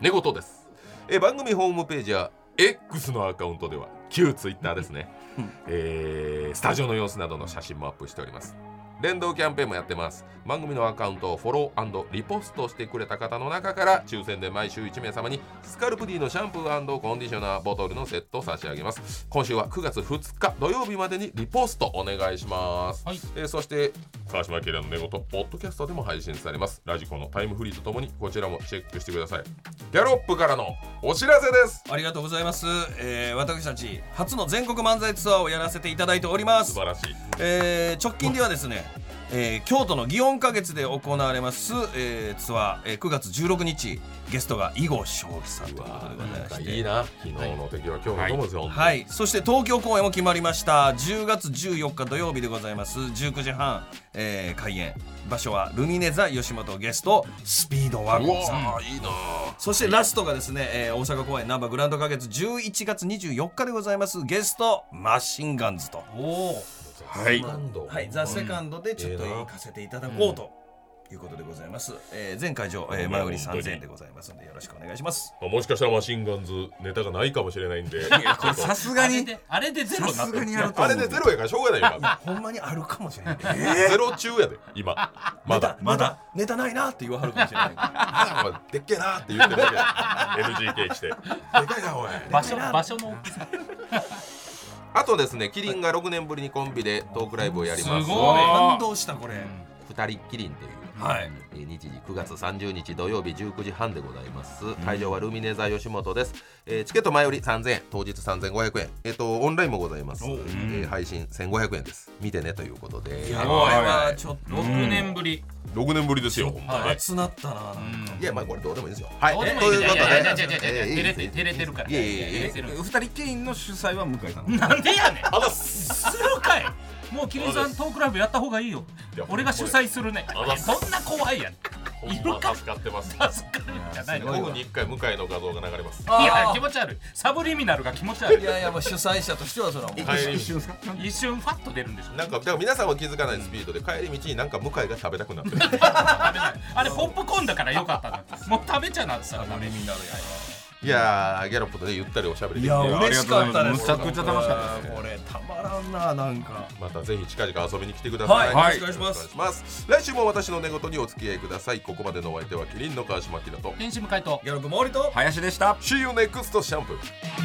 [SPEAKER 1] 寝言ですえー番組ホームページや X のアカウントでは旧 Twitter ですね、えースタジオの様子などの写真もアップしております連動キャンペーンもやってます番組のアカウントをフォローリポストしてくれた方の中から抽選で毎週1名様にスカルプ D のシャンプーコンディショナーボトルのセットを差し上げます今週は9月2日土曜日までにリポストお願いします、
[SPEAKER 2] はい
[SPEAKER 1] えーそして川島明の寝言ポッドキャストでも配信されますラジコのタイムフリーとともにこちらもチェックしてくださいギャロップからのお知らせです
[SPEAKER 3] ありがとうございます、えー、私たち初の全国漫才ツアーをやらせていただいております
[SPEAKER 1] 素晴らしい
[SPEAKER 3] えー直近ではですね、えー京都の祇園花月で行われます、えーツアー、えー9月16日ゲストが囲碁将棋さんということでございまして
[SPEAKER 1] いいな昨日の敵は今日の友ですよ、、
[SPEAKER 3] はいい、そして東京公演も決まりました10月14日土曜日でございます19時半、えー開演場所はルミネザ吉本ゲストスピードワ
[SPEAKER 1] う
[SPEAKER 3] ゴンさん
[SPEAKER 1] わーいいな
[SPEAKER 3] そしてラストがですね、えー大阪公演ナンバーグランド花月11月24日でございますゲストマシンガンズと
[SPEAKER 2] おお
[SPEAKER 1] はい
[SPEAKER 3] はい、ザ・セカンドでちょっと行かせていただこうということでございます。えー、全会場、えー、前売り3000円でございますのでよろしくお願いします。
[SPEAKER 1] まあもしかしたらマシンガンズネタがないかもしれないんで
[SPEAKER 4] これさす
[SPEAKER 2] あ
[SPEAKER 4] が
[SPEAKER 2] れ
[SPEAKER 4] に
[SPEAKER 2] であれでゼロ
[SPEAKER 4] さ
[SPEAKER 2] になっ
[SPEAKER 4] す
[SPEAKER 2] て
[SPEAKER 4] が
[SPEAKER 2] る
[SPEAKER 4] にやると
[SPEAKER 1] あ
[SPEAKER 4] 思
[SPEAKER 1] れ
[SPEAKER 4] う
[SPEAKER 1] でゼロやからしょうがないよ今
[SPEAKER 3] ほんまにあるかもしれない。
[SPEAKER 1] (laughs) ゼロ中やで今まだ
[SPEAKER 3] まだネタないなって言わはるかもしれない。
[SPEAKER 1] あお前でっけえなって言ってる
[SPEAKER 3] (laughs)
[SPEAKER 1] だけ NGK 来てでかいなおい
[SPEAKER 2] 場所場所の大きさ
[SPEAKER 1] あとですねキリンが6年ぶりにコンビでトークライブをやります
[SPEAKER 2] すごい
[SPEAKER 3] 感動したこれ。
[SPEAKER 1] 二人っきりんという、
[SPEAKER 3] はい
[SPEAKER 1] えー日時9月30日土曜日19時半でございます会場はルミネ座吉本です、えーチケット前より3000円当日3500円えっ、とオンラインもございます、えー配信1500円です見てねということで
[SPEAKER 3] これはちょっと、
[SPEAKER 2] 6年ぶり
[SPEAKER 1] 6年ぶりですよほんまね
[SPEAKER 3] 熱なったな。
[SPEAKER 1] いやまあこれどうでもいいですよはい
[SPEAKER 2] どうでも
[SPEAKER 1] と
[SPEAKER 2] いい
[SPEAKER 1] い
[SPEAKER 2] ん
[SPEAKER 1] う
[SPEAKER 2] だ
[SPEAKER 1] こと
[SPEAKER 2] よ
[SPEAKER 1] で
[SPEAKER 2] いや
[SPEAKER 1] え
[SPEAKER 2] いやいやいやいや
[SPEAKER 1] ー
[SPEAKER 2] 照れて
[SPEAKER 1] いいです
[SPEAKER 2] 照れてるから
[SPEAKER 1] いやいやいや
[SPEAKER 2] 照れてる
[SPEAKER 4] 二人ケインの主催は向井さん
[SPEAKER 2] なんでやねん
[SPEAKER 1] あざっす
[SPEAKER 2] するかいもうキリンさんトークライブやった方がいいよ
[SPEAKER 1] いや
[SPEAKER 2] 俺が主催するね
[SPEAKER 1] あざっす
[SPEAKER 2] そんな怖いやん
[SPEAKER 1] ほ
[SPEAKER 2] いる
[SPEAKER 1] ん
[SPEAKER 2] か
[SPEAKER 1] ま助かってます
[SPEAKER 2] 助かるんじゃないの
[SPEAKER 1] 5分に1回向井の画像が流れます
[SPEAKER 2] いや気持ち悪いサブリミナルが気持ち悪
[SPEAKER 3] いやいや、もう主催者としてはそれはもう。
[SPEAKER 1] 帰り道
[SPEAKER 4] 瞬ですか
[SPEAKER 2] い一瞬ファッと出るんでしょ
[SPEAKER 1] なんかだから皆さんは気づかないスピードで帰り道になんか向井が食べたくなってる
[SPEAKER 2] 食べないあれポップコーンだからよかったなもう食べちゃなってたらダメ
[SPEAKER 1] いやーギャロップとねゆったりおしゃべり
[SPEAKER 3] い
[SPEAKER 1] できて
[SPEAKER 3] や、嬉しかったです。
[SPEAKER 4] ありがとうございますむちゃくちゃ楽しかったです
[SPEAKER 3] これ、たまらんな、なんか。
[SPEAKER 1] またぜひ近々遊びに来てください、
[SPEAKER 3] はいはいよろしくお願いします
[SPEAKER 1] よろしくお願いします来週も私の寝言にお付き合いくださいここまでのお相手はキリンの川島明と
[SPEAKER 2] 天使向かいと
[SPEAKER 3] ギャロップ森と。
[SPEAKER 4] 林でした
[SPEAKER 1] See you next シャンプー